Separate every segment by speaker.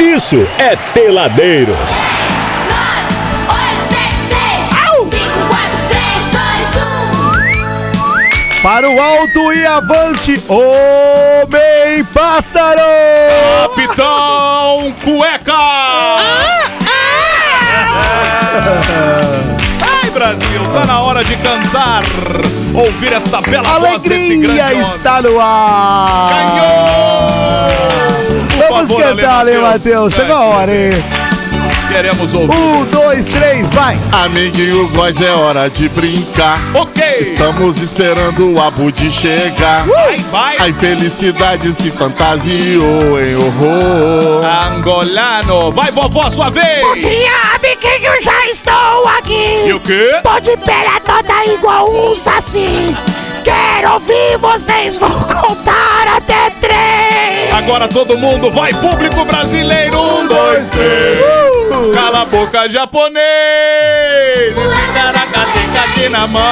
Speaker 1: isso é Peladeiros.
Speaker 2: 9, 8, 7, 6, 5, 4, 3, 2, 1.
Speaker 3: Para o alto e avante, homem pássaro!
Speaker 4: Capitão Cueca! Ai, Brasil, tá na hora de cantar, ouvir essa bela voz desse grande
Speaker 3: Alegria
Speaker 4: homem.
Speaker 3: está no ar!
Speaker 4: Ganhou! Por
Speaker 3: Vamos
Speaker 4: favor,
Speaker 3: cantar,
Speaker 4: Ale
Speaker 3: hein, Matheus? Chegou a hora, hein?
Speaker 4: Queremos ouvir.
Speaker 3: Um, dois, três, vai!
Speaker 5: Amiguinhos, mas é hora de brincar.
Speaker 4: Ok!
Speaker 5: Estamos esperando o Abudi chegar.
Speaker 4: Vai, vai!
Speaker 5: A infelicidade se fantasiou em horror.
Speaker 4: Angolano! Vai, vovó, sua vez!
Speaker 6: Diabo, que eu já estou
Speaker 4: E
Speaker 6: aqui.
Speaker 4: o quê?
Speaker 6: Tô de pele toda igual um saci. Quero ouvir vocês, vão contar até três.
Speaker 4: Agora todo mundo vai, público brasileiro! Um, dois, três!
Speaker 3: Uh.
Speaker 4: Cala a boca, japonês! Me dá na cateca aqui na mão!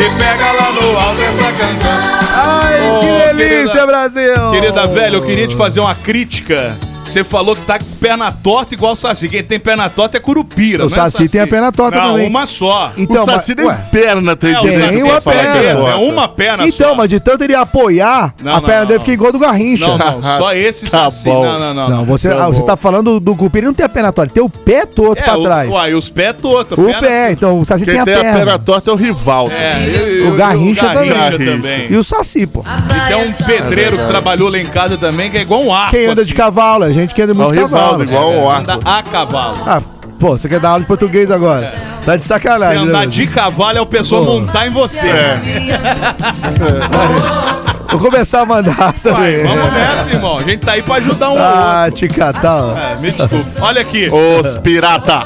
Speaker 4: E pega lá no alto essa canção!
Speaker 3: Ai, que
Speaker 4: Ô,
Speaker 3: delícia,
Speaker 4: querida-
Speaker 3: Brasil!
Speaker 4: Querida velha, eu queria te fazer uma crítica. Você falou que tá com perna torta igual o Saci. Quem tem perna torta é curupira,
Speaker 3: O
Speaker 4: não é
Speaker 3: Saci tem a perna torta
Speaker 4: não,
Speaker 3: também.
Speaker 4: uma só.
Speaker 3: Então,
Speaker 5: o Saci nem
Speaker 3: mas- ué.
Speaker 5: perna tem
Speaker 4: É, o
Speaker 5: direito.
Speaker 4: Saci
Speaker 3: uma
Speaker 4: é fala que
Speaker 3: perna.
Speaker 4: É uma perna só.
Speaker 3: Então, mas de tanto ele apoiar,
Speaker 4: Não,
Speaker 3: a
Speaker 4: não,
Speaker 3: perna
Speaker 4: não,
Speaker 3: dele
Speaker 4: não.
Speaker 3: fica igual a do Garrincha.
Speaker 4: Não, não, só esse
Speaker 5: Tá
Speaker 4: Saci.
Speaker 5: bom.
Speaker 4: Não, não, não.
Speaker 3: Não, você,
Speaker 5: Tá
Speaker 3: ah, você
Speaker 5: bom.
Speaker 3: tá falando do Gupi, ele não tem a perna torta, ele tem o pé torto
Speaker 4: É,
Speaker 3: pra
Speaker 4: o,
Speaker 3: trás.
Speaker 4: Uai, os é pés torta.
Speaker 3: o pé, então o Saci tem
Speaker 5: Quem
Speaker 3: a
Speaker 5: tem a
Speaker 3: perna.
Speaker 5: perna torta é o Rivaldo.
Speaker 4: É, e- e-
Speaker 3: O Garrincha
Speaker 4: o Garrincha
Speaker 5: também.
Speaker 4: também.
Speaker 3: E o Saci, pô.
Speaker 4: E tem um pedreiro que trabalhou lá em casa também, que é igual um arco.
Speaker 3: Quem anda de
Speaker 4: assim.
Speaker 3: cavalo, a gente que anda
Speaker 5: É o
Speaker 3: muito de
Speaker 5: Rivaldo,
Speaker 3: cavalo.
Speaker 5: igual o
Speaker 4: Anda
Speaker 5: arco.
Speaker 4: a cavalo.
Speaker 3: Ah, pô, você quer dar aula de português agora? Tá de
Speaker 4: Se
Speaker 3: sacanagem. né,
Speaker 4: andar
Speaker 3: Brasil?
Speaker 4: de cavalo é o pessoal
Speaker 3: Pô.
Speaker 4: montar em você.
Speaker 3: Vou começar a mandar as também.
Speaker 4: Vamos nessa, irmão. A gente tá aí pra ajudar um ao
Speaker 3: Ah,
Speaker 4: outro.
Speaker 3: te catar.
Speaker 4: É, me desculpe. Olha aqui,
Speaker 5: Os pirata.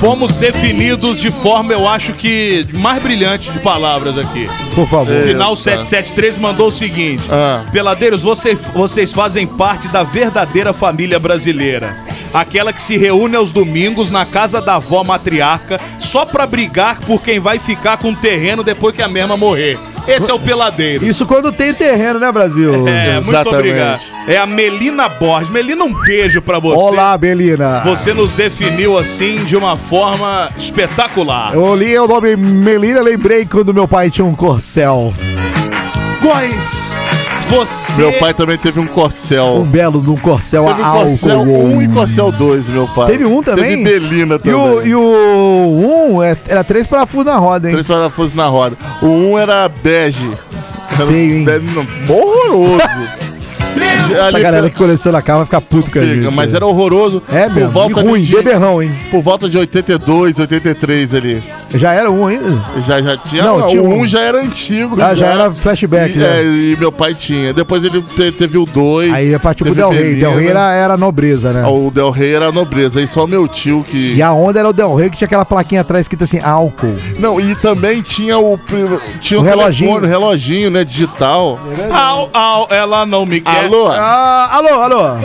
Speaker 4: fomos definidos de forma, eu acho que mais brilhante de palavras aqui.
Speaker 3: Por favor.
Speaker 4: Final 773 mandou o seguinte:
Speaker 5: Ah.
Speaker 4: Peladeiros, você- vocês fazem parte da verdadeira família brasileira. Aquela que se reúne aos domingos na casa da avó matriarca só pra brigar por quem vai ficar com o terreno depois que a mesma morrer. Esse é o peladeiro.
Speaker 3: Isso quando tem terreno, né, Brasil?
Speaker 4: É, muito
Speaker 5: Exatamente.
Speaker 4: obrigado. É a Melina Borges. Melina, um beijo pra você.
Speaker 3: Olá, Belina.
Speaker 4: Você nos definiu assim de uma forma espetacular.
Speaker 3: Eu li o nome Melina, lembrei quando meu pai tinha um corcel.
Speaker 4: Góis, você.
Speaker 5: Meu pai também teve um corcel.
Speaker 3: Um belo de um corcel
Speaker 5: Teve um corcel
Speaker 3: álcool.
Speaker 5: 1 e corcel 2, meu pai.
Speaker 3: Teve um também?
Speaker 5: Teve Belina
Speaker 3: E
Speaker 5: também.
Speaker 3: o, e o um é- era três parafusos na roda, hein?
Speaker 5: Três parafusos na roda. O um era bege. Era um
Speaker 3: Feio, hein?
Speaker 5: bege, não, horroroso.
Speaker 3: Essa
Speaker 5: Ali
Speaker 3: galera
Speaker 5: pela-
Speaker 3: que coleciona carro vai ficar puto com a
Speaker 5: Fica,
Speaker 3: gente. né?
Speaker 5: mas era horroroso.
Speaker 3: É mesmo, e ruim,
Speaker 5: de,
Speaker 3: beberrão, hein?
Speaker 5: por volta de 82, 83 ali.
Speaker 3: Já era um ainda?
Speaker 5: Já, já tinha.
Speaker 3: Não, tinha
Speaker 5: o
Speaker 3: um.
Speaker 5: um já era antigo.
Speaker 3: Ah, já era flashback,
Speaker 5: E,
Speaker 3: já.
Speaker 5: é, e meu pai tinha. Depois ele te- teve o dois.
Speaker 3: Aí partiu pro
Speaker 5: teve
Speaker 3: Del Rey.
Speaker 5: Belina.
Speaker 3: Del Rey era, era nobreza, né?
Speaker 5: Ah, O Del Rey era a nobreza. E só meu tio que.
Speaker 3: E a onda era o Del Rey que tinha aquela plaquinha atrás escrita assim, álcool.
Speaker 5: Não, e também tinha o. pri- Tinha
Speaker 3: O
Speaker 5: o,
Speaker 3: reloginho.
Speaker 5: telefone, o reloginho, né? Digital.
Speaker 4: Au, au, ela não me quer.
Speaker 5: Alô?
Speaker 3: Ah, alô, alô.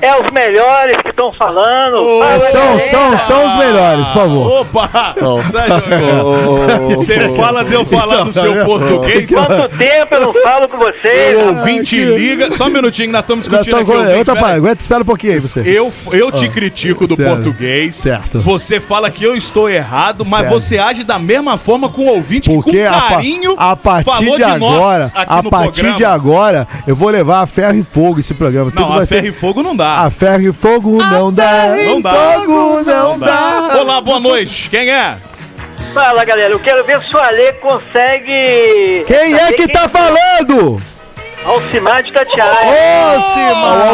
Speaker 7: É os melhores que estão falando. Fala,
Speaker 3: São,
Speaker 7: galera.
Speaker 3: são, são
Speaker 4: Ah.
Speaker 3: os melhores, por favor.
Speaker 4: Opa! Tá,
Speaker 5: Ô, ô, ô,
Speaker 4: Você fala de eu falar do
Speaker 3: Então,
Speaker 4: seu português.
Speaker 3: tá
Speaker 7: Quanto tempo eu não falo com vocês?
Speaker 4: O ouvinte liga. Só um minutinho que nós estamos
Speaker 3: Nós
Speaker 4: discutindo
Speaker 3: estamos
Speaker 4: aqui.
Speaker 3: com...
Speaker 4: ouvinte,
Speaker 3: Outra
Speaker 4: peraí.
Speaker 3: parada, aguenta, espera um pouquinho aí você.
Speaker 4: Eu, eu te critico do
Speaker 3: certo.
Speaker 4: português.
Speaker 3: Certo.
Speaker 4: Você fala que eu estou errado, mas
Speaker 3: Certo.
Speaker 4: você age da mesma forma com o ouvinte
Speaker 3: Porque
Speaker 4: que
Speaker 3: a,
Speaker 4: com
Speaker 3: pa-
Speaker 4: carinho
Speaker 3: a partir
Speaker 4: falou
Speaker 3: de agora,
Speaker 4: nós aqui
Speaker 3: a
Speaker 4: no
Speaker 3: partir de
Speaker 4: programa.
Speaker 3: agora, eu vou levar a ferro e fogo esse programa. Tudo
Speaker 4: Não,
Speaker 3: vai
Speaker 4: a
Speaker 3: ser-
Speaker 4: ferro e fogo não dá.
Speaker 3: A ferro e fogo não dá.
Speaker 4: Não dá.
Speaker 3: Fogo não dá.
Speaker 4: Olá, boa noite. Quem é?
Speaker 7: Fala, galera. Eu quero ver se o Ale consegue.
Speaker 3: Quem é
Speaker 7: saber
Speaker 3: que tá falando?
Speaker 7: Alcimar de Tatiaia.
Speaker 5: É o
Speaker 3: Tá,
Speaker 5: Alcimala,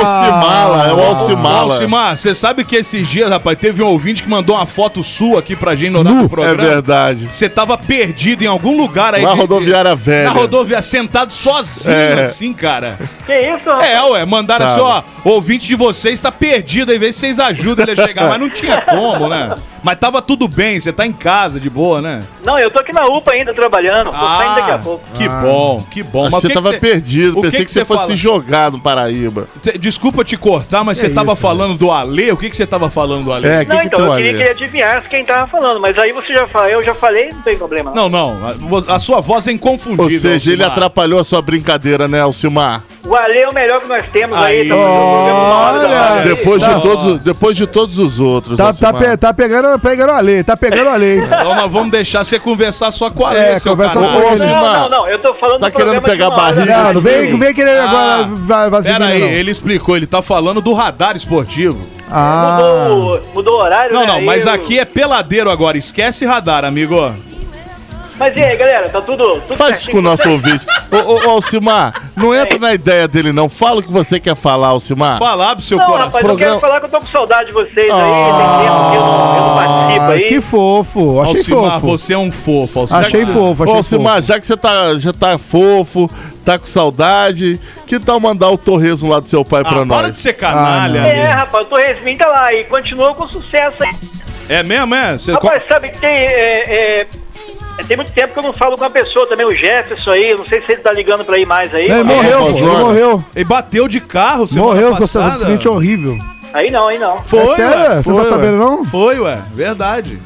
Speaker 5: é
Speaker 6: Ah.
Speaker 5: o Alcimala.
Speaker 4: Alcimar, você sabe que esses dias, rapaz, teve um ouvinte que mandou uma foto sua aqui pra gente no
Speaker 3: Nu.
Speaker 4: horário do
Speaker 5: É
Speaker 4: programa.
Speaker 5: verdade.
Speaker 4: Você tava perdido em algum lugar aí.
Speaker 5: Na
Speaker 4: de-
Speaker 5: rodoviária velha.
Speaker 4: Na rodoviária, sentado sozinho,
Speaker 5: É.
Speaker 4: assim, cara.
Speaker 7: Que isso, rapaz?
Speaker 4: É, ué, mandaram
Speaker 5: Tá.
Speaker 4: assim, ó, ouvinte de vocês tá perdido, aí vê se vocês ajudam ele a chegar, mas não tinha como, né? Mas tava tudo bem, você tá em casa, de boa, né?
Speaker 7: Não, eu tô aqui na UPA ainda trabalhando. Vou sair daqui
Speaker 4: Ah.
Speaker 7: a pouco.
Speaker 4: que bom, que bom.
Speaker 5: Achei
Speaker 4: Mas o
Speaker 5: que Ah, você
Speaker 4: que
Speaker 5: tava
Speaker 4: que você-
Speaker 5: perdido,
Speaker 4: o
Speaker 5: pensei que, você fosse se jogar no Paraíba.
Speaker 4: Cê- Desculpa te cortar, mas
Speaker 3: é
Speaker 4: você tava falando do Ale, o que que você tava falando do Ale?
Speaker 5: É, o que,
Speaker 7: Não,
Speaker 5: que
Speaker 7: então,
Speaker 5: tem
Speaker 3: um
Speaker 7: eu
Speaker 5: a
Speaker 7: queria que
Speaker 5: ver?
Speaker 7: ele adivinhasse quem tava falando, mas aí você já falou, eu já falei, não tem problema.
Speaker 4: Não, não, a, vo- a sua voz é inconfundível.
Speaker 5: Ou seja, ele
Speaker 4: Alcimar.
Speaker 5: atrapalhou a sua brincadeira, né, Alcimar?
Speaker 7: O Ale é o melhor que nós temos aí,
Speaker 4: Aí.
Speaker 7: tá bom?
Speaker 3: Olha,
Speaker 6: Depois de, todos, depois de todos os outros.
Speaker 3: Tá,
Speaker 6: assim,
Speaker 3: tá,
Speaker 6: mano.
Speaker 3: pe- tá pegando, pegando a lei, tá pegando a lei.
Speaker 4: Então nós vamos deixar você conversar só com a Lê,
Speaker 3: É,
Speaker 4: seu
Speaker 3: conversa
Speaker 4: caralho.
Speaker 3: com ele.
Speaker 6: Sim,
Speaker 7: Não,
Speaker 6: mano.
Speaker 7: não, não. Eu tô falando
Speaker 6: Tá
Speaker 7: do programa
Speaker 6: querendo pegar
Speaker 7: de uma hora.
Speaker 6: barriga?
Speaker 3: Não, não vem, não vem querer
Speaker 4: Ah,
Speaker 3: agora va- vaselina,
Speaker 4: Pera aí,
Speaker 3: não.
Speaker 4: ele tá explicou, ele tá falando do radar esportivo.
Speaker 3: Ah,
Speaker 7: Mudou, o- mudou o horário,
Speaker 4: Não,
Speaker 7: né?
Speaker 4: não,
Speaker 7: Aí
Speaker 4: mas
Speaker 7: eu-
Speaker 4: aqui é peladeiro agora, esquece radar, amigo.
Speaker 7: Mas e aí, galera? Tá tudo. tudo
Speaker 6: Faz isso com o nosso ouvinte. Ô, ô, ô, Alcimar, não entra na ideia dele, não. Fala o que você quer falar, Alcimar.
Speaker 4: Falar pro seu
Speaker 7: Não,
Speaker 4: coração.
Speaker 7: rapaz, eu
Speaker 6: Programa-
Speaker 7: quero falar que eu tô com saudade de vocês aí. Tem tempo que eu não, eu não participo
Speaker 3: ah,
Speaker 7: aí.
Speaker 3: que fofo, achei
Speaker 4: Alcimar,
Speaker 3: fofo.
Speaker 4: você é um fofo, Alcimar.
Speaker 3: Achei
Speaker 4: Já que-
Speaker 3: fofo,
Speaker 6: Ô,
Speaker 3: achei
Speaker 6: Alcimar,
Speaker 3: fofo.
Speaker 6: já que você tá, já tá fofo, tá com saudade, que tal mandar o torresmo lá do seu pai
Speaker 4: Ah,
Speaker 6: pra
Speaker 4: para
Speaker 6: nós?
Speaker 4: de ser canalha.
Speaker 7: É,
Speaker 4: amigo.
Speaker 7: rapaz, o Torresmin tá lá e continua com sucesso aí.
Speaker 4: é. mesmo, é? Você
Speaker 7: Rapaz, sabe que tem. é, é, é, tem muito tempo que eu não falo com a pessoa também, o Jefferson aí, não sei se ele tá ligando pra ir mais aí.
Speaker 3: Ele
Speaker 7: mas-
Speaker 3: morreu, pô, ele
Speaker 6: Zona.
Speaker 3: morreu.
Speaker 4: E bateu de carro, semana
Speaker 3: Morreu, ficou
Speaker 4: passada.
Speaker 3: sabendo. Acidente horrível.
Speaker 7: Aí não, aí não.
Speaker 4: Foi,
Speaker 3: é sério?
Speaker 4: ué,
Speaker 3: Você
Speaker 4: foi,
Speaker 3: tá sabendo, não?
Speaker 4: Foi, ué, verdade.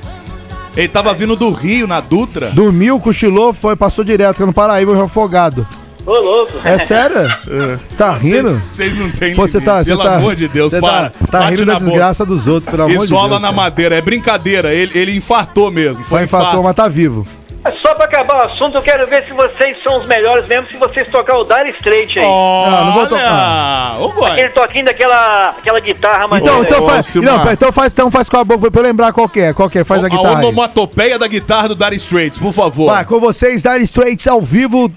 Speaker 4: Ele tava vindo do Rio, na Dutra.
Speaker 3: Dormiu, cochilou, foi, passou direto, que no Paraíba, um afogado.
Speaker 7: Ô, louco.
Speaker 3: É sério?
Speaker 4: É.
Speaker 3: Tá rindo?
Speaker 4: Vocês não tem
Speaker 3: Pô, você tá, você
Speaker 4: Pelo
Speaker 3: tá,
Speaker 4: amor de Deus,
Speaker 3: você
Speaker 4: para.
Speaker 3: tá, tá
Speaker 4: Bate
Speaker 3: rindo da
Speaker 4: na boca.
Speaker 3: desgraça dos outros, pelo amor
Speaker 4: E
Speaker 3: de Deus.
Speaker 4: sola na
Speaker 3: cara.
Speaker 4: madeira, é brincadeira, ele, ele infartou mesmo.
Speaker 3: Só infartou, mas tá vivo.
Speaker 7: É Só pra acabar o assunto, eu quero ver se vocês são os melhores mesmo, se vocês tocar o Dire Straight aí.
Speaker 4: Olha,
Speaker 3: é Não, não vou é
Speaker 4: Ô, boy.
Speaker 7: Aquele toquinho daquela aquela guitarra
Speaker 3: Então,
Speaker 7: maneira.
Speaker 3: então,
Speaker 6: ô,
Speaker 3: faz,
Speaker 6: Silmar.
Speaker 3: não, pera, então faz, então faz com a boca pra eu lembrar qual que é, qual que é, faz a
Speaker 4: a
Speaker 3: guitarra. aí.
Speaker 4: onomatopeia da guitarra do Dire Straits, por favor.
Speaker 3: Vai, com vocês, Dire Straits ao vivo.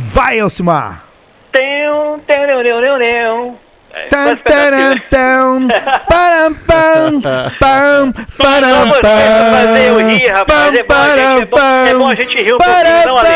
Speaker 3: Vai, Elcimar!
Speaker 7: Tem, tem, tem, tem, tem, tem. É,
Speaker 3: Tan,
Speaker 7: faz pedacinho,
Speaker 3: taran,
Speaker 7: né?
Speaker 3: tan, param, pam, pam, param,
Speaker 7: Não, você
Speaker 3: pam,
Speaker 7: fazer eu rir, rapaz, é bom, a gente- é bom- é bom a gente rir um pouquinho,
Speaker 3: param,
Speaker 7: não, Ale?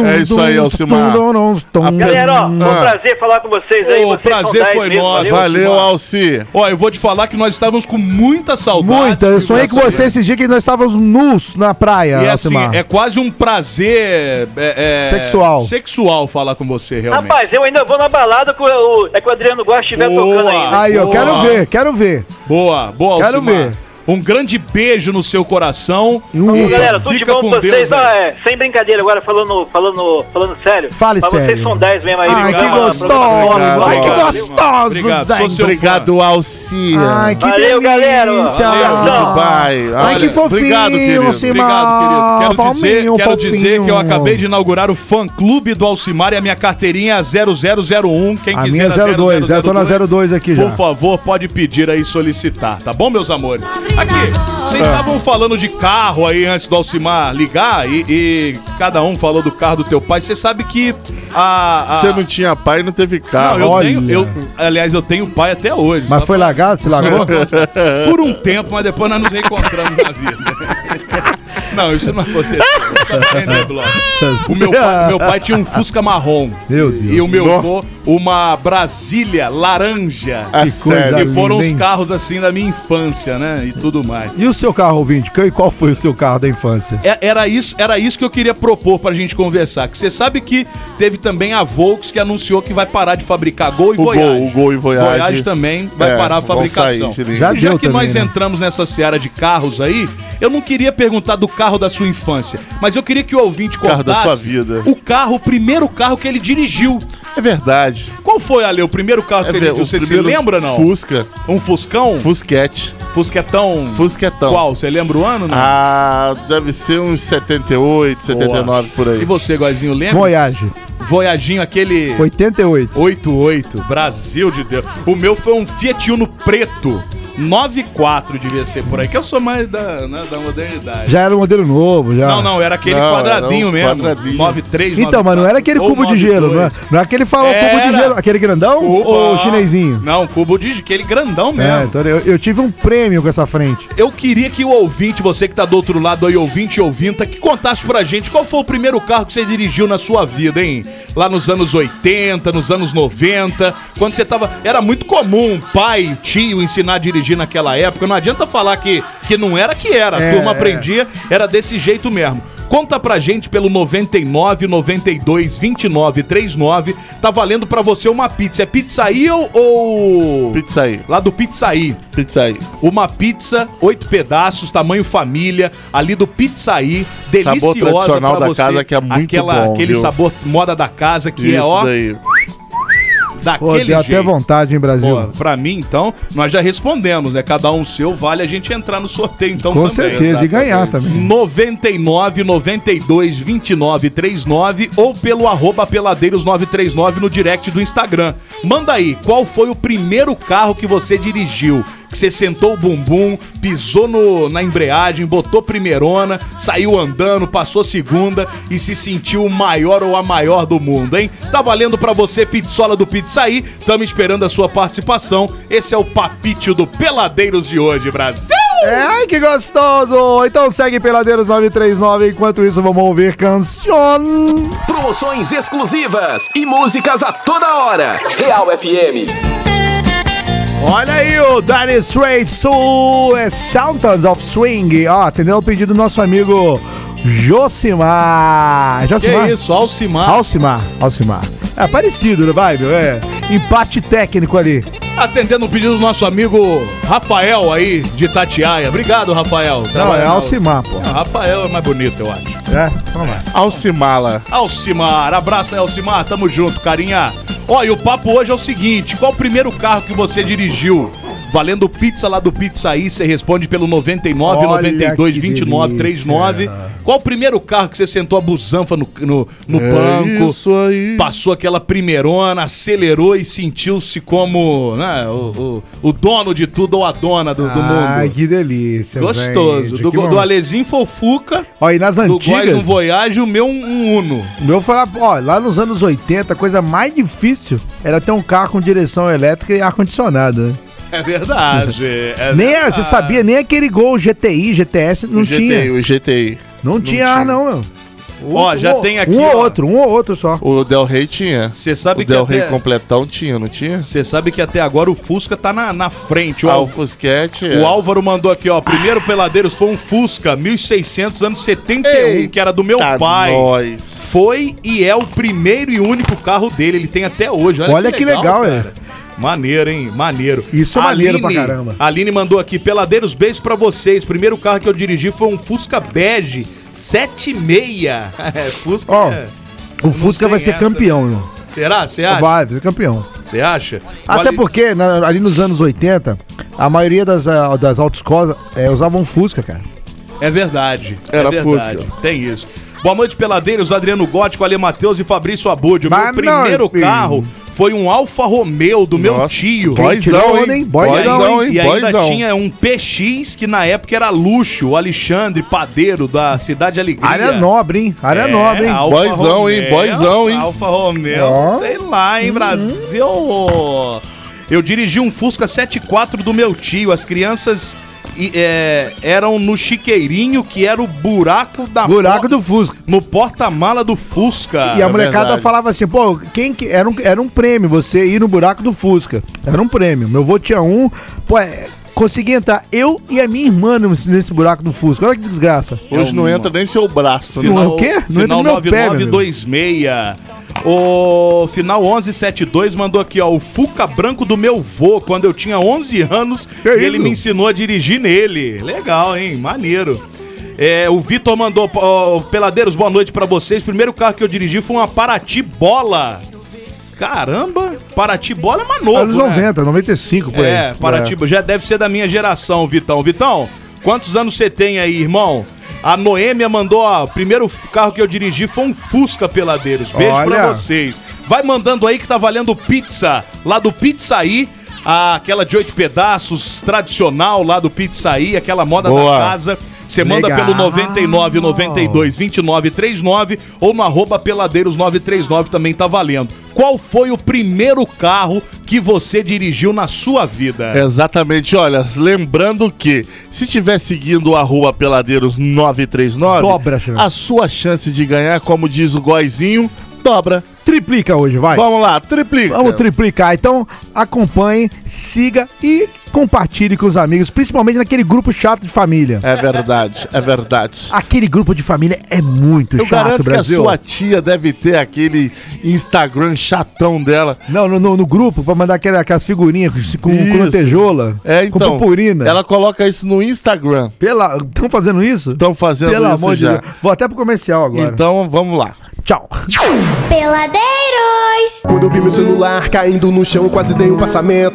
Speaker 3: pam,
Speaker 6: É isso aí, Elcimar.
Speaker 3: tum, tum, tum, tum.
Speaker 7: Galera, ó, foi um
Speaker 6: Ah.
Speaker 7: prazer falar com vocês aí.
Speaker 4: Ô,
Speaker 7: vocês
Speaker 4: prazer
Speaker 7: são dez
Speaker 4: foi
Speaker 7: mesmo,
Speaker 4: nosso.
Speaker 7: valeu.
Speaker 6: Valeu, Alci.
Speaker 4: Ó, eu vou te falar que nós estávamos com muita saudade.
Speaker 3: Muita, eu sonhei com você esse dia que nós estávamos nus na praia,
Speaker 4: E é assim,
Speaker 3: Elcimar.
Speaker 4: é quase um prazer... é, é,
Speaker 3: Sexual.
Speaker 4: Sexual falar com você, realmente.
Speaker 7: Rapaz, eu ainda vou na balada com o, é que o Adriano Gosta estiver
Speaker 4: Boa.
Speaker 7: tocando né? ainda.
Speaker 3: Aí, eu
Speaker 4: Boa.
Speaker 3: quero ver, quero ver.
Speaker 4: Boa, boa,
Speaker 3: Quero
Speaker 4: Alcimar.
Speaker 3: ver.
Speaker 4: Um grande beijo no seu coração.
Speaker 3: Hum.
Speaker 7: Ô, galera, tudo de
Speaker 4: Fica
Speaker 7: bom
Speaker 4: com
Speaker 7: pra vocês.
Speaker 4: Deus, né?
Speaker 7: Ó,
Speaker 4: velho.
Speaker 7: é, sem brincadeira agora, falando, falando, falando sério.
Speaker 3: Fale
Speaker 7: Mas
Speaker 3: sério.
Speaker 7: Vocês são 10 mesmo aí.
Speaker 3: Ai, que
Speaker 7: Obrigado,
Speaker 3: gostoso!
Speaker 7: obrigado,
Speaker 3: Ai, que
Speaker 7: obrigado.
Speaker 3: gostoso,
Speaker 4: Obrigado, sou
Speaker 3: gente.
Speaker 4: seu
Speaker 6: Obrigado, Alci.
Speaker 3: Ai, que
Speaker 7: Valeu, galera.
Speaker 3: delícia!
Speaker 7: Valeu.
Speaker 6: Goodbye.
Speaker 3: Ai,
Speaker 6: Olha,
Speaker 3: que fofinho,
Speaker 6: obrigado, querido.
Speaker 3: Alcimar.
Speaker 4: Obrigado, querido. Quero, dizer,
Speaker 3: Palminho,
Speaker 4: quero dizer
Speaker 3: palminho.
Speaker 4: que eu acabei de inaugurar o fã-clube do Alcimar e a minha carteirinha é 0001. Quem
Speaker 3: A
Speaker 4: quiser
Speaker 3: minha é 02, eu tô na 02 aqui já.
Speaker 4: Por favor, pode pedir aí e solicitar, tá bom, meus amores? Aqui, vocês
Speaker 3: Ah.
Speaker 4: estavam falando de carro aí antes do Alcimar ligar e, e cada um falou do carro do teu pai. Você sabe que a... a-
Speaker 6: Você não tinha pai e não teve
Speaker 4: Não,
Speaker 6: carro.
Speaker 4: eu
Speaker 3: olha.
Speaker 4: tenho, eu- aliás, eu tenho pai até hoje.
Speaker 3: Mas
Speaker 4: só
Speaker 3: foi lagado? Se lagou?
Speaker 4: por um tempo, mas depois nós nos reencontramos na vida. Não, isso não aconteceu. Entendeu, Bloco? O meu pai, meu pai tinha um Fusca marrom.
Speaker 3: Meu Deus.
Speaker 4: E o meu avô, uma Brasília laranja.
Speaker 6: Ah,
Speaker 3: que
Speaker 6: sério.
Speaker 3: coisa
Speaker 4: E foram
Speaker 3: linda,
Speaker 4: os
Speaker 3: hein?
Speaker 4: carros assim da minha infância, né? E tudo mais.
Speaker 3: E o seu carro, ouvinte? Que- Qual foi o seu carro da infância?
Speaker 4: É- Era isso, era isso que eu queria propor pra gente conversar. Que você sabe que teve também a Volks que anunciou que vai parar de fabricar Gol e
Speaker 6: O
Speaker 4: Voyage.
Speaker 6: Gol, o Gol e Voyage.
Speaker 4: Voyage também vai
Speaker 6: É,
Speaker 4: parar a
Speaker 6: vão
Speaker 4: fabricação.
Speaker 6: sair,
Speaker 3: Já
Speaker 4: E
Speaker 3: deu
Speaker 4: que
Speaker 3: também,
Speaker 4: nós
Speaker 3: né?
Speaker 4: entramos nessa seara de carros aí, eu não queria perguntar do carro da sua infância, mas eu queria que o ouvinte
Speaker 6: Carro
Speaker 4: contasse
Speaker 6: da sua vida.
Speaker 4: o carro, o primeiro carro que ele dirigiu.
Speaker 6: É verdade.
Speaker 4: Qual foi, Ale, o primeiro carro que
Speaker 6: É
Speaker 4: você
Speaker 6: ver-
Speaker 4: dirigiu?
Speaker 6: o
Speaker 4: Você se
Speaker 6: primeiro
Speaker 4: lembra, não?
Speaker 6: Fusca.
Speaker 4: Um Fuscão?
Speaker 6: Fusquete.
Speaker 4: Fusquetão?
Speaker 6: Fusquetão.
Speaker 4: Qual? Você lembra o ano, não?
Speaker 6: Ah, deve ser uns 78, 79 por
Speaker 4: E
Speaker 6: aí.
Speaker 4: você, Goizinho, lembra?
Speaker 3: Voyage.
Speaker 4: Voyaginho, aquele...
Speaker 3: 88.
Speaker 4: 88, Brasil de Deus. O meu foi um Fiat Uno preto. 94 devia ser por aí, que eu sou mais da, né, da modernidade.
Speaker 3: Já era um modelo novo, já.
Speaker 4: Não, não, era aquele
Speaker 6: Não, era
Speaker 4: quadradinho
Speaker 6: um
Speaker 4: mesmo.
Speaker 6: quadradinho.
Speaker 4: 93,
Speaker 3: Então, mas não era aquele cubo de gelo, não é? Não é aquele falou cubo
Speaker 4: Era.
Speaker 3: de gelo, aquele grandão ou
Speaker 4: o
Speaker 3: chinesinho?
Speaker 4: Não, cubo de gelo, aquele grandão
Speaker 3: É,
Speaker 4: mesmo.
Speaker 3: então eu, eu tive um prêmio com essa frente.
Speaker 4: Eu queria que o ouvinte, você que tá do outro lado aí, ouvinte e ouvinta, que contasse pra gente qual foi o primeiro carro que você dirigiu na sua vida, hein? Lá nos anos 80, nos anos 90, quando você tava. Era muito comum um pai, tio ensinar a dirigir naquela época. Não adianta falar que, que não era que era. A
Speaker 3: É,
Speaker 4: turma
Speaker 3: é.
Speaker 4: aprendia, era desse jeito mesmo. Conta pra gente pelo 99 92 29 39. Tá valendo pra você uma pizza. É pizzaí ou. ou...
Speaker 6: Pizza aí.
Speaker 4: Lá do Pizzaí.
Speaker 6: Pizza aí.
Speaker 4: Uma pizza, oito pedaços, tamanho família, ali do Pizzaí, deliciosa
Speaker 6: tradicional
Speaker 4: pra
Speaker 6: da
Speaker 4: você.
Speaker 6: casa que é muito
Speaker 4: Aquela,
Speaker 6: bom,
Speaker 4: Aquele
Speaker 6: viu?
Speaker 4: sabor moda da casa que é
Speaker 6: Isso
Speaker 4: ó,
Speaker 6: daí.
Speaker 3: Pô,
Speaker 4: é, daquele
Speaker 3: deu
Speaker 4: jeito.
Speaker 3: até vontade, hein, Brasil?
Speaker 4: Pô, pra mim, então, nós já respondemos, né? Cada um seu, vale a gente entrar no sorteio, então,
Speaker 3: Com
Speaker 4: também.
Speaker 3: certeza, e ganhar também.
Speaker 4: 99 92 29 39 ou pelo arroba peladeiros 939 no direct do Instagram. Manda aí, qual foi o primeiro carro que você dirigiu? Que você sentou o bumbum, pisou no, na embreagem, botou primeirona, saiu andando, passou segunda e se sentiu o maior ou a maior do mundo, hein? Tá valendo pra você, pizzola do Pizzaí. Tamo esperando a sua participação. Esse é o papítio do Peladeiros de hoje, Brasil!
Speaker 3: É, ai, que gostoso! Então segue Peladeiros 939. Enquanto isso, vamos ouvir canção.
Speaker 8: Promoções exclusivas e músicas a toda hora. Real FM.
Speaker 3: Olha aí o Dire Straits Soul é Sounds of Swing. Ó, atendendo ao pedido do nosso amigo Josimar.
Speaker 4: Que
Speaker 3: Josimar?
Speaker 4: isso, Alcimar.
Speaker 3: Alcimar, Alcimar. É parecido, não vai, meu? É. Empate técnico ali.
Speaker 4: Atendendo o pedido do nosso amigo Rafael aí, de Tatiaia. Obrigado, Rafael.
Speaker 3: Não, é
Speaker 4: Trabalhando-
Speaker 3: Alcimar, pô.
Speaker 4: Ah, Rafael é mais bonito, eu acho.
Speaker 3: É, vamos lá.
Speaker 6: Alcimala.
Speaker 4: Alcimar, abraça aí, Alcimar, tamo junto, carinha. Ó, e o papo hoje é o seguinte: qual o primeiro carro que você dirigiu? Valendo pizza lá do Pizzaí, você responde pelo 99
Speaker 3: Olha
Speaker 4: 92
Speaker 3: que
Speaker 4: 29 39.
Speaker 3: delícia.
Speaker 4: Qual o primeiro carro que você sentou a busanfa no, no, no
Speaker 3: É
Speaker 4: banco?
Speaker 6: Isso aí.
Speaker 4: Passou aquela primeirona, acelerou e sentiu-se como né, o, o- o dono de tudo ou a dona do, do
Speaker 3: Ai,
Speaker 4: mundo.
Speaker 3: que delícia,
Speaker 4: Gostoso.
Speaker 3: gente,
Speaker 4: Do,
Speaker 3: que
Speaker 4: do
Speaker 3: bom.
Speaker 4: Alezinho Fofuca,
Speaker 3: Ó, e nas
Speaker 4: do Góis um
Speaker 3: antigas,
Speaker 4: Voyage, o meu um, um Uno.
Speaker 3: o meu foi lá, ó, lá nos anos 80, a coisa mais difícil era ter um carro com direção elétrica e ar-condicionado, né?
Speaker 4: É verdade. é
Speaker 3: Nem,
Speaker 4: verdade.
Speaker 3: você sabia, nem aquele Gol GTI, GTS, não
Speaker 6: O
Speaker 3: tinha.
Speaker 6: GTI, o GTI.
Speaker 3: Não, tinha ar, não, meu.
Speaker 4: Ó, já
Speaker 3: Um-
Speaker 4: tem aqui.
Speaker 3: Um
Speaker 4: ó,
Speaker 3: ou outro, um ou outro só.
Speaker 6: O Del Rey tinha.
Speaker 4: Você sabe
Speaker 6: o
Speaker 4: que
Speaker 6: Del Rey
Speaker 4: até-
Speaker 6: completão tinha, não tinha?
Speaker 4: Você sabe que até agora o Fusca tá na, na frente. O,
Speaker 6: Ah, o
Speaker 4: Al-
Speaker 6: Fusquete. é.
Speaker 4: o Álvaro mandou aqui, ó. Primeiro Peladeiros foi um Fusca 1600, anos 71, que era do meu
Speaker 6: Eita,
Speaker 4: pai.
Speaker 6: Nós.
Speaker 4: Foi e é o primeiro e único carro dele. Ele tem até hoje.
Speaker 3: Olha que legal, é.
Speaker 4: cara. Maneiro, hein? Maneiro.
Speaker 3: Isso é maneiro pra caramba.
Speaker 4: Aline mandou aqui, peladeiros, beijos pra vocês. Primeiro carro que eu dirigi foi um Fusca Bege 76. É, Fusca.
Speaker 3: Ó,
Speaker 4: é.
Speaker 3: o Fusca
Speaker 4: tem
Speaker 3: vai ser
Speaker 4: essa, né? Ah,
Speaker 3: campeão, meu.
Speaker 4: Será? Você acha?
Speaker 3: Vai, vai ser campeão.
Speaker 4: Você acha?
Speaker 3: Até
Speaker 4: Olha-
Speaker 3: porque, na- ali nos anos 80, a maioria das, ah, das autoescolas é, usavam Fusca, cara.
Speaker 4: É verdade.
Speaker 6: Era
Speaker 4: é verdade.
Speaker 6: Fusca.
Speaker 4: Tem isso. Boa noite, peladeiros. Adriano Gótico, Ale Matheus e Fabrício Abud. O meu
Speaker 3: Boa
Speaker 4: primeiro
Speaker 3: noite.
Speaker 4: carro foi um Alfa Romeo do meu
Speaker 6: Nossa,
Speaker 4: tio.
Speaker 6: Quem
Speaker 3: tirou
Speaker 6: Boyzão,
Speaker 3: onda, hein?
Speaker 6: hein?
Speaker 3: Boyzão,
Speaker 6: Boyzão,
Speaker 4: E
Speaker 6: hein?
Speaker 4: ainda
Speaker 6: Boyzão.
Speaker 4: tinha um PX que na época era luxo, o Alexandre Padeiro da Cidade Alegria.
Speaker 3: Área nobre, hein?
Speaker 4: É,
Speaker 3: Área É nobre, hein?
Speaker 4: Alfa
Speaker 6: Boyzão, hein?
Speaker 4: Romeo,
Speaker 6: Boyzão, hein?
Speaker 4: Alfa Romeo,
Speaker 3: Ó.
Speaker 4: sei lá, hein, Brasil? Eu dirigi um Fusca 74 do meu tio. As crianças e, é, eram no chiqueirinho, que era o buraco da...
Speaker 3: Buraco
Speaker 4: por-
Speaker 3: do Fusca.
Speaker 4: No porta-mala do Fusca.
Speaker 3: E a
Speaker 6: é
Speaker 3: molecada
Speaker 6: verdade.
Speaker 3: falava assim, pô, quem que. Era um, era um prêmio você ir no buraco do Fusca. Era um prêmio. Meu vô tinha um, pô, é, consegui entrar eu e a minha irmã nesse, nesse buraco do Fusca. Olha que desgraça.
Speaker 6: Hoje não entra nem seu braço, né?
Speaker 3: Não é o quê? Não entra
Speaker 4: final
Speaker 3: no meu pé, meu
Speaker 4: 9926. O final 1172 mandou aqui, ó, o Fuca branco do meu vô, quando eu tinha 11 anos,
Speaker 3: Que é
Speaker 4: e ele
Speaker 3: isso?
Speaker 4: me ensinou a dirigir nele. Legal, hein? Maneiro. É, o Vitor mandou, ó, peladeiros, boa noite pra vocês. Primeiro carro que eu dirigi foi uma Paraty Bola. Caramba, Paraty Bola é uma novo,
Speaker 3: Anos
Speaker 4: né?
Speaker 3: 90, 95, por aí.
Speaker 4: É, Paratiba. Já deve ser da minha geração, Vitão. Vitão, quantos anos você tem aí, irmão? A Noêmia mandou, ó, o primeiro carro que eu dirigi foi um Fusca Peladeiros. Beijo pra
Speaker 3: Olha.
Speaker 4: vocês. Vai mandando aí que tá valendo pizza lá do Pizzaí. ah, Aquela de oito pedaços, tradicional lá do Pizzaí, aquela moda
Speaker 6: Boa.
Speaker 4: da casa. Você manda
Speaker 3: Legal.
Speaker 4: pelo 99 92 29 39 ou no arroba peladeiros 939 também tá valendo. Qual foi o primeiro carro que você dirigiu na sua vida?
Speaker 6: É. Exatamente, olha, lembrando que se tiver seguindo o arroba peladeiros 939,
Speaker 3: Dobra a chance.
Speaker 6: a sua chance de ganhar, como diz o Goizinho, dobra.
Speaker 3: Triplica hoje, vai.
Speaker 6: Vamos lá, triplica.
Speaker 3: Vamos triplicar. Então, acompanhe, siga e compartilhe com os amigos, principalmente naquele grupo chato de família.
Speaker 6: É verdade, é verdade.
Speaker 3: Aquele grupo de família é muito
Speaker 6: Eu
Speaker 3: chato,
Speaker 6: garanto
Speaker 3: Brasil.
Speaker 6: que a sua tia deve ter aquele Instagram chatão dela.
Speaker 3: Não, no, no- no grupo, pra mandar aquela- aquelas, figurinhas com, com
Speaker 6: Isso.
Speaker 3: lantejola,
Speaker 6: É, então.
Speaker 3: com purpurina.
Speaker 6: Ela coloca isso no Instagram.
Speaker 3: Estão fazendo isso?
Speaker 6: Estão fazendo
Speaker 3: Pelo
Speaker 6: isso
Speaker 3: amor de
Speaker 6: já.
Speaker 3: Deus. Vou até pro comercial agora.
Speaker 6: Então, vamos lá.
Speaker 3: Tchau.
Speaker 2: Peladeiros!
Speaker 9: Quando eu vi meu celular caindo no chão, eu quase dei um passamento.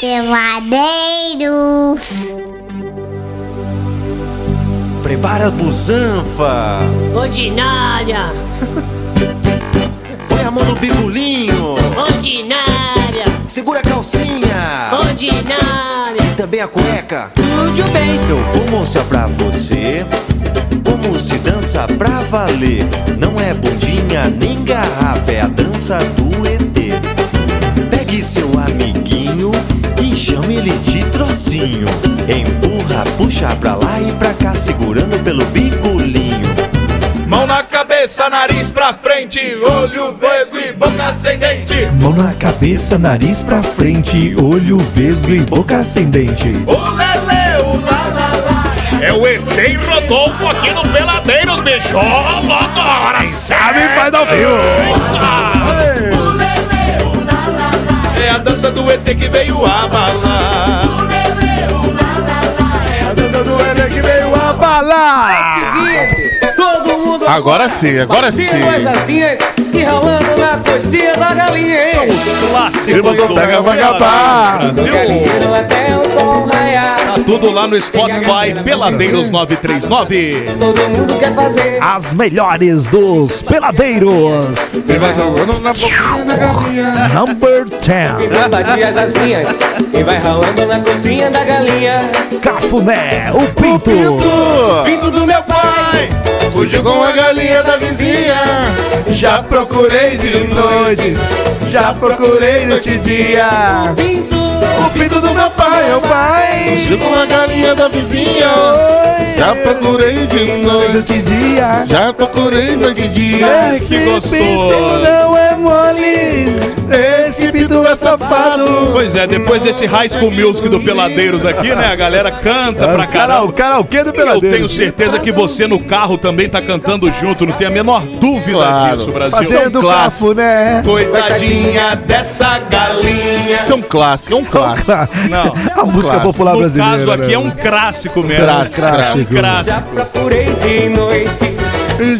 Speaker 2: Peladeiros!
Speaker 6: Prepara a busanfa.
Speaker 10: Ordinária,
Speaker 6: Põe a mão no bigolinho.
Speaker 10: ordinária,
Speaker 6: Segura a calcinha.
Speaker 10: ordinária.
Speaker 6: Também a cueca.
Speaker 10: Tudo bem.
Speaker 6: Eu vou mostrar pra você como se dança pra valer. Não é bundinha nem garrafa, é a dança do ET. Pegue seu amiguinho e chame ele de trocinho. Empurra, puxa pra lá e pra cá, segurando pelo bigolinho.
Speaker 4: Mão na cabeça, nariz pra frente, olho vesgo e boca sem dente.
Speaker 6: Mão na cabeça, nariz pra frente, olho vesgo e boca ascendente.
Speaker 4: O lelê, o lá, lá, lá. É o ET e Rodolfo aqui no Peladeiros, bicho. Ó, logo agora, sabe, vai dar viu. É a dança do ET que veio abalar.
Speaker 11: Ah, Todo mundo
Speaker 6: Agora sim, agora sim.
Speaker 11: as asinhas e ralando na coxinha da galinha, hein?
Speaker 4: Os clássicos
Speaker 6: Ele botou
Speaker 4: É um do
Speaker 6: pega vagabá.
Speaker 4: Brasil.
Speaker 11: Galinheiro até é o sol raiar.
Speaker 4: Tá Tudo lá no Spotify, Peladeiros 939.
Speaker 11: Todo mundo quer fazer.
Speaker 9: Ah.
Speaker 3: As melhores dos peladeiros.
Speaker 6: Ele vai rolando na boquinha da galinha.
Speaker 3: Number 10.
Speaker 11: Ele bate as asinhas e vai ralando na coxinha da galinha.
Speaker 3: Cafuné, o Pinto.
Speaker 11: Vindo do meu pai,
Speaker 6: Fugiu com a galinha da vizinha. Já procurei de noite, já procurei noite e dia. O pinto do meu pai, meu pai. Fugiu com a galinha da vizinha. Já procurei de noite e dia. Já procurei noite e dia.
Speaker 4: Ai, que gostoso.
Speaker 6: Não é mole, esse pinto é safado.
Speaker 4: Pois é, depois desse High School Music do Peladeiros aqui, né? A galera canta pra
Speaker 3: Caralho,
Speaker 4: caralho.
Speaker 3: Ah, o karaokê do
Speaker 4: Eu
Speaker 3: peladeiro.
Speaker 4: tenho certeza que você no carro também tá cantando junto, não tem a menor dúvida
Speaker 6: Claro.
Speaker 4: disso, Brasil.
Speaker 3: Fazendo né? Cafuné.
Speaker 4: Coitadinha dessa galinha.
Speaker 6: Isso é um clássico, é um clássico.
Speaker 4: Não.
Speaker 3: A música
Speaker 6: Clássico.
Speaker 3: popular
Speaker 4: No
Speaker 3: brasileira.
Speaker 4: caso aqui
Speaker 3: né?
Speaker 4: é um clássico mesmo.
Speaker 6: Clássico,
Speaker 4: É um
Speaker 3: clássico.
Speaker 11: já
Speaker 4: clássico.
Speaker 11: procurei de noite.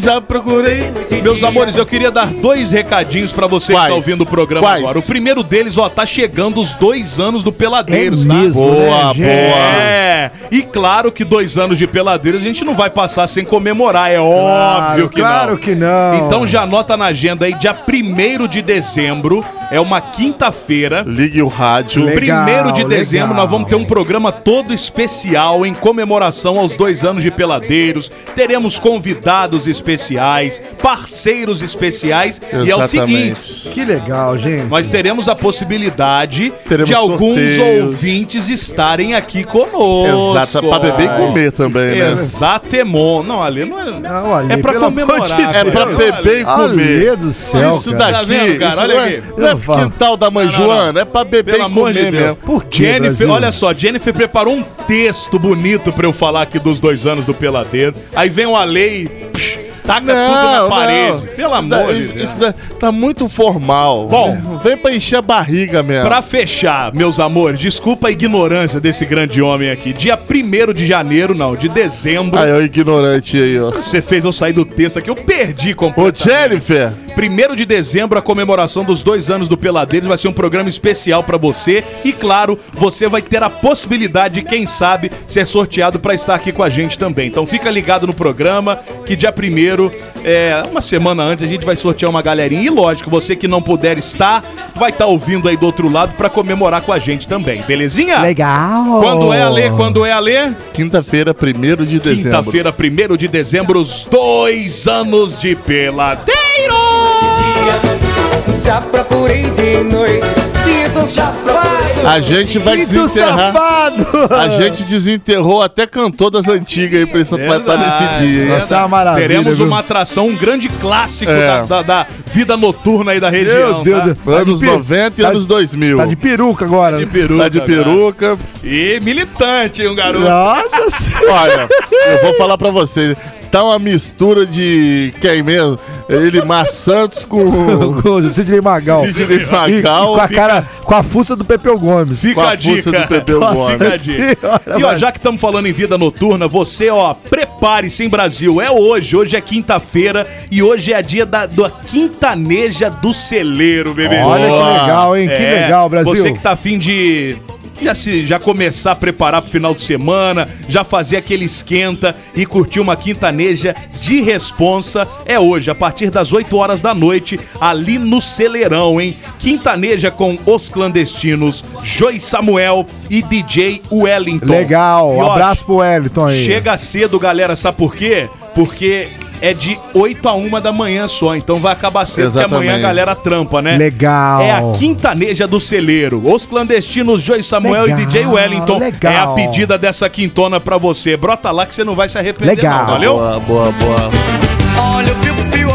Speaker 6: Já procurei.
Speaker 4: Meus amores, eu queria dar dois recadinhos pra você que
Speaker 6: Quais?
Speaker 4: tá ouvindo o programa
Speaker 6: Quais?
Speaker 4: agora. O primeiro deles, ó, tá chegando os dois anos do Peladeiros,
Speaker 3: É
Speaker 4: tá?
Speaker 3: mesmo,
Speaker 6: Boa,
Speaker 3: né, gente?
Speaker 6: boa.
Speaker 4: É, e claro que dois anos de Peladeiros a gente não vai passar sem comemorar, é óbvio que
Speaker 3: claro
Speaker 4: não.
Speaker 3: que não.
Speaker 4: Então já anota na agenda aí, dia 1 de dezembro, é uma quinta-feira.
Speaker 6: Ligue o rádio.
Speaker 3: Legal,
Speaker 4: Primeiro de dezembro
Speaker 3: legal.
Speaker 4: nós vamos ter um programa todo especial em comemoração aos dois anos de Peladeiros. Teremos convidados especiais, parceiros especiais e é o seguinte.
Speaker 3: Que legal, gente.
Speaker 4: Nós teremos a possibilidade
Speaker 6: Teremos
Speaker 4: de alguns
Speaker 6: sorteios.
Speaker 4: ouvintes estarem aqui conosco.
Speaker 6: Exato, pra beber e comer também, né?
Speaker 4: Exatemon. Não, ali não é.
Speaker 3: Não, ali,
Speaker 4: é pra
Speaker 3: pelo
Speaker 4: comemorar.
Speaker 3: amor de
Speaker 6: É pra
Speaker 4: cara.
Speaker 6: beber e
Speaker 3: Alê
Speaker 6: comer.
Speaker 3: do céu,
Speaker 6: isso
Speaker 3: cara.
Speaker 4: Tá
Speaker 6: daqui,
Speaker 4: vendo, cara?
Speaker 6: isso
Speaker 4: Olha
Speaker 6: não
Speaker 4: aqui.
Speaker 6: é, não é
Speaker 3: Eu falo.
Speaker 6: quintal da mãe
Speaker 4: Não, não, não.
Speaker 6: Joana, é pra beber
Speaker 4: Pelo
Speaker 6: e
Speaker 4: amor
Speaker 6: comer
Speaker 4: de Deus.
Speaker 6: mesmo.
Speaker 3: Por quê,
Speaker 4: Jennifer,
Speaker 3: Brasil?
Speaker 4: olha só, Jennifer preparou um texto bonito pra eu falar aqui dos dois anos do Peladeiro. Aí vem uma lei e psh, taca tudo na parede. Pelo
Speaker 6: Isso
Speaker 4: amor
Speaker 6: da-
Speaker 4: de
Speaker 6: isso,
Speaker 4: Deus.
Speaker 6: isso da- tá muito formal.
Speaker 4: Bom.
Speaker 6: Né? vem pra encher a barriga mesmo.
Speaker 4: Pra fechar, meus amores, desculpa a ignorância desse grande homem aqui. Dia 1 de janeiro, não, de dezembro.
Speaker 6: Aí, ó, ignorante aí, ó.
Speaker 4: Você fez eu sair do texto aqui, eu perdi
Speaker 6: Ô,
Speaker 4: completamente.
Speaker 6: Jennifer,
Speaker 4: 1 de dezembro, a comemoração dos dois anos do Peladeiros vai ser um programa especial pra você. E claro, você vai ter a possibilidade, quem sabe, ser sorteado pra estar aqui com a gente também. Então fica ligado no programa, que dia 1 é, uma semana antes, a gente vai sortear uma galerinha. E lógico, você que não puder estar, vai estar ouvindo aí do outro lado pra comemorar com a gente também, belezinha?
Speaker 3: Legal.
Speaker 4: Quando é a Lê? Quando é a Lê?
Speaker 6: quinta-feira, 1 de dezembro.
Speaker 4: Quinta-feira, 1 de dezembro, os dois anos de Peladeiro!
Speaker 11: Chapa puri de noite Pinto chapa
Speaker 5: A gente vai
Speaker 11: Pinto
Speaker 5: desenterrar.
Speaker 11: safado!
Speaker 5: A gente desenterrou até cantor das antigas aí pra isso vai estar nesse dia. hein?
Speaker 3: é
Speaker 4: Verdade. Teremos uma atração, um grande clássico da,
Speaker 5: É.
Speaker 4: da- da vida noturna aí da região.
Speaker 5: Meu Deus do- Anos 90 e anos 2000.
Speaker 4: Tá
Speaker 3: de peruca agora.
Speaker 5: Tá de peruca. Tá de peruca.
Speaker 4: E militante, hein, um garoto.
Speaker 3: Nossa
Speaker 5: Olha, eu vou falar pra vocês. Tá uma mistura de quem mesmo? Ele Mar Santos com.
Speaker 3: com o Sidney Magal.
Speaker 5: Sidney
Speaker 3: E-
Speaker 5: Magal
Speaker 3: e com a
Speaker 5: fica-
Speaker 3: cara, com a fuça do Pepeu Gomes.
Speaker 4: Fica a dica. Nossa, fica a dica.
Speaker 3: Senhora,
Speaker 4: E ó,
Speaker 3: mas-
Speaker 4: já que estamos falando em vida noturna, você, ó, prepare-se em Brasil. É hoje, hoje é quinta-feira e hoje é a dia da, da quintaneja do celeiro, bebê.
Speaker 3: Olha que legal, hein? Que legal, Brasil.
Speaker 4: Você que tá afim de. Já, se, já começar a preparar pro final de semana, já fazer aquele esquenta e curtir uma quintaneja de responsa. É hoje, a partir das 8 horas da noite, ali no Celeirão, hein? Quintaneja com os clandestinos Joy Samuel e DJ Wellington.
Speaker 3: Legal,
Speaker 4: E, ó,
Speaker 3: abraço pro Wellington Então aí.
Speaker 4: Chega cedo, galera, sabe por quê? Porque é de 8 a 1 da manhã só, então vai acabar cedo, porque
Speaker 3: Exatamente.
Speaker 4: amanhã a galera trampa, né?
Speaker 3: Legal.
Speaker 4: É a quintaneja do celeiro. Os clandestinos Joey Samuel
Speaker 3: Legal,
Speaker 4: e DJ Wellington.
Speaker 3: legal.
Speaker 4: É a pedida dessa quintona pra você. Brota lá que você não vai se arrepender,
Speaker 3: Legal.
Speaker 4: não, valeu?
Speaker 5: Boa, boa, boa.
Speaker 12: Olha o piu-piu,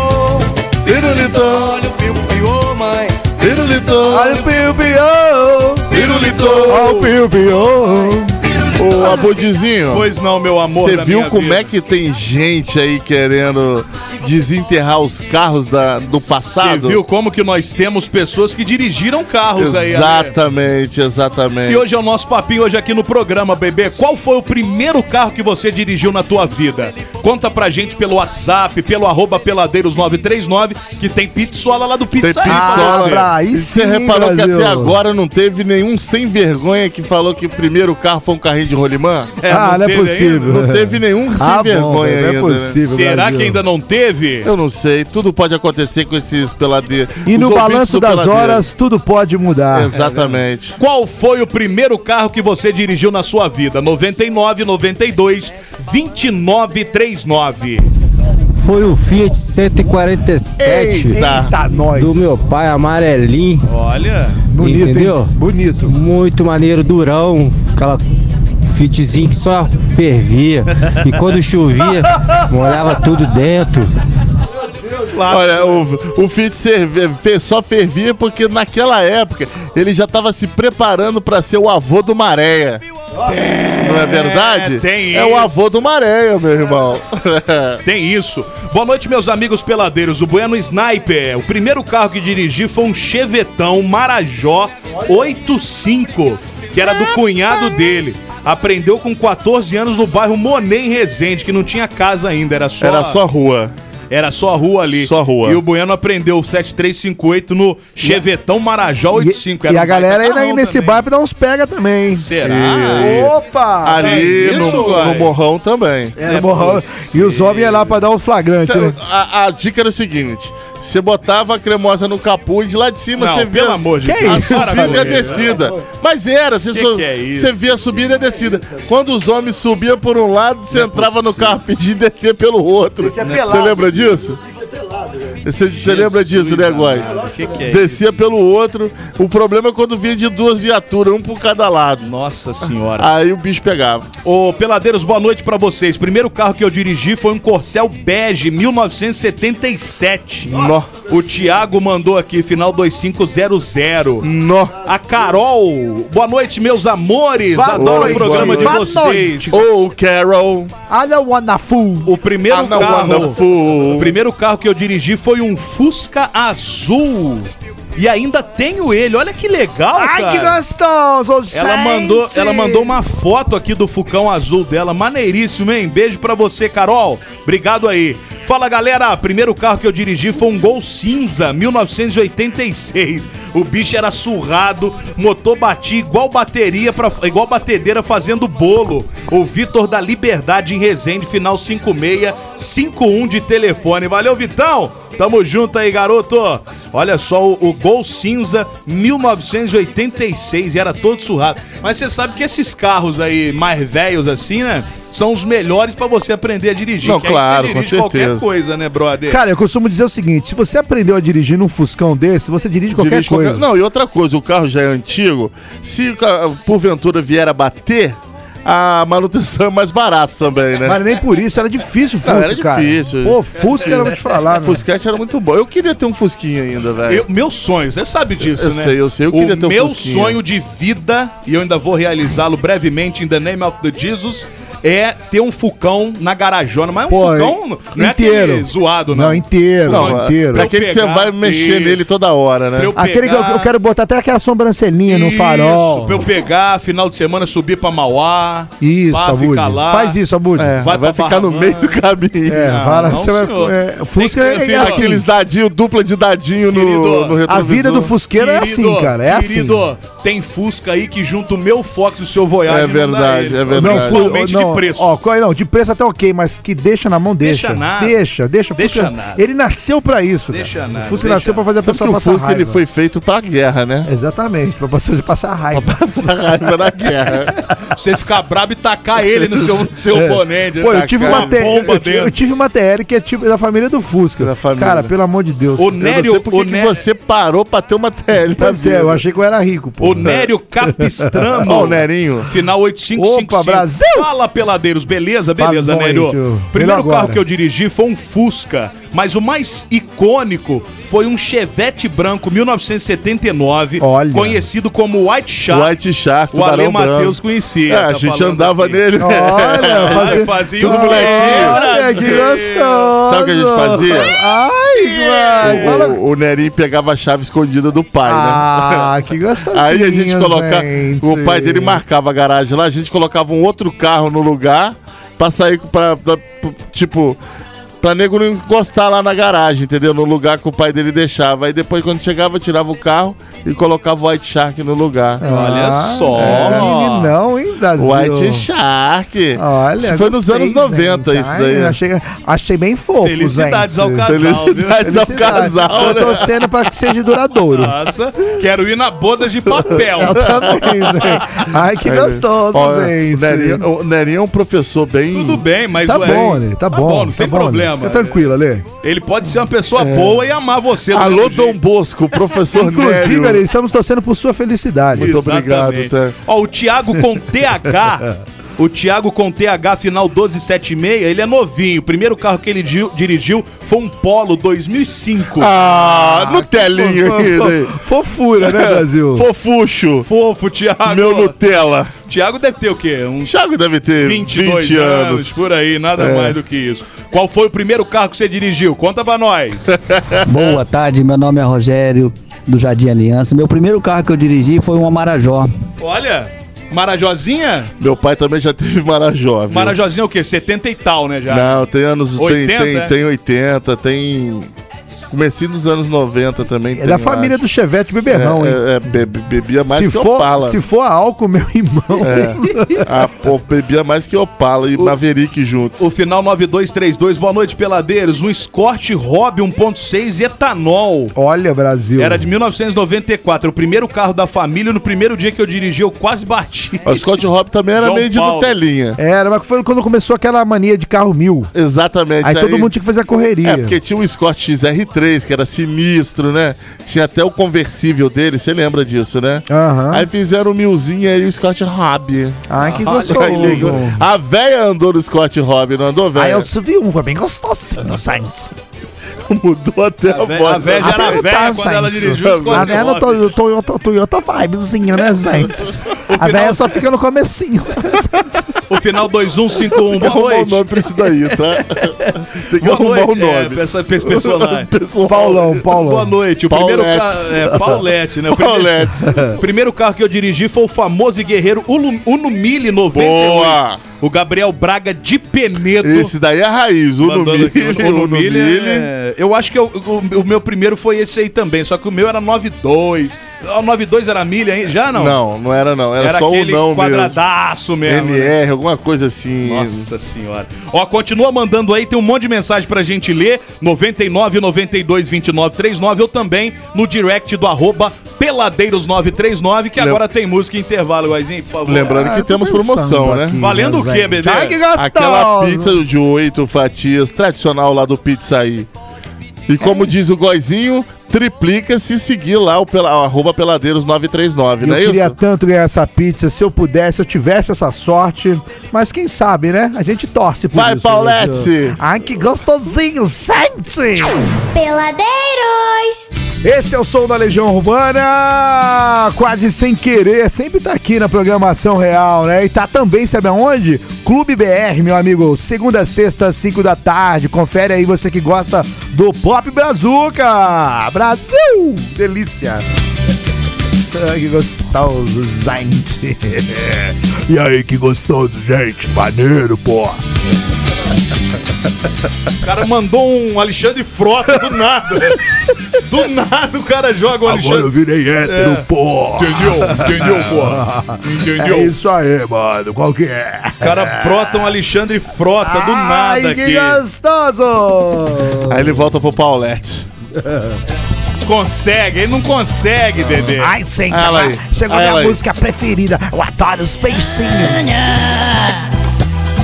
Speaker 5: pirulito.
Speaker 12: Olha o piu-piu, mãe.
Speaker 5: Pirulito.
Speaker 12: Olha o oh. piu-piu,
Speaker 5: pirulito.
Speaker 12: Olha o
Speaker 4: oh.
Speaker 5: Ô, Abudizinho.
Speaker 4: Pois não, meu amor.
Speaker 5: Você
Speaker 4: da
Speaker 5: viu
Speaker 4: minha
Speaker 5: como
Speaker 4: vida.
Speaker 5: é que tem gente aí querendo desenterrar os carros da- do passado?
Speaker 4: Você viu como que nós temos pessoas que dirigiram carros aí, né? Ale?
Speaker 5: Exatamente, exatamente.
Speaker 4: E hoje é o nosso papinho hoje aqui no programa, bebê. Qual foi o primeiro carro que você dirigiu na tua vida? Conta pra gente pelo WhatsApp, pelo arroba peladeiros939, que tem pizzola lá do Pizzaria. pra
Speaker 5: Pistola.
Speaker 4: você.
Speaker 5: e você reparou que até agora não teve nenhum sem vergonha que falou que o primeiro carro foi um carrinho de rolimã?
Speaker 4: É, Ah, não não é teve possível. ainda.
Speaker 5: Não teve nenhum sem
Speaker 4: Ah, bom,
Speaker 5: vergonha
Speaker 4: velho, não é
Speaker 5: ainda. né?
Speaker 4: possível, Será Brasil. que ainda não teve?
Speaker 5: Eu não sei. Tudo pode acontecer com esses peladeiros.
Speaker 3: E
Speaker 5: Os
Speaker 3: no
Speaker 5: ouvintes
Speaker 3: balanço
Speaker 5: do
Speaker 3: das
Speaker 5: Peladeiros.
Speaker 3: horas, tudo pode
Speaker 4: Ah, é, né?
Speaker 3: mudar.
Speaker 5: Exatamente.
Speaker 4: Qual foi o primeiro carro que você dirigiu na sua vida? 99, 92, 29, 39.
Speaker 13: Foi o Fiat 147
Speaker 4: Eita, tá.
Speaker 13: do meu pai, amarelinho.
Speaker 4: Olha,
Speaker 3: bonito, hein?
Speaker 13: entendeu?
Speaker 3: Bonito.
Speaker 13: Muito maneiro, durão, aquela Fiatzinho que só fervia. E quando chovia, molhava tudo dentro.
Speaker 5: Olha, o, o Fiat serve- fe- só fervia porque naquela época ele já estava se preparando para ser o avô do Maréia. Não é verdade?
Speaker 4: tem
Speaker 5: é o
Speaker 4: isso.
Speaker 5: avô do Maréia, meu irmão.
Speaker 4: Tem isso. Boa noite, meus amigos peladeiros. O Bueno Sniper. O primeiro carro que dirigi foi um Chevetão Marajó 85, que era do cunhado dele. Aprendeu com 14 anos no bairro Monet em Resende, que não tinha casa ainda, era só
Speaker 5: Era só rua.
Speaker 4: Era só rua ali.
Speaker 5: Só rua.
Speaker 4: E o Bueno aprendeu o 7358 no Chevetão Marajó 85.
Speaker 3: E
Speaker 4: Era
Speaker 3: a
Speaker 4: um
Speaker 3: galera aí
Speaker 4: baita
Speaker 3: na-
Speaker 4: carrão
Speaker 3: nesse bar dá uns pega também. hein?
Speaker 4: Será?
Speaker 3: E- Opa!
Speaker 5: Ali
Speaker 3: É isso,
Speaker 5: no, no
Speaker 3: uai.
Speaker 5: Morrão também.
Speaker 3: É, morrão. E os homens iam lá pra dar um flagrante,
Speaker 4: é
Speaker 5: Cê-
Speaker 3: né?
Speaker 5: a, a dica era o seguinte: você botava a cremosa no capô e de lá de cima
Speaker 4: Não,
Speaker 5: você via.
Speaker 4: pelo amor de
Speaker 5: Que
Speaker 4: Deus.
Speaker 5: A
Speaker 4: Para,
Speaker 5: subida e a
Speaker 4: Valdir.
Speaker 5: descida. Mas era, você,
Speaker 4: Que
Speaker 5: só-
Speaker 4: que é isso?
Speaker 5: você via a subida e a descida. Quando os homens subiam por um lado, você
Speaker 4: é
Speaker 5: entrava no carro pedindo descer pelo outro.
Speaker 4: Isso é
Speaker 5: Você
Speaker 4: pelado.
Speaker 5: lembra disso? Você, você lembra disso, né, Guai?
Speaker 4: que que é
Speaker 5: Descia pelo outro. O problema é quando vinha de duas viaturas, um por cada lado.
Speaker 4: Nossa senhora.
Speaker 5: Aí o bicho pegava.
Speaker 4: Ô, Peladeiros, boa noite pra vocês. Primeiro carro que eu dirigi foi um Corcel Bege 1977.
Speaker 5: Nó.
Speaker 4: O Thiago mandou aqui, final 2500.
Speaker 5: Nó.
Speaker 4: A Carol, boa noite, meus amores.
Speaker 5: Boa
Speaker 4: Adoro
Speaker 5: noite.
Speaker 4: o programa de
Speaker 5: Boa
Speaker 4: vocês.
Speaker 5: noite. Ô, Oh, Carol.
Speaker 3: Olha o Wonderful.
Speaker 4: O
Speaker 3: Ah,
Speaker 4: primeiro
Speaker 5: Ana
Speaker 4: carro.
Speaker 5: Wonderful.
Speaker 4: O primeiro carro que eu dirigi foi um Fusca Azul. E ainda tenho ele, olha que legal,
Speaker 3: Ai, que
Speaker 4: cara.
Speaker 3: gostoso,
Speaker 4: Ela
Speaker 3: gente.
Speaker 4: mandou, ela mandou uma foto aqui do Fucão Azul dela. Maneiríssimo, hein? Beijo pra você, Carol. Obrigado aí. Fala, galera. Primeiro carro que eu dirigi foi um Gol Cinza, 1986. O bicho era surrado, motor batia igual bateria pra, igual batedeira fazendo bolo. O Vitor da Liberdade em Resende, final 56, 51 de telefone. um Valeu, Vitão. Tamo junto aí, garoto. Olha só o, o Gol Cinza 1986 e era todo surrado. Mas você sabe que esses carros aí mais velhos assim, né? São os melhores pra você aprender a dirigir.
Speaker 5: Não,
Speaker 4: que aí
Speaker 5: claro,
Speaker 4: você
Speaker 5: com
Speaker 4: dirige qualquer
Speaker 5: certeza.
Speaker 4: coisa, né, brother?
Speaker 3: Cara, eu costumo dizer o seguinte: se você aprendeu a dirigir num Fuscão desse, você dirige qualquer
Speaker 5: Dirige
Speaker 3: coisa.
Speaker 5: qualquer- Não, e outra coisa, o carro já é antigo. Se o ca- porventura vier a bater, a manutenção é mais barata também,
Speaker 4: é-
Speaker 5: né?
Speaker 3: Mas nem por isso, era difícil o Fusca,
Speaker 5: Não, era
Speaker 3: cara.
Speaker 5: difícil.
Speaker 3: Pô, Fusca era
Speaker 4: É,
Speaker 3: vou te falar, meu.
Speaker 5: Fusquete era muito bom. Eu queria ter um Fusquinha ainda, velho.
Speaker 4: Eu, meu sonho, você sabe disso,
Speaker 5: Eu
Speaker 4: né?
Speaker 5: sei, eu sei, eu queria
Speaker 4: o
Speaker 5: ter um
Speaker 4: meu
Speaker 5: Fusquinha.
Speaker 4: sonho de vida, e eu ainda vou realizá-lo brevemente, in the name of the Jesus, é ter um Fucão na garajona. Mas um
Speaker 3: Pô,
Speaker 4: Fucão não é
Speaker 3: inteiro.
Speaker 4: aquele zoado, não.
Speaker 3: Não, inteiro,
Speaker 4: Não,
Speaker 3: inteiro.
Speaker 4: pra eu
Speaker 5: Aquele que você
Speaker 4: pegar-
Speaker 5: vai mexer
Speaker 4: Isso.
Speaker 5: nele toda hora, né?
Speaker 4: Pra eu
Speaker 3: Aquele que eu,
Speaker 4: pegar-
Speaker 3: eu quero botar até aquela sobrancelhinha no
Speaker 4: Isso,
Speaker 3: farol.
Speaker 4: pra eu pegar, final de semana, subir pra Mauá.
Speaker 3: Isso,
Speaker 4: pá,
Speaker 3: Abud.
Speaker 4: ficar lá.
Speaker 3: Faz isso, Abud. É,
Speaker 5: vai
Speaker 4: pra
Speaker 5: ficar no
Speaker 4: Barra Ah,
Speaker 5: meio do caminho.
Speaker 3: É,
Speaker 4: Não,
Speaker 3: vai lá,
Speaker 4: não,
Speaker 3: você vai-
Speaker 4: senhor.
Speaker 3: é,
Speaker 4: Tem
Speaker 3: Fusca
Speaker 4: que
Speaker 3: é-
Speaker 4: ter
Speaker 3: é assim.
Speaker 5: Aqueles dadinho, dupla de dadinho no, no retrovisor.
Speaker 3: a vida do fusqueiro é assim, cara. É assim.
Speaker 4: Querido, tem Fusca aí que junta o meu Fox e o seu
Speaker 5: É
Speaker 4: Voyage. não dá
Speaker 5: verdade,
Speaker 4: ele.
Speaker 5: é verdade.
Speaker 3: fu-
Speaker 4: Principalmente de preço.
Speaker 3: Ó, qual- é? não, de preço até ok, mas que deixa na mão, deixa.
Speaker 4: Deixa
Speaker 3: Deixa,
Speaker 4: nada.
Speaker 3: deixa, deixa.
Speaker 4: Deixa
Speaker 3: Fusca,
Speaker 4: nada.
Speaker 3: Ele nasceu pra isso.
Speaker 4: Deixa
Speaker 3: cara.
Speaker 4: nada,
Speaker 3: O Fusca
Speaker 4: deixa.
Speaker 3: nasceu pra fazer a
Speaker 5: Sabe que
Speaker 3: pessoa
Speaker 5: o
Speaker 3: passar
Speaker 5: Fusca
Speaker 3: raiva.
Speaker 5: ele foi feito pra guerra, né?
Speaker 3: Exatamente, pra você passar raiva.
Speaker 5: Passar raiva na guerra.
Speaker 4: Você ficar brabo e tacar ele no seu, no seu oponente.
Speaker 3: É. Pô, eu
Speaker 4: Tacar
Speaker 3: tive uma, TR,
Speaker 4: bomba
Speaker 3: eu, tive, eu
Speaker 4: dentro.
Speaker 3: tive uma TR que é tipo da família do Fusca.
Speaker 5: família.
Speaker 3: Cara, pelo amor de Deus.
Speaker 4: O
Speaker 5: Eu não
Speaker 4: Nério,
Speaker 5: sei por
Speaker 4: o
Speaker 5: que que
Speaker 4: Nério,
Speaker 5: você parou pra ter uma TL.
Speaker 3: Pois é, eu achei que eu era rico, pô.
Speaker 4: o Nério Capistrano.
Speaker 5: Ó, o Nerinho.
Speaker 4: Final 8555.
Speaker 3: Opa, Brasil!
Speaker 4: Fala, peladeiros. Beleza, beleza,
Speaker 3: Tá bom,
Speaker 4: Nério?
Speaker 3: hein, tio?
Speaker 4: Primeiro
Speaker 3: Melhor
Speaker 4: carro
Speaker 3: agora.
Speaker 4: que eu dirigi foi um Fusca, mas o mais icônico foi um Chevette branco 1979,
Speaker 3: Olha.
Speaker 4: conhecido como White Shark.
Speaker 5: White Shark,
Speaker 4: o Ale
Speaker 5: Tubarão Branco.
Speaker 4: Matheus conhecia.
Speaker 5: É, a
Speaker 4: tá
Speaker 5: gente
Speaker 4: falando
Speaker 5: andava
Speaker 4: aqui.
Speaker 5: nele.
Speaker 3: Olha,
Speaker 4: Ai,
Speaker 3: fazer...
Speaker 4: fazia
Speaker 5: tudo
Speaker 4: um-
Speaker 5: molequinho.
Speaker 3: Olha, que gostoso.
Speaker 5: Sabe o que a gente fazia?
Speaker 3: Ai, vai, fala
Speaker 5: O, o Nerinho pegava a chave escondida do pai,
Speaker 3: Ah, que
Speaker 5: né?
Speaker 3: gostosinho.
Speaker 5: Aí a gente colocava.
Speaker 3: gente.
Speaker 5: O pai dele marcava a garagem lá, a gente colocava um outro carro no lugar pra sair pra. pra- tipo. Pra nego não encostar lá na garagem, entendeu? No lugar que o pai dele deixava. Aí depois, quando chegava, eu tirava o carro e colocava o White Shark no lugar.
Speaker 3: Ah,
Speaker 4: Olha só.
Speaker 3: É, não, hein, Brasil?
Speaker 5: White Shark.
Speaker 3: Olha,
Speaker 5: isso foi nos
Speaker 3: gostei,
Speaker 5: anos 90
Speaker 3: gente.
Speaker 5: isso
Speaker 3: Ai,
Speaker 5: daí. né?
Speaker 3: Achei, achei bem fofo,
Speaker 4: Felicidades
Speaker 3: gente.
Speaker 4: ao casal,
Speaker 5: Felicidades ao
Speaker 3: um Felicidades.
Speaker 5: casal,
Speaker 3: Eu
Speaker 5: né?
Speaker 3: tô torcendo pra que seja duradouro.
Speaker 4: viu? Nossa, quero ir na boda de papel.
Speaker 3: Eu também, gente. Ai, que gostoso,
Speaker 5: Ó,
Speaker 3: gente.
Speaker 5: O Nerinho, o Nerinho é um professor bem.
Speaker 4: Tudo bem, mas
Speaker 3: Tá
Speaker 4: ué,
Speaker 3: bom, Ale, tá, bom.
Speaker 4: não
Speaker 3: tá
Speaker 4: tem
Speaker 3: bom, Ale.
Speaker 4: problema. né?
Speaker 3: Fica tranquilo, É. Ale.
Speaker 4: Ele pode ser uma pessoa boa e amar você. do
Speaker 5: Alô,
Speaker 4: mesmo
Speaker 5: Dom
Speaker 4: jeito.
Speaker 5: Bosco, professor
Speaker 3: né, Inclusive,
Speaker 5: Nério.
Speaker 3: Ale, estamos torcendo por sua felicidade.
Speaker 5: Muito obrigado,
Speaker 4: Exatamente.
Speaker 5: Tan.
Speaker 4: Ó, o Thiago com TH. O Thiago com TH final 1276, ele é novinho. O primeiro carro que ele di- dirigiu foi um Polo 2005.
Speaker 5: Ah, Nutelinho aí, né?
Speaker 3: Fofura, né, Brasil?
Speaker 5: Fofuxo,
Speaker 4: Fofo, Thiago.
Speaker 5: meu Nutella.
Speaker 4: Thiago deve ter o quê? Uns
Speaker 5: Thiago deve ter
Speaker 4: 22
Speaker 5: 20
Speaker 4: anos,
Speaker 5: anos. É.
Speaker 4: por aí, nada mais do que isso. Qual foi o primeiro carro que você dirigiu? Conta pra nós.
Speaker 14: Boa tarde, meu nome é Rogério do Jardim Aliança. Meu primeiro carro que eu dirigi foi um uma Marajó.
Speaker 4: Olha, Marajozinha?
Speaker 5: Meu pai também já teve Marajó. viu?
Speaker 4: Marajozinha é o quê? 70 e tal, né, já?
Speaker 5: Não, tem anos.
Speaker 4: 80,
Speaker 3: né?
Speaker 5: tem, tem,
Speaker 4: é?
Speaker 5: tem 80, tem. Comecei nos anos 90 também.
Speaker 3: É da família do Chevette Beberrão,
Speaker 5: é,
Speaker 3: hein?
Speaker 5: é, be- be- bebia mais
Speaker 3: se,
Speaker 5: que
Speaker 3: for,
Speaker 5: Opala.
Speaker 3: se for álcool, meu irmão.
Speaker 5: Ah, pô, bebia mais que Opala e Maverick junto.
Speaker 4: O final 9232, boa noite, peladeiros. Um Escort Hobby 1.6 etanol.
Speaker 3: Olha, Brasil.
Speaker 4: Era de 1994, o primeiro carro da família. No primeiro dia que eu dirigi, eu quase bati.
Speaker 5: O Scott Hop também era
Speaker 4: João
Speaker 5: meio de
Speaker 4: Paulo.
Speaker 5: Nutelinha.
Speaker 3: Era, mas foi quando começou aquela mania de carro mil.
Speaker 5: Exatamente.
Speaker 3: Aí, todo mundo tinha que fazer a correria.
Speaker 5: É, porque tinha o Scott XR3, que era sinistro, né? Tinha até o conversível dele, você lembra disso, né?
Speaker 3: Aham.
Speaker 5: Aí fizeram o Milzinho e o Scott Hobby.
Speaker 3: Ai, que
Speaker 5: Aí ligou. É.
Speaker 3: gostoso.
Speaker 5: A véia andou no Scott Hobby, não andou,
Speaker 3: Aí
Speaker 5: véia?
Speaker 3: eu subi um, foi bem gostosinho, gente.
Speaker 5: Mudou até a,
Speaker 4: A
Speaker 5: voz.
Speaker 4: véia- a véia já
Speaker 3: A
Speaker 4: era
Speaker 3: velha
Speaker 4: velha
Speaker 3: tá,
Speaker 4: quando ela
Speaker 3: gente.
Speaker 4: dirigiu o Escort
Speaker 3: A velha no
Speaker 4: Hobby.
Speaker 3: to- Toyota, Toyota Vibezinha, né, gente? A velha só fica no comecinho.
Speaker 4: O final 2151,
Speaker 5: Tem
Speaker 4: boa
Speaker 5: que arrumar um
Speaker 4: noite.
Speaker 5: nome pra isso daí, tá? Tem que
Speaker 4: Boa
Speaker 5: arrumar um
Speaker 4: noite, é,
Speaker 5: nome.
Speaker 4: pra essa- pra esse personagem.
Speaker 5: Pessoal.
Speaker 3: Paulão, Paulão.
Speaker 4: Boa noite. O primeiro
Speaker 5: Pauletes.
Speaker 4: carro. É, Paulette, né? O primeiro,
Speaker 5: Paulette.
Speaker 4: primeiro carro que eu dirigi foi o famoso e guerreiro Ulu- Unumille 98.
Speaker 5: Boa!
Speaker 4: O Gabriel Braga de Penedo.
Speaker 5: Esse daí é a raiz, o
Speaker 4: Mandando
Speaker 5: Numilho.
Speaker 4: aqui, o
Speaker 5: o
Speaker 4: Numilho
Speaker 5: Numilho.
Speaker 4: é- Eu acho que eu- o, o meu primeiro foi esse aí também, só que o meu era 9-2. O 9-2 era milha, hein? Já não?
Speaker 5: Não, não era não. Era,
Speaker 4: Era
Speaker 5: só o
Speaker 4: aquele
Speaker 5: não
Speaker 4: quadradaço mesmo, né?
Speaker 5: MR, alguma coisa
Speaker 3: é
Speaker 5: assim.
Speaker 4: Nossa senhora. Ó, continua mandando aí, tem um monte de mensagem pra gente ler. 99 92 29 39. Eu também no direct do arroba peladeiros939, que agora tem música e intervalo, Guazinho, por favor.
Speaker 5: Lembrando
Speaker 3: Ah,
Speaker 5: que temos promoção, né?
Speaker 4: Valendo o quê, bebê?
Speaker 5: Aquela pizza de oito fatias tradicional lá do Pizzaí. E como diz o Goizinho, triplica se seguir lá o pela, o arroba peladeiros939, não
Speaker 3: Eu
Speaker 5: é isso?
Speaker 3: queria tanto ganhar essa pizza, se eu pudesse, se eu tivesse essa sorte. Mas quem sabe, né? A gente torce por
Speaker 5: Vai,
Speaker 3: isso. né,
Speaker 5: Paulette!
Speaker 3: Ai, que gostosinho! Sente!
Speaker 2: Peladeiros.
Speaker 3: Esse é o som da Legião Urbana, quase sem querer, sempre tá aqui na programação real, né? E tá também, sabe aonde? Clube BR, meu amigo, segunda, a sexta, às 5 da tarde, confere aí você que gosta do Pop Brazuca! Brasil! Delícia! Ai, que gostoso, gente! E aí, que gostoso, gente! Maneiro, pô!
Speaker 4: O cara mandou um Alexandre Frota do nada. Do nada o cara joga o Alexandre.
Speaker 3: Agora eu virei
Speaker 4: É.
Speaker 3: hétero, pô!
Speaker 4: Entendeu? Entendeu, pô? Entendeu?
Speaker 3: É isso aí, mano, qual que é?
Speaker 4: O cara frota um Alexandre Frota do nada
Speaker 3: Ai, que
Speaker 4: aqui.
Speaker 3: gostoso!
Speaker 5: Aí ele volta pro Paulette.
Speaker 4: Consegue, ele não consegue, bebê.
Speaker 3: Ai, sente, chegou
Speaker 4: Olha
Speaker 3: minha
Speaker 4: ela aí.
Speaker 3: música preferida. Eu adoro os peixinhos.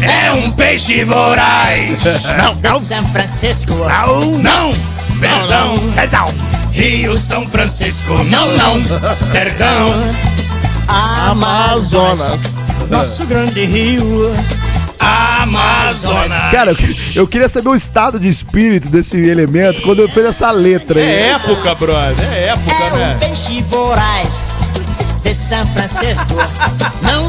Speaker 10: É um peixe voraz.
Speaker 3: Não, não.
Speaker 10: São Francisco.
Speaker 3: Não,
Speaker 10: não. Perdão. Perdão. Rio São Francisco. Não, não. Perdão. Amazonas. Nosso grande rio. Amazonas.
Speaker 3: Cara, eu que- eu queria saber o estado de espírito desse elemento quando eu fiz essa letra aí.
Speaker 4: É época, brother. É época,
Speaker 10: É um
Speaker 4: né?
Speaker 10: peixe voraz de São Francisco. Não,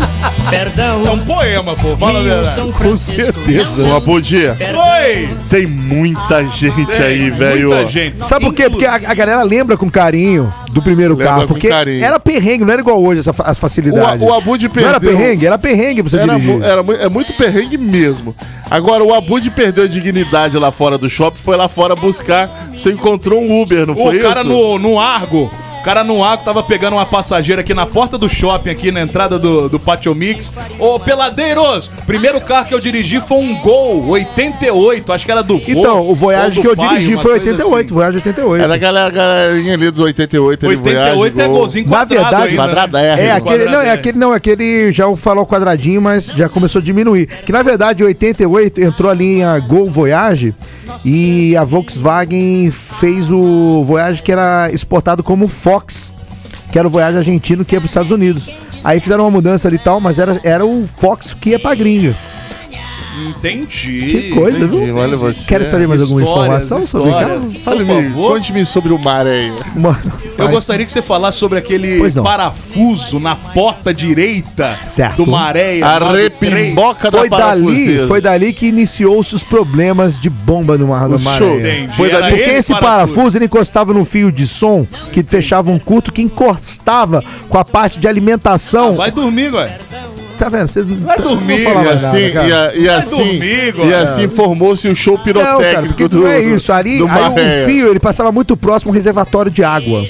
Speaker 10: perdão.
Speaker 4: É um poema, pô. Fala a
Speaker 10: Rio
Speaker 4: verdade.
Speaker 10: São
Speaker 5: Com
Speaker 10: Francisco.
Speaker 5: certeza. Uma bom dia.
Speaker 4: Oi!
Speaker 5: Tem muita gente aí, velho.
Speaker 3: Sabe por quê? Porque é a, a galera lembra com carinho do primeiro
Speaker 5: Lembra
Speaker 3: carro.
Speaker 5: com
Speaker 3: Porque
Speaker 5: carinho.
Speaker 3: era perrengue, não era igual hoje essa fa- as facilidades.
Speaker 5: O, o Abud perdeu.
Speaker 3: Não era perrengue? Era perrengue pra você
Speaker 5: Era
Speaker 3: dirigir.
Speaker 5: mu- era mu- é muito perrengue mesmo. Agora, o Abud perdeu a dignidade lá fora do shopping, foi lá fora buscar. Você encontrou um Uber, não foi
Speaker 4: o cara
Speaker 5: isso?
Speaker 4: no, no Argo. O cara no Argo tava pegando uma passageira aqui na porta do shopping, aqui na entrada do, do Patio Mix. Ô, Peladeiros! Primeiro carro que eu dirigi foi um Gol 88, acho que era do Vô,
Speaker 3: Então, o Voyage
Speaker 4: ou
Speaker 3: que
Speaker 4: do
Speaker 3: eu
Speaker 4: pai,
Speaker 3: dirigi
Speaker 4: uma
Speaker 3: foi
Speaker 4: coisa assim.
Speaker 3: 88, Voyage 88.
Speaker 5: Era a galera, a galerinha ali dos 88. ele ah,
Speaker 4: 88
Speaker 5: voyage,
Speaker 4: é
Speaker 5: gol.
Speaker 4: golzinho
Speaker 3: Na
Speaker 4: quadrado
Speaker 3: verdade,
Speaker 4: ainda, né?
Speaker 3: é aquele, não, é aquele, não, é aquele já falou quadradinho, mas já começou a diminuir. Que na verdade, em 88 entrou a linha Gol Voyage e a Volkswagen fez o Voyage que era exportado como Fox, que era o Voyage argentino que ia para os Estados Unidos. Aí fizeram uma mudança ali e tal, mas era, era o Fox que ia pra gringa.
Speaker 4: Entendi.
Speaker 3: Que coisa,
Speaker 5: entendi,
Speaker 3: viu?
Speaker 5: olha você.
Speaker 3: Querem saber mais alguma
Speaker 5: Histórias,
Speaker 3: informação sobre
Speaker 5: histórias.
Speaker 3: carro?
Speaker 5: Fale-me, conte-me sobre o mar aí.
Speaker 3: Mano,
Speaker 4: Eu gostaria que você falasse sobre aquele
Speaker 5: Pois não.
Speaker 4: parafuso na porta direita
Speaker 3: Certo.
Speaker 4: do Maré.
Speaker 5: A repimboca
Speaker 3: foi dali, foi dali que iniciou-se os problemas de bomba no mar do
Speaker 5: O show.
Speaker 3: Maranhão.
Speaker 5: Entendi. Foi dali.
Speaker 3: Porque
Speaker 5: Era
Speaker 3: esse
Speaker 5: ele
Speaker 3: parafuso,
Speaker 5: parafuso.
Speaker 3: ele encostava num fio de som que fechava um curto que encostava com a parte de
Speaker 5: Ah,
Speaker 3: alimentação.
Speaker 4: Vai dormir, ué.
Speaker 3: Tá vendo? Vocês não
Speaker 4: Vai
Speaker 5: E
Speaker 4: dormir,
Speaker 5: assim, e, a- e assim, e assim formou-se o show
Speaker 3: Não,
Speaker 5: pirotécnico
Speaker 3: cara, porque
Speaker 5: do
Speaker 3: não é isso. Ali,
Speaker 5: do é.
Speaker 3: aí
Speaker 5: Maré.
Speaker 3: o fio ele passava muito próximo a um reservatório de água.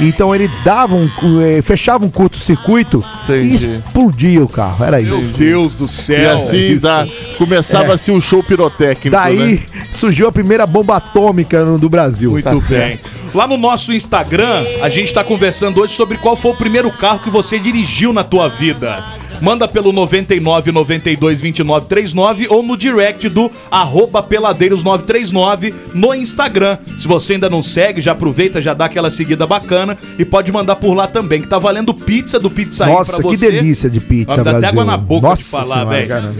Speaker 3: Então ele dava um, cu- eh, fechava um curto-circuito e
Speaker 5: Entendi. né?
Speaker 3: explodia o carro. Era isso.
Speaker 4: Meu Deus do céu.
Speaker 5: E assim
Speaker 3: Isso.
Speaker 5: dá,
Speaker 3: É.
Speaker 5: começava-se o show pirotécnico.
Speaker 3: Daí
Speaker 5: né?
Speaker 3: surgiu a primeira bomba atômica no- do Brasil. Tá
Speaker 4: Muito bem. Lá no nosso Instagram, a gente tá conversando hoje sobre qual foi o primeiro carro que você dirigiu na tua vida. Manda pelo 99 92 29 39 ou no direct do arroba peladeiros939 no Instagram. Se você ainda não segue, já aproveita, já dá aquela seguida bacana e pode mandar por lá também, que tá valendo pizza do Pizza Tá aí
Speaker 3: Nossa,
Speaker 4: pra
Speaker 3: que
Speaker 4: você.
Speaker 3: delícia de pizza,
Speaker 4: Dá até
Speaker 3: Brasil.
Speaker 4: água na boca
Speaker 3: Nossa
Speaker 4: de falar,
Speaker 3: Senhora,
Speaker 4: velho.
Speaker 3: cara.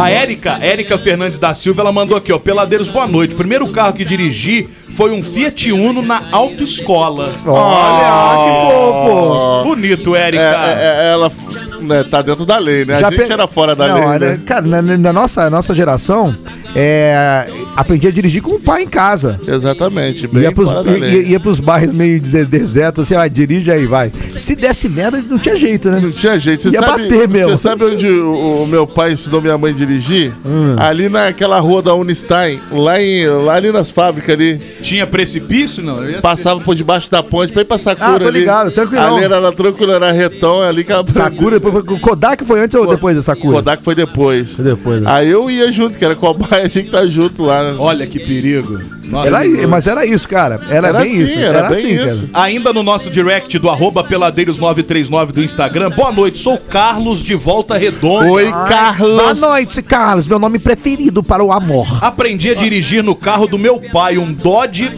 Speaker 4: A Érica, Érica Fernandes da Silva, ela mandou aqui, ó. Peladeiros, boa noite. O primeiro carro que dirigi foi um Fiat Uno na autoescola. Oh.
Speaker 5: Olha,
Speaker 4: Bonito, Érica.
Speaker 5: É, é, ela né, tá dentro da lei, né? a gente
Speaker 3: pe-
Speaker 5: era fora da
Speaker 3: Não,
Speaker 5: lei.
Speaker 3: olha,
Speaker 5: né?
Speaker 3: Cara, na, na nossa, nossa geração, é, aprendi a dirigir com o pai em casa.
Speaker 5: Exatamente.
Speaker 3: Ia é pros,
Speaker 5: fora da
Speaker 3: ia,
Speaker 5: lei.
Speaker 3: ia- ia pros bairros meio de- deserto, assim, ah, dirige aí, vai. Se desse merda, não tinha jeito, né? Não
Speaker 5: tinha jeito. Você
Speaker 3: Ia
Speaker 5: sabe,
Speaker 3: bater mesmo.
Speaker 5: Você sabe onde o, o meu pai ensinou minha mãe a dirigir?
Speaker 3: Ah.
Speaker 5: Ali naquela rua da Unistein, lá, em, lá ali nas fábricas ali.
Speaker 4: Tinha precipício? Não. Eu ia-
Speaker 5: Passava por debaixo da ponte pra ir pra Sakura
Speaker 3: Ah, tô
Speaker 5: ali.
Speaker 3: ligado, tranquilão.
Speaker 5: Ali era, era tranquilo, era retão, é ali que ela...
Speaker 3: Sakura, depois foi, o Kodak foi antes ou depois da Sakura?
Speaker 5: Kodak foi depois.
Speaker 3: depois, né?
Speaker 5: Aí eu ia junto, que era cobaia, a gente tá junto lá.
Speaker 4: Olha que perigo.
Speaker 3: Era i- mas era isso, cara. Era, bem isso. Era, assim, cara.
Speaker 4: Ainda no nosso direct do arroba peladeiros939 do Instagram. Boa noite, sou o Carlos de Volta Redonda.
Speaker 3: Boa noite, Carlos. Meu nome preferido para o amor.
Speaker 4: Aprendi a dirigir no carro do meu pai, um Dodge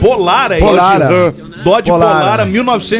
Speaker 4: Polara. é
Speaker 3: Polara.
Speaker 4: isso? Dodge Polara.
Speaker 3: Polara.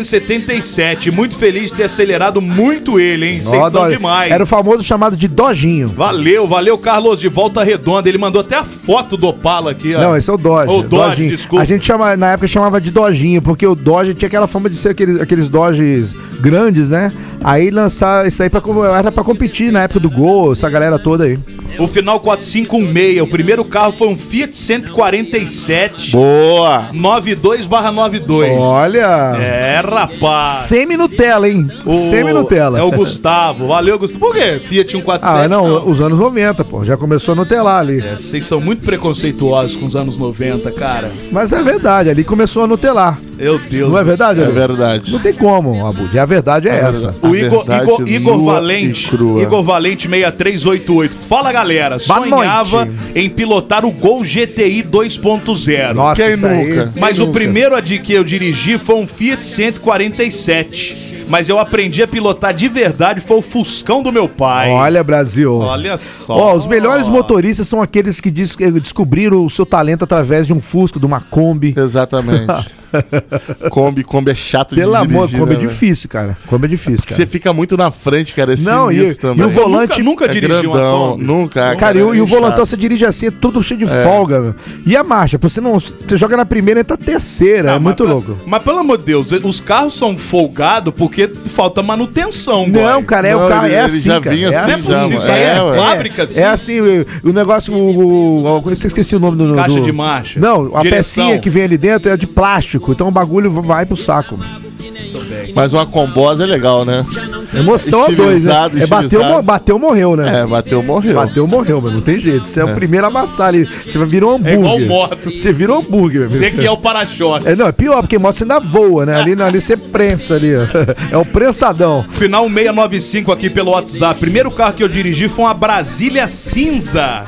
Speaker 4: 1977. Muito feliz de ter acelerado muito ele, hein? Vocês
Speaker 3: Ó,
Speaker 4: são
Speaker 3: dó-
Speaker 4: demais.
Speaker 3: Era o famoso chamado de Dojinho.
Speaker 4: Valeu, valeu, Carlos, de Volta Redonda. Ele mandou até a foto do Opala aqui, ó.
Speaker 3: Não, esse é o Dodge.
Speaker 4: Ou Dodge,
Speaker 3: Dojinho.
Speaker 4: desculpa.
Speaker 3: A gente chama, na época chamava de Dojinho, porque o Dodge tinha aquela fama de ser aqueles, aqueles Dodges grandes, né? Aí lançar isso aí pra, com- era pra competir na época do Gol, essa galera toda aí.
Speaker 4: O final 4516. O primeiro carro foi um Fiat 147.
Speaker 5: Boa!
Speaker 4: 92 barra 92.
Speaker 3: Olha!
Speaker 4: É, rapaz.
Speaker 3: Semi-Nutella, hein?
Speaker 4: O-
Speaker 3: Semi-Nutella.
Speaker 4: É o Gustavo. Valeu, Gustavo. Por quê? Fiat 147.
Speaker 3: Ah, não, os anos 90, pô. Já começou a Nutelar ali.
Speaker 4: É, Vocês são muito preconceituosos com os anos 90, cara.
Speaker 3: Mas é verdade, ali começou a Nutelar.
Speaker 4: Meu Deus.
Speaker 3: Não é
Speaker 4: do
Speaker 3: verdade?
Speaker 4: céu.
Speaker 3: Edu? Não tem como, Abud. A verdade é, essa.
Speaker 4: O Igor, Igor, Igor Valente, Igor Valente 6388. Fala galera,
Speaker 3: Boa
Speaker 4: sonhava
Speaker 3: noite.
Speaker 4: em pilotar o Gol GTI 2.0.
Speaker 3: Nossa, Quem isso aí, nunca? quem
Speaker 4: Mas o
Speaker 3: nunca?
Speaker 4: primeiro a de que eu dirigi foi um Fiat 147. Mas eu aprendi a pilotar de verdade foi o Fuscão do meu pai.
Speaker 3: Olha, Brasil.
Speaker 4: Olha só.
Speaker 3: Ó, os melhores motoristas são aqueles que dis- eh, descobriram o seu talento através de um Fusca, de uma Kombi.
Speaker 5: Exatamente. Kombi, Kombi é chato
Speaker 3: Pelo
Speaker 5: de dirigir,
Speaker 3: amor, Kombi
Speaker 5: né,
Speaker 3: é
Speaker 5: velho?
Speaker 3: difícil, cara. Kombi é difícil, cara.
Speaker 5: Você fica muito na frente, cara. É
Speaker 3: Não, e-
Speaker 5: sinistro
Speaker 3: e
Speaker 5: também.
Speaker 3: o volante- Nunca- nunca
Speaker 5: é
Speaker 3: dirigi
Speaker 4: um
Speaker 3: uma
Speaker 5: grandão,
Speaker 3: Kombi.
Speaker 5: Nunca.
Speaker 3: Cara, e, o- e o volantão você dirige assim, é tudo cheio de
Speaker 5: É.
Speaker 3: folga. meu. E a marcha? Você não. Você joga na primeira e tá terceira. é muito louco.
Speaker 4: Mas pelo amor de Deus, os carros são folgados porque falta manutenção.
Speaker 3: Não,
Speaker 4: boy.
Speaker 3: cara, é o carro. É assim, cara. é
Speaker 4: Não é
Speaker 3: assim,
Speaker 4: possível, isso aí é, fábrica, assim.
Speaker 3: É assim, o- o negócio, o, o, o- eu esqueci o nome do...
Speaker 4: Caixa
Speaker 3: do-
Speaker 4: de marcha.
Speaker 3: Não, a
Speaker 4: Direção.
Speaker 3: pecinha que vem ali dentro é de plástico, então o bagulho vai pro saco.
Speaker 5: Mas uma combosa é legal, né?
Speaker 3: Emoção a dois, né?
Speaker 5: Estilizado,
Speaker 3: É bateu,
Speaker 5: estilizado.
Speaker 3: mo- bateu, morreu, né?
Speaker 5: É, bateu, morreu.
Speaker 3: Bateu, morreu, mas não tem jeito. Você é,
Speaker 5: É.
Speaker 3: o primeiro a amassar ali. Você virou um
Speaker 4: É igual
Speaker 3: hambúrguer.
Speaker 4: moto.
Speaker 3: Você virou um hambúrguer, meu
Speaker 4: Você
Speaker 3: amigo.
Speaker 4: que é o para-choque.
Speaker 3: É, não, é pior, porque moto você ainda voa, né? Ali, não, ali você prensa ali, ó. É o prensadão.
Speaker 4: Final 695 aqui pelo WhatsApp. Primeiro carro que eu dirigi foi uma Brasília cinza.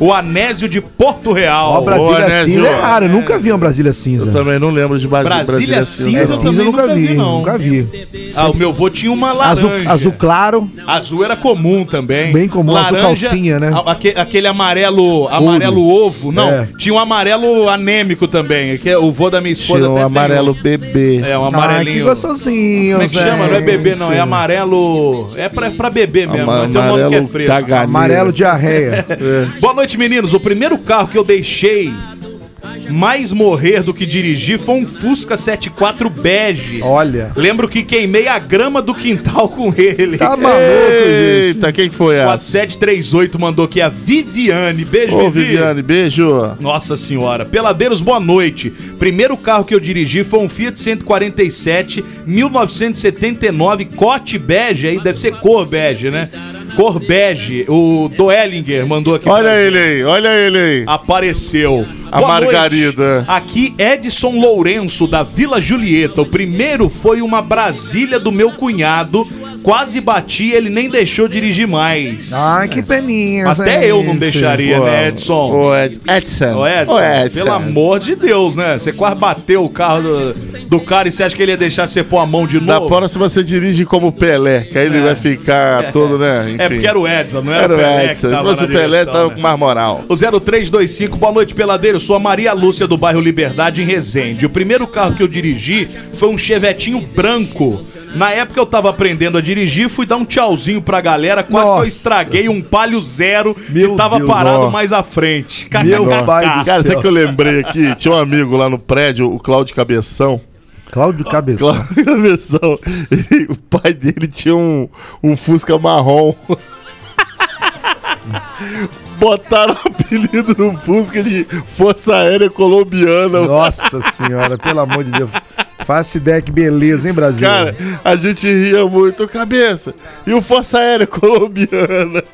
Speaker 4: O Anésio de Porto Real.
Speaker 3: Ó, Brasília
Speaker 4: Anésio.
Speaker 3: cinza é raro, eu nunca vi uma Brasília cinza. Eu
Speaker 5: também não lembro de
Speaker 4: Brasília Brasília cinza. cinza
Speaker 3: É,
Speaker 4: eu
Speaker 3: cinza
Speaker 4: também
Speaker 3: eu nunca
Speaker 4: nunca
Speaker 3: vi,
Speaker 4: vi, não.
Speaker 3: nunca vi.
Speaker 4: Ah, o meu vô tinha uma laranja.
Speaker 3: Azul, azul claro.
Speaker 4: Azul era comum também.
Speaker 3: Bem comum, azul calcinha, né?
Speaker 4: a- aque- Aquele, amarelo, amarelo ovo. Não,
Speaker 3: É.
Speaker 4: tinha um amarelo anêmico também. Que é o vô da minha esposa
Speaker 5: Tinha um
Speaker 4: até tem
Speaker 5: amarelo bebê.
Speaker 4: É, um
Speaker 3: Ai, Ah, que
Speaker 4: amarelinho.
Speaker 3: gostosinho,
Speaker 4: Como é que
Speaker 3: gente.
Speaker 4: chama? Não é bebê, não. É amarelo. É pra, pra beber mesmo. mas tem um nome que é
Speaker 5: amarelo
Speaker 4: fresco.
Speaker 5: caganeiro.
Speaker 3: Amarelo diarreia.
Speaker 4: Boa noite, meninos. O primeiro carro que eu deixei mais morrer do que dirigir foi um Fusca 74 bege.
Speaker 3: Olha.
Speaker 4: Lembro que queimei a grama do quintal com ele.
Speaker 3: Tá maluco, gente.
Speaker 5: Eita, quem foi essa?
Speaker 4: 4738 mandou aqui a Viviane. Beijo,
Speaker 5: Ô, Viviane, beijo.
Speaker 4: Nossa senhora. Peladeiros, boa noite. Primeiro carro que eu dirigi foi um Fiat 147, 1979, Cote Bege. Aí deve ser cor bege, né? Cor bege. O Doellinger mandou aqui.
Speaker 5: Olha
Speaker 4: pra
Speaker 5: ele aí, olha ele aí.
Speaker 4: Ah, apareceu.
Speaker 5: A
Speaker 4: Boa
Speaker 5: Margarida.
Speaker 4: noite. Aqui Edson Lourenço, da Vila Julieta. O primeiro foi uma Brasília do meu cunhado. Quase bati, ele nem deixou dirigir mais.
Speaker 5: Ah,
Speaker 3: Ai, que peninha.
Speaker 4: Até
Speaker 3: gente.
Speaker 4: eu não deixaria,
Speaker 5: Boa.
Speaker 4: né, Edson?
Speaker 5: Ô, Ed- Edson.
Speaker 4: Ô, Edson,
Speaker 5: Ô, Edson.
Speaker 4: pelo amor de Deus, né? Você quase bateu o carro do, do cara e você acha que ele ia deixar você pôr a mão de
Speaker 5: Da
Speaker 4: novo?
Speaker 5: próxima você dirige como Pelé, que aí ele vai ficar todo, né?
Speaker 4: É porque era o Edson, não era,
Speaker 5: Era
Speaker 4: o
Speaker 5: o
Speaker 4: Pelé que
Speaker 5: Edson. Se
Speaker 4: tava
Speaker 5: fosse
Speaker 4: na
Speaker 5: o Pelé,
Speaker 4: direção,
Speaker 5: tava
Speaker 4: né?
Speaker 5: com mais moral.
Speaker 4: O 0325, boa noite, peladeiro. Sou a Maria Lúcia do bairro Liberdade, em Resende. O primeiro carro que eu dirigi foi um chevetinho branco. Na época eu tava aprendendo a dirigir, fui dar um tchauzinho pra galera, quase que eu
Speaker 3: Nossa.
Speaker 4: estraguei um palio zero
Speaker 3: Meu
Speaker 4: que tava
Speaker 3: Deus.
Speaker 4: parado
Speaker 5: Ó.
Speaker 4: mais à frente.
Speaker 3: Meu
Speaker 4: KKKK.
Speaker 3: pai
Speaker 5: Cara,
Speaker 3: do céu.
Speaker 5: sabe que eu lembrei aqui? Tinha um amigo lá no prédio, o Cláudio Cabeção.
Speaker 3: Cláudio Cabeção.
Speaker 5: Cláudio Cabeção. E o pai dele tinha um, um Fusca marrom. Botaram o apelido no Fusca de Força Aérea Colombiana.
Speaker 3: Nossa senhora, pelo amor de Deus. Faça ideia que beleza, hein, Brasil?
Speaker 5: Cara, a gente ria muito. Cabeça, e o Força Aérea Colombiana?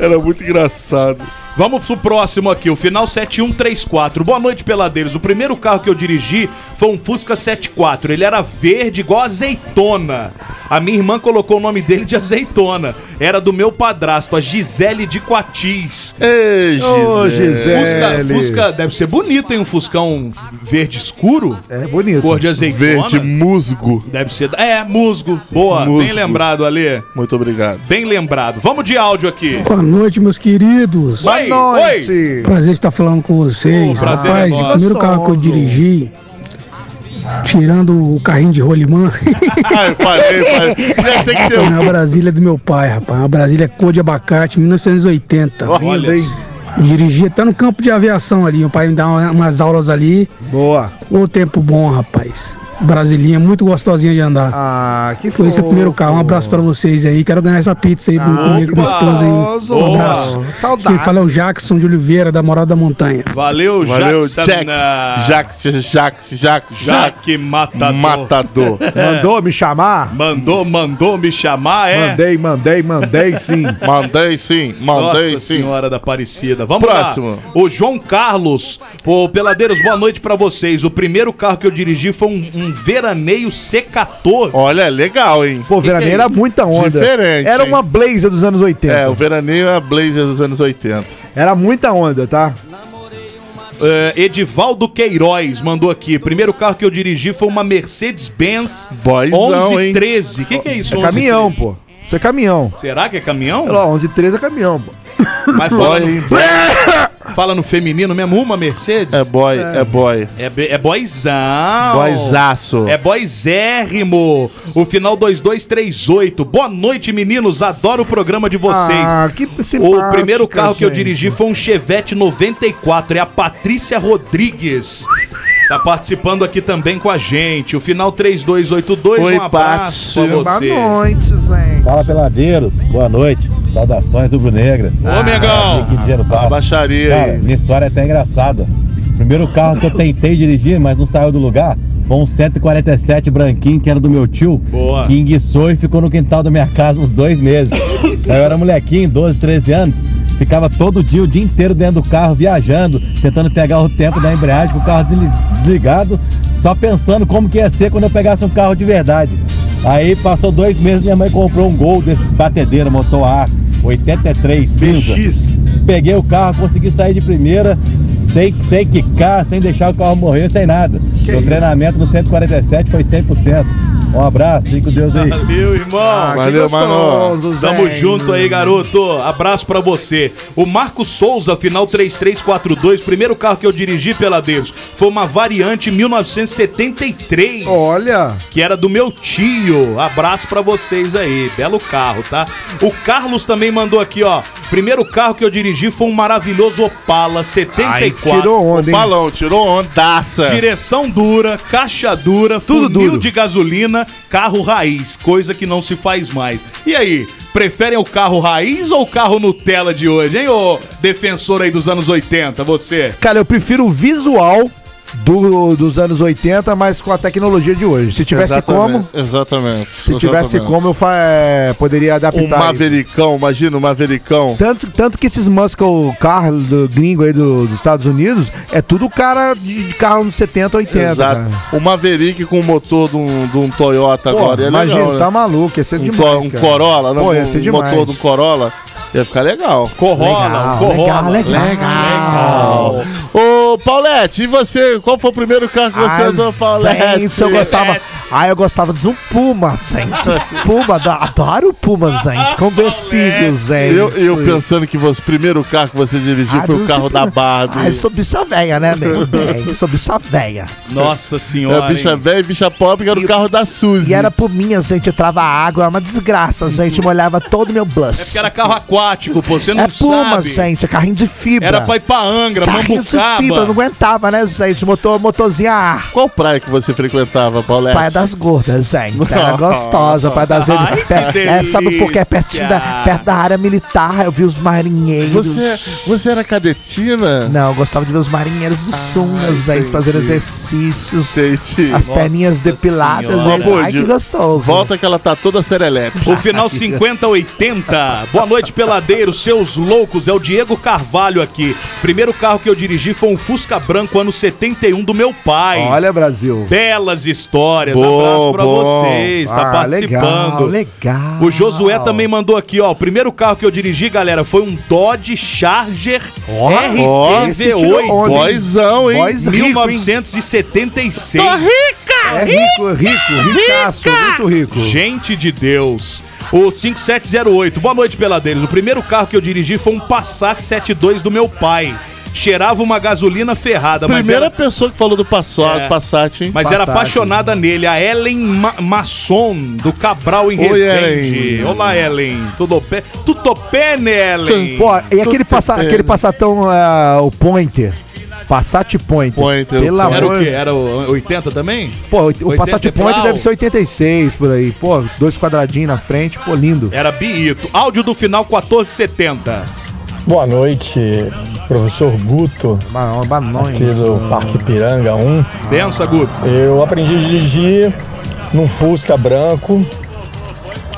Speaker 5: Era muito engraçado.
Speaker 4: Vamos pro próximo aqui, o final 7134. Boa noite, peladeiros. O primeiro carro que eu dirigi foi um Fusca 74. Ele era verde, igual azeitona. A minha irmã colocou o nome dele de azeitona. Era do meu padrasto, a Gisele de Quatis.
Speaker 5: Ei,
Speaker 3: Ô, Gisele.
Speaker 4: Fusca, Fusca, deve ser bonito, hein? Um Fuscão verde escuro.
Speaker 3: É bonito.
Speaker 4: Cor de azeitona.
Speaker 5: Verde musgo.
Speaker 4: Deve ser. É, musgo. Boa, bem
Speaker 5: Musgo.
Speaker 4: lembrado, Ale.
Speaker 5: Muito obrigado.
Speaker 4: Bem lembrado. Vamos de áudio aqui.
Speaker 15: Boa noite, meus queridos.
Speaker 4: Boa Oi, noite. oi.
Speaker 15: Prazer estar falando com vocês.
Speaker 4: Oh, prazer é
Speaker 15: Rapaz,
Speaker 4: nosso.
Speaker 15: o primeiro carro que eu dirigi, tirando o carrinho de rolimã,
Speaker 5: Ai, falei, falei. Já tem que ter
Speaker 15: foi
Speaker 5: um
Speaker 15: na Brasília é do meu pai, rapaz. Uma Brasília é cor de abacate, 1980.
Speaker 5: Olha.
Speaker 15: Dirigi até no campo de aviação ali. Meu pai me dava uma- umas aulas ali.
Speaker 3: Boa.
Speaker 15: O tempo bom, rapaz. Brasilinha, é muito gostosinha de andar.
Speaker 3: Ah, que
Speaker 15: Foi esse o primeiro carro. Um abraço pra vocês aí. Quero ganhar essa pizza aí pra
Speaker 3: Ah,
Speaker 15: comer
Speaker 3: que
Speaker 15: com minha esposa aí.
Speaker 3: gostoso.
Speaker 15: Um abraço.
Speaker 3: Boa. Saudades.
Speaker 15: Quem fala é o Jackson de Oliveira, da Morada da Montanha.
Speaker 4: Valeu,
Speaker 5: Valeu,
Speaker 3: tá
Speaker 4: Jackson. né?
Speaker 5: Jax. Jax, Jax, Jax, Jax.
Speaker 4: Jaque Matador.
Speaker 5: Matador.
Speaker 3: Mandou me chamar?
Speaker 4: Mandou, mandou me chamar, é?
Speaker 3: Mandei, mandei, mandei sim.
Speaker 5: Mandei sim, mandei
Speaker 4: Nossa
Speaker 5: sim.
Speaker 4: Senhora da Aparecida. Vamos
Speaker 5: Próximo.
Speaker 4: lá. O João Carlos. Ô, Peladeiros, boa noite pra vocês. O primeiro carro que eu dirigi foi um, um veraneio C14.
Speaker 5: Olha, é legal, hein?
Speaker 3: Pô, veraneio era muita onda.
Speaker 5: Diferente,
Speaker 3: Era
Speaker 5: hein?
Speaker 3: uma blazer dos anos 80.
Speaker 5: É, o veraneio é a blazer dos anos 80.
Speaker 3: Era muita onda, tá?
Speaker 4: É, Edivaldo Queiroz mandou aqui. Primeiro carro que eu dirigi foi uma Mercedes-Benz
Speaker 5: Boyzão, hein?
Speaker 4: 1113. O que, que é isso?
Speaker 3: É caminhão,
Speaker 4: 1113?
Speaker 3: pô. Isso é caminhão.
Speaker 4: Será que é caminhão?
Speaker 3: Olha lá, 11 13 é caminhão, pô.
Speaker 4: Mas fala, no, fala no feminino mesmo, uma Mercedes?
Speaker 5: É boy, é, boy.
Speaker 4: É, be- é boizão.
Speaker 5: Boyzaço.
Speaker 4: É boizérrimo. O final 2238. Boa noite, meninos. Adoro o programa de vocês.
Speaker 3: Ah, que
Speaker 4: o
Speaker 3: simpática,
Speaker 4: primeiro carro que eu
Speaker 3: gente.
Speaker 4: dirigi foi um Chevette 94. É a Patrícia Rodrigues. Tá participando aqui também com a gente. O final 3282.
Speaker 5: Oi,
Speaker 4: um abraço
Speaker 5: Paty.
Speaker 4: pra você.
Speaker 3: gente.
Speaker 16: Fala peladeiros, boa noite. Saudações do Brunegra.
Speaker 4: Ô, Mengão.
Speaker 16: Aqui de Gero Barros.
Speaker 5: baixaria
Speaker 16: Cara,
Speaker 5: aí.
Speaker 16: minha história é até engraçada. Primeiro carro que eu tentei dirigir, mas não saiu do lugar, foi um 147 branquinho, que era do meu tio,
Speaker 4: Boa.
Speaker 16: que enguiçou e ficou no quintal da minha casa uns dois meses. eu era molequinho, 12, 13 anos, ficava todo dia, o dia inteiro dentro do carro, viajando, tentando pegar o tempo da embreagem, com o carro desli- desligado, só pensando como que ia ser quando eu pegasse um carro de verdade. Aí passou dois meses, minha mãe comprou um gol desses batedeira, motor A, 83 cinza.
Speaker 3: BX.
Speaker 16: Peguei o carro, consegui sair de primeira, sem, sem quicar, sem deixar o carro morrer, sem nada. Meu
Speaker 3: isso?
Speaker 16: treinamento no 147 foi 100%. Um abraço, fique com Deus aí.
Speaker 4: Valeu, irmão.
Speaker 3: Ah, que
Speaker 5: Valeu,
Speaker 3: gostoso,
Speaker 5: mano.
Speaker 3: Zé.
Speaker 4: Tamo junto aí, garoto. Abraço pra você. O Marcos Souza, final 3342. Primeiro carro que eu dirigi, Peladeiros, foi uma variante 1973.
Speaker 3: Olha.
Speaker 4: Que era do meu tio. Abraço pra vocês aí. Belo carro, tá? O Carlos também mandou aqui, ó. Primeiro carro que eu dirigi foi um maravilhoso Opala 74.
Speaker 3: Tirou onda, hein?
Speaker 5: Balão, tirou ondaça.
Speaker 4: Direção dura, caixa dura,
Speaker 3: É. Tudo
Speaker 4: funil
Speaker 3: duro.
Speaker 4: de gasolina, carro raiz, coisa que não se faz mais. E aí, preferem o carro raiz ou o carro Nutella de hoje, hein, ô defensor aí dos anos 80, você?
Speaker 3: Cara, eu prefiro o visual do- dos anos 80, mas com a tecnologia de hoje. Se tivesse
Speaker 5: Exatamente,
Speaker 3: como,
Speaker 5: Exatamente.
Speaker 3: se tivesse
Speaker 5: exatamente.
Speaker 3: como, eu fa- é, poderia adaptar.
Speaker 5: Um
Speaker 3: aí.
Speaker 5: mavericão, imagina, um mavericão.
Speaker 3: Tanto, tanto que esses muscle car do gringo aí do- dos Estados Unidos é tudo cara de, de carro nos 70, 80.
Speaker 5: Exato.
Speaker 3: cara.
Speaker 5: Um Maverick com o motor de um, de um Toyota
Speaker 3: Pô,
Speaker 5: agora. Ele
Speaker 3: imagina,
Speaker 5: é legal, né?
Speaker 3: tá maluco, ia ser
Speaker 5: um,
Speaker 3: demais.
Speaker 5: to- um
Speaker 3: cara.
Speaker 5: Corolla,
Speaker 4: né?
Speaker 5: não?
Speaker 3: Pô, ia
Speaker 5: um
Speaker 3: ser
Speaker 5: um
Speaker 3: demais. um
Speaker 5: motor de um Corolla. Ia ficar legal.
Speaker 4: Corolla,
Speaker 3: Legal,
Speaker 4: o Corolla.
Speaker 3: legal, legal.
Speaker 5: Legal. Ô, Paulette, e você? Qual foi o primeiro carro que você andou,
Speaker 3: Ah,
Speaker 5: Paulette?
Speaker 3: gente, eu gostava. Ah, eu gostava de um Puma, gente. Puma, da- adoro Puma, gente. Conversível, gente.
Speaker 5: Eu, eu pensando que você- o primeiro carro que você dirigiu
Speaker 3: Ah,
Speaker 5: foi o
Speaker 3: dos-
Speaker 5: carro da Barbie.
Speaker 3: Ah, eu sou bicha velha, né, meu? bem? Eu sou bicha velha.
Speaker 4: Nossa
Speaker 5: Era
Speaker 4: senhora.
Speaker 5: É, bicha
Speaker 4: hein?
Speaker 5: velha e bicha pobre, que era o carro da Suzy.
Speaker 3: E era por minha, gente. Eu trava água, é uma desgraça, gente. Molhava todo meu
Speaker 4: É
Speaker 3: blush.
Speaker 4: porque era carro aquático, pô, você não
Speaker 3: É Puma,
Speaker 4: sabe.
Speaker 3: gente. É carrinho de fibra.
Speaker 4: Era pra ir pra Angra,
Speaker 3: Carrinho de fibra, Tá, eu não
Speaker 4: Mambucaba.
Speaker 3: aguentava, né, gente? Motor, motorzinho a ar.
Speaker 5: Qual praia que você frequentava, Paulette?
Speaker 3: Praia da das gordas, hein? Era gostosa pra dar
Speaker 10: Ai, que
Speaker 3: é, Sabe por quê? Pertinho da,
Speaker 5: delícia.
Speaker 3: perto da área militar, eu vi os marinheiros.
Speaker 5: Você- é, você era cadetina?
Speaker 3: Não, eu gostava de ver os marinheiros dos sungas aí, fazer exercícios. As perninhas depiladas.
Speaker 5: Senhora.
Speaker 3: gente. Ai, que gostoso.
Speaker 5: Volta que ela tá toda serelepe.
Speaker 4: O final 5080. Boa noite, peladeiro, seus loucos. É o Diego Carvalho aqui. Primeiro carro que eu dirigi foi um Fusca branco ano 71 do meu pai.
Speaker 3: Olha, Brasil.
Speaker 4: Belas histórias.
Speaker 3: Bom,
Speaker 4: Abraço pra
Speaker 3: bom.
Speaker 4: vocês. Tá
Speaker 3: Ah,
Speaker 4: participando.
Speaker 3: legal, legal.
Speaker 4: O Josué também mandou aqui, ó. O primeiro carro que eu dirigi, galera, foi um Dodge Charger
Speaker 5: Ó,
Speaker 4: É
Speaker 5: ó, esse
Speaker 4: RTV8.
Speaker 5: tirou onda, hein? Boyzão, hein? Boys rico, hein? Tá
Speaker 4: 1976.
Speaker 5: Tô
Speaker 4: rica!
Speaker 3: É rico, rico, ricaço, muito rico.
Speaker 4: Gente de Deus. O 5708. Boa noite, peladeiros. O primeiro carro que eu dirigi foi um Passat 72 do meu pai. Cheirava uma gasolina ferrada, mas
Speaker 5: Primeira
Speaker 4: era
Speaker 5: pessoa que falou do Passat,
Speaker 4: É.
Speaker 5: Passat hein?
Speaker 4: mas era
Speaker 5: Passat.
Speaker 4: apaixonada nele, a Ellen Ma Masson, do Cabral em
Speaker 5: Oi,
Speaker 4: Resende.
Speaker 5: Ellen.
Speaker 4: Olá, Ellen. Tudo bem? Tudo bem, Ellen?
Speaker 3: Pô, e aquele, passa, aquele passatão, ah, o Pointer. Passat Pointer.
Speaker 4: Pointer,
Speaker 3: Pelo
Speaker 4: Era
Speaker 3: amor
Speaker 4: o quê? Era o 80 também?
Speaker 3: Pô, o- o
Speaker 4: 80
Speaker 3: Passat
Speaker 4: é
Speaker 3: Pointer
Speaker 4: plau?
Speaker 3: deve ser 86 por aí. Pô, dois quadradinhos na frente, pô, lindo.
Speaker 4: Era Biito. Áudio do final 1470.
Speaker 17: Boa noite, professor Guto. Aqui do Parque Piranga 1.
Speaker 4: Pensa, Guto.
Speaker 17: Eu aprendi a dirigir num Fusca branco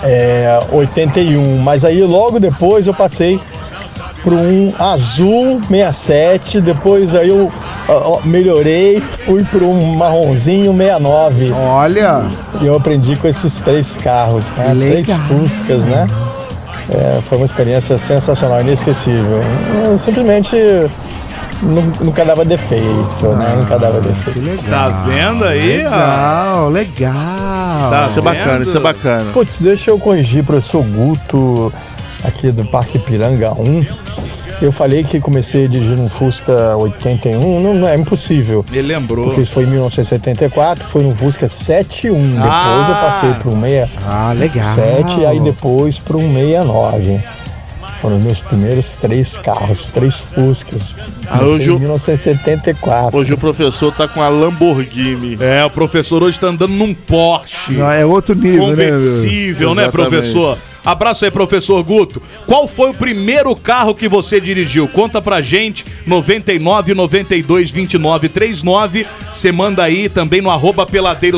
Speaker 17: é, 81, mas aí logo depois eu passei para um azul 67, depois aí eu ó, ó, melhorei, fui para um marronzinho 69.
Speaker 3: Olha!
Speaker 17: E eu aprendi com esses três carros, né? Três Fuscas, né? É, foi uma experiência sensacional, inesquecível. Eu simplesmente nu- nunca dava defeito, né? Nunca dava defeito.
Speaker 4: Tá vendo aí?
Speaker 3: Legal, Ah, legal.
Speaker 4: Tá Isso é vendo? bacana, isso é
Speaker 5: bacana.
Speaker 17: Putz, deixa eu corrigir, professor Guto, aqui do Parque Piranga 1. Eu falei que comecei a dirigir um Fusca 81, não, não é impossível.
Speaker 4: Ele lembrou.
Speaker 17: Porque isso foi em 1974, foi no Fusca 71. Depois eu
Speaker 4: Ah!
Speaker 17: passei para um 67,
Speaker 3: ah, legal.
Speaker 17: aí depois para um 69. Foram os meus primeiros três carros, três Fuscas.
Speaker 5: Ah,
Speaker 17: Comecei
Speaker 5: hoje
Speaker 17: em
Speaker 5: o-
Speaker 17: 1974.
Speaker 5: Hoje o professor tá com a Lamborghini.
Speaker 4: É, o professor hoje tá andando num Porsche.
Speaker 3: Não, é outro nível, né? meu?
Speaker 4: Conversível, né,
Speaker 5: Exatamente.
Speaker 4: professor? Abraço aí, professor Guto. Qual foi o primeiro carro que você dirigiu? Conta pra gente, 99 92 29 39. Você manda aí também no arroba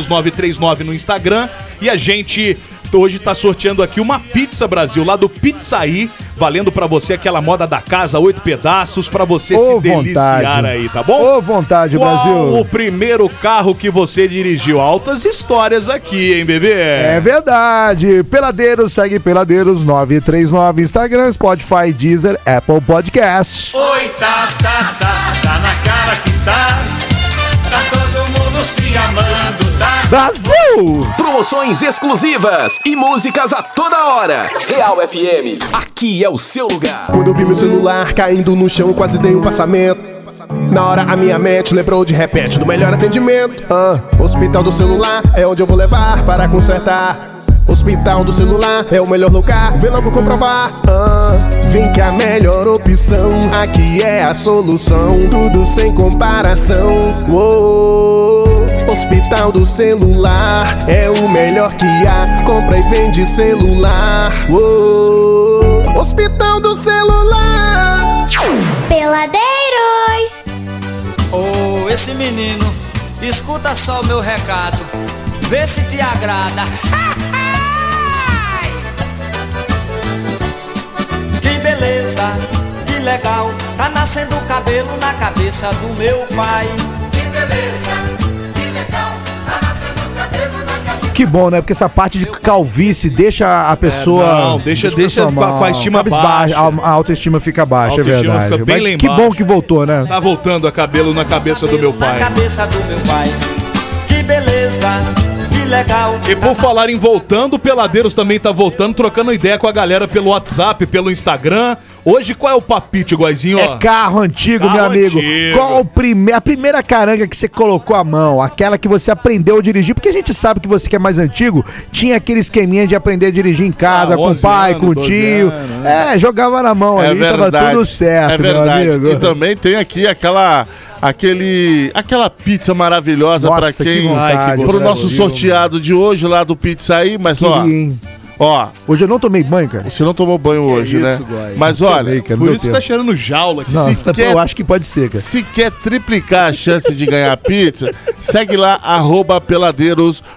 Speaker 4: peladeiros939 no Instagram. E a gente hoje tá sorteando aqui uma pizza Brasil, lá do Pizzaí, valendo pra você aquela moda da casa, oito pedaços, pra você se
Speaker 3: Ô,
Speaker 4: deliciar
Speaker 3: vontade.
Speaker 4: aí, tá bom?
Speaker 3: Ô, vontade,
Speaker 4: Qual
Speaker 3: Brasil.
Speaker 4: o primeiro carro que você dirigiu? Altas histórias aqui, hein, bebê?
Speaker 3: É verdade. Peladeiros, segue Peladeiros 939, Instagram, Spotify, Deezer, Apple Podcast.
Speaker 10: Oi, tá, tá, tá, tá na cara que tá. Tá todo mundo se amando, tá?
Speaker 3: Brasil!
Speaker 8: Promoções exclusivas e músicas a toda hora. Real FM, aqui é o seu lugar.
Speaker 9: Quando eu vi meu celular caindo no chão, quase dei um passamento. Na hora a minha mente lembrou de repente do melhor atendimento. Ah, hospital do celular é onde eu vou levar para consertar. Hospital do celular é o melhor lugar, vem logo comprovar. Ah, vem que a melhor opção aqui é a solução, tudo sem comparação. Uou, hospital do celular é o melhor que há, compra e vende celular. Uou. Hospital do celular.
Speaker 2: Peladeiros.
Speaker 18: Ô, esse menino, escuta só o meu recado. Vê se te agrada. Que beleza, que legal. Tá nascendo o cabelo na cabeça do meu pai. Que beleza, que legal. Tá nascendo o cabelo na cabeça.
Speaker 3: Que bom, né? Porque essa parte de calvície deixa a pessoa.
Speaker 4: É, não, deixa-
Speaker 3: a
Speaker 4: deixa
Speaker 3: pessoa
Speaker 4: com a-
Speaker 3: mal.
Speaker 4: com a estima
Speaker 3: Cabisbaixa, A, a autoestima fica baixa,
Speaker 4: Autoestima
Speaker 3: é verdade.
Speaker 4: fica bem lá
Speaker 3: que
Speaker 4: embaixo.
Speaker 3: bom que voltou, né?
Speaker 4: Tá voltando a cabelo na cabeça do meu pai.
Speaker 18: Cabeça do meu pai. Que beleza, que legal. Tá
Speaker 4: E por falar em voltando, o Peladeiros também tá voltando, trocando ideia com a galera pelo WhatsApp, pelo Instagram. Hoje qual é o papite, Goizinho?
Speaker 3: É carro antigo, meu
Speaker 4: Carro
Speaker 3: amigo.
Speaker 4: antigo.
Speaker 3: Qual o prime- a primeira caranga que você colocou a mão? Aquela que você aprendeu a dirigir? Porque a gente sabe que você que é mais antigo tinha aquele esqueminha de aprender a dirigir em casa,
Speaker 5: Ah,
Speaker 3: com o
Speaker 5: 11
Speaker 3: pai,
Speaker 5: anos,
Speaker 3: com o
Speaker 5: 12
Speaker 3: tio.
Speaker 5: anos,
Speaker 4: né?
Speaker 3: é, jogava na mão aí, tava tudo certo,
Speaker 5: é verdade.
Speaker 3: meu amigo.
Speaker 5: E também tem aqui aquela, aquele, aquela pizza maravilhosa
Speaker 3: Nossa,
Speaker 5: para
Speaker 3: que
Speaker 5: quem,
Speaker 3: vontade,
Speaker 5: para o
Speaker 3: Brasil,
Speaker 5: nosso feriado de hoje lá do Pizzaí, mas ó.
Speaker 3: Queria, hein?
Speaker 5: Ó.
Speaker 3: Hoje eu não tomei banho, cara.
Speaker 5: Você não tomou banho hoje, né? Mas olha, por isso tá cheirando jaula.
Speaker 3: Não,
Speaker 5: se quer-
Speaker 3: Eu acho que pode ser, cara.
Speaker 5: Se quer triplicar a chance de ganhar pizza, segue lá, arroba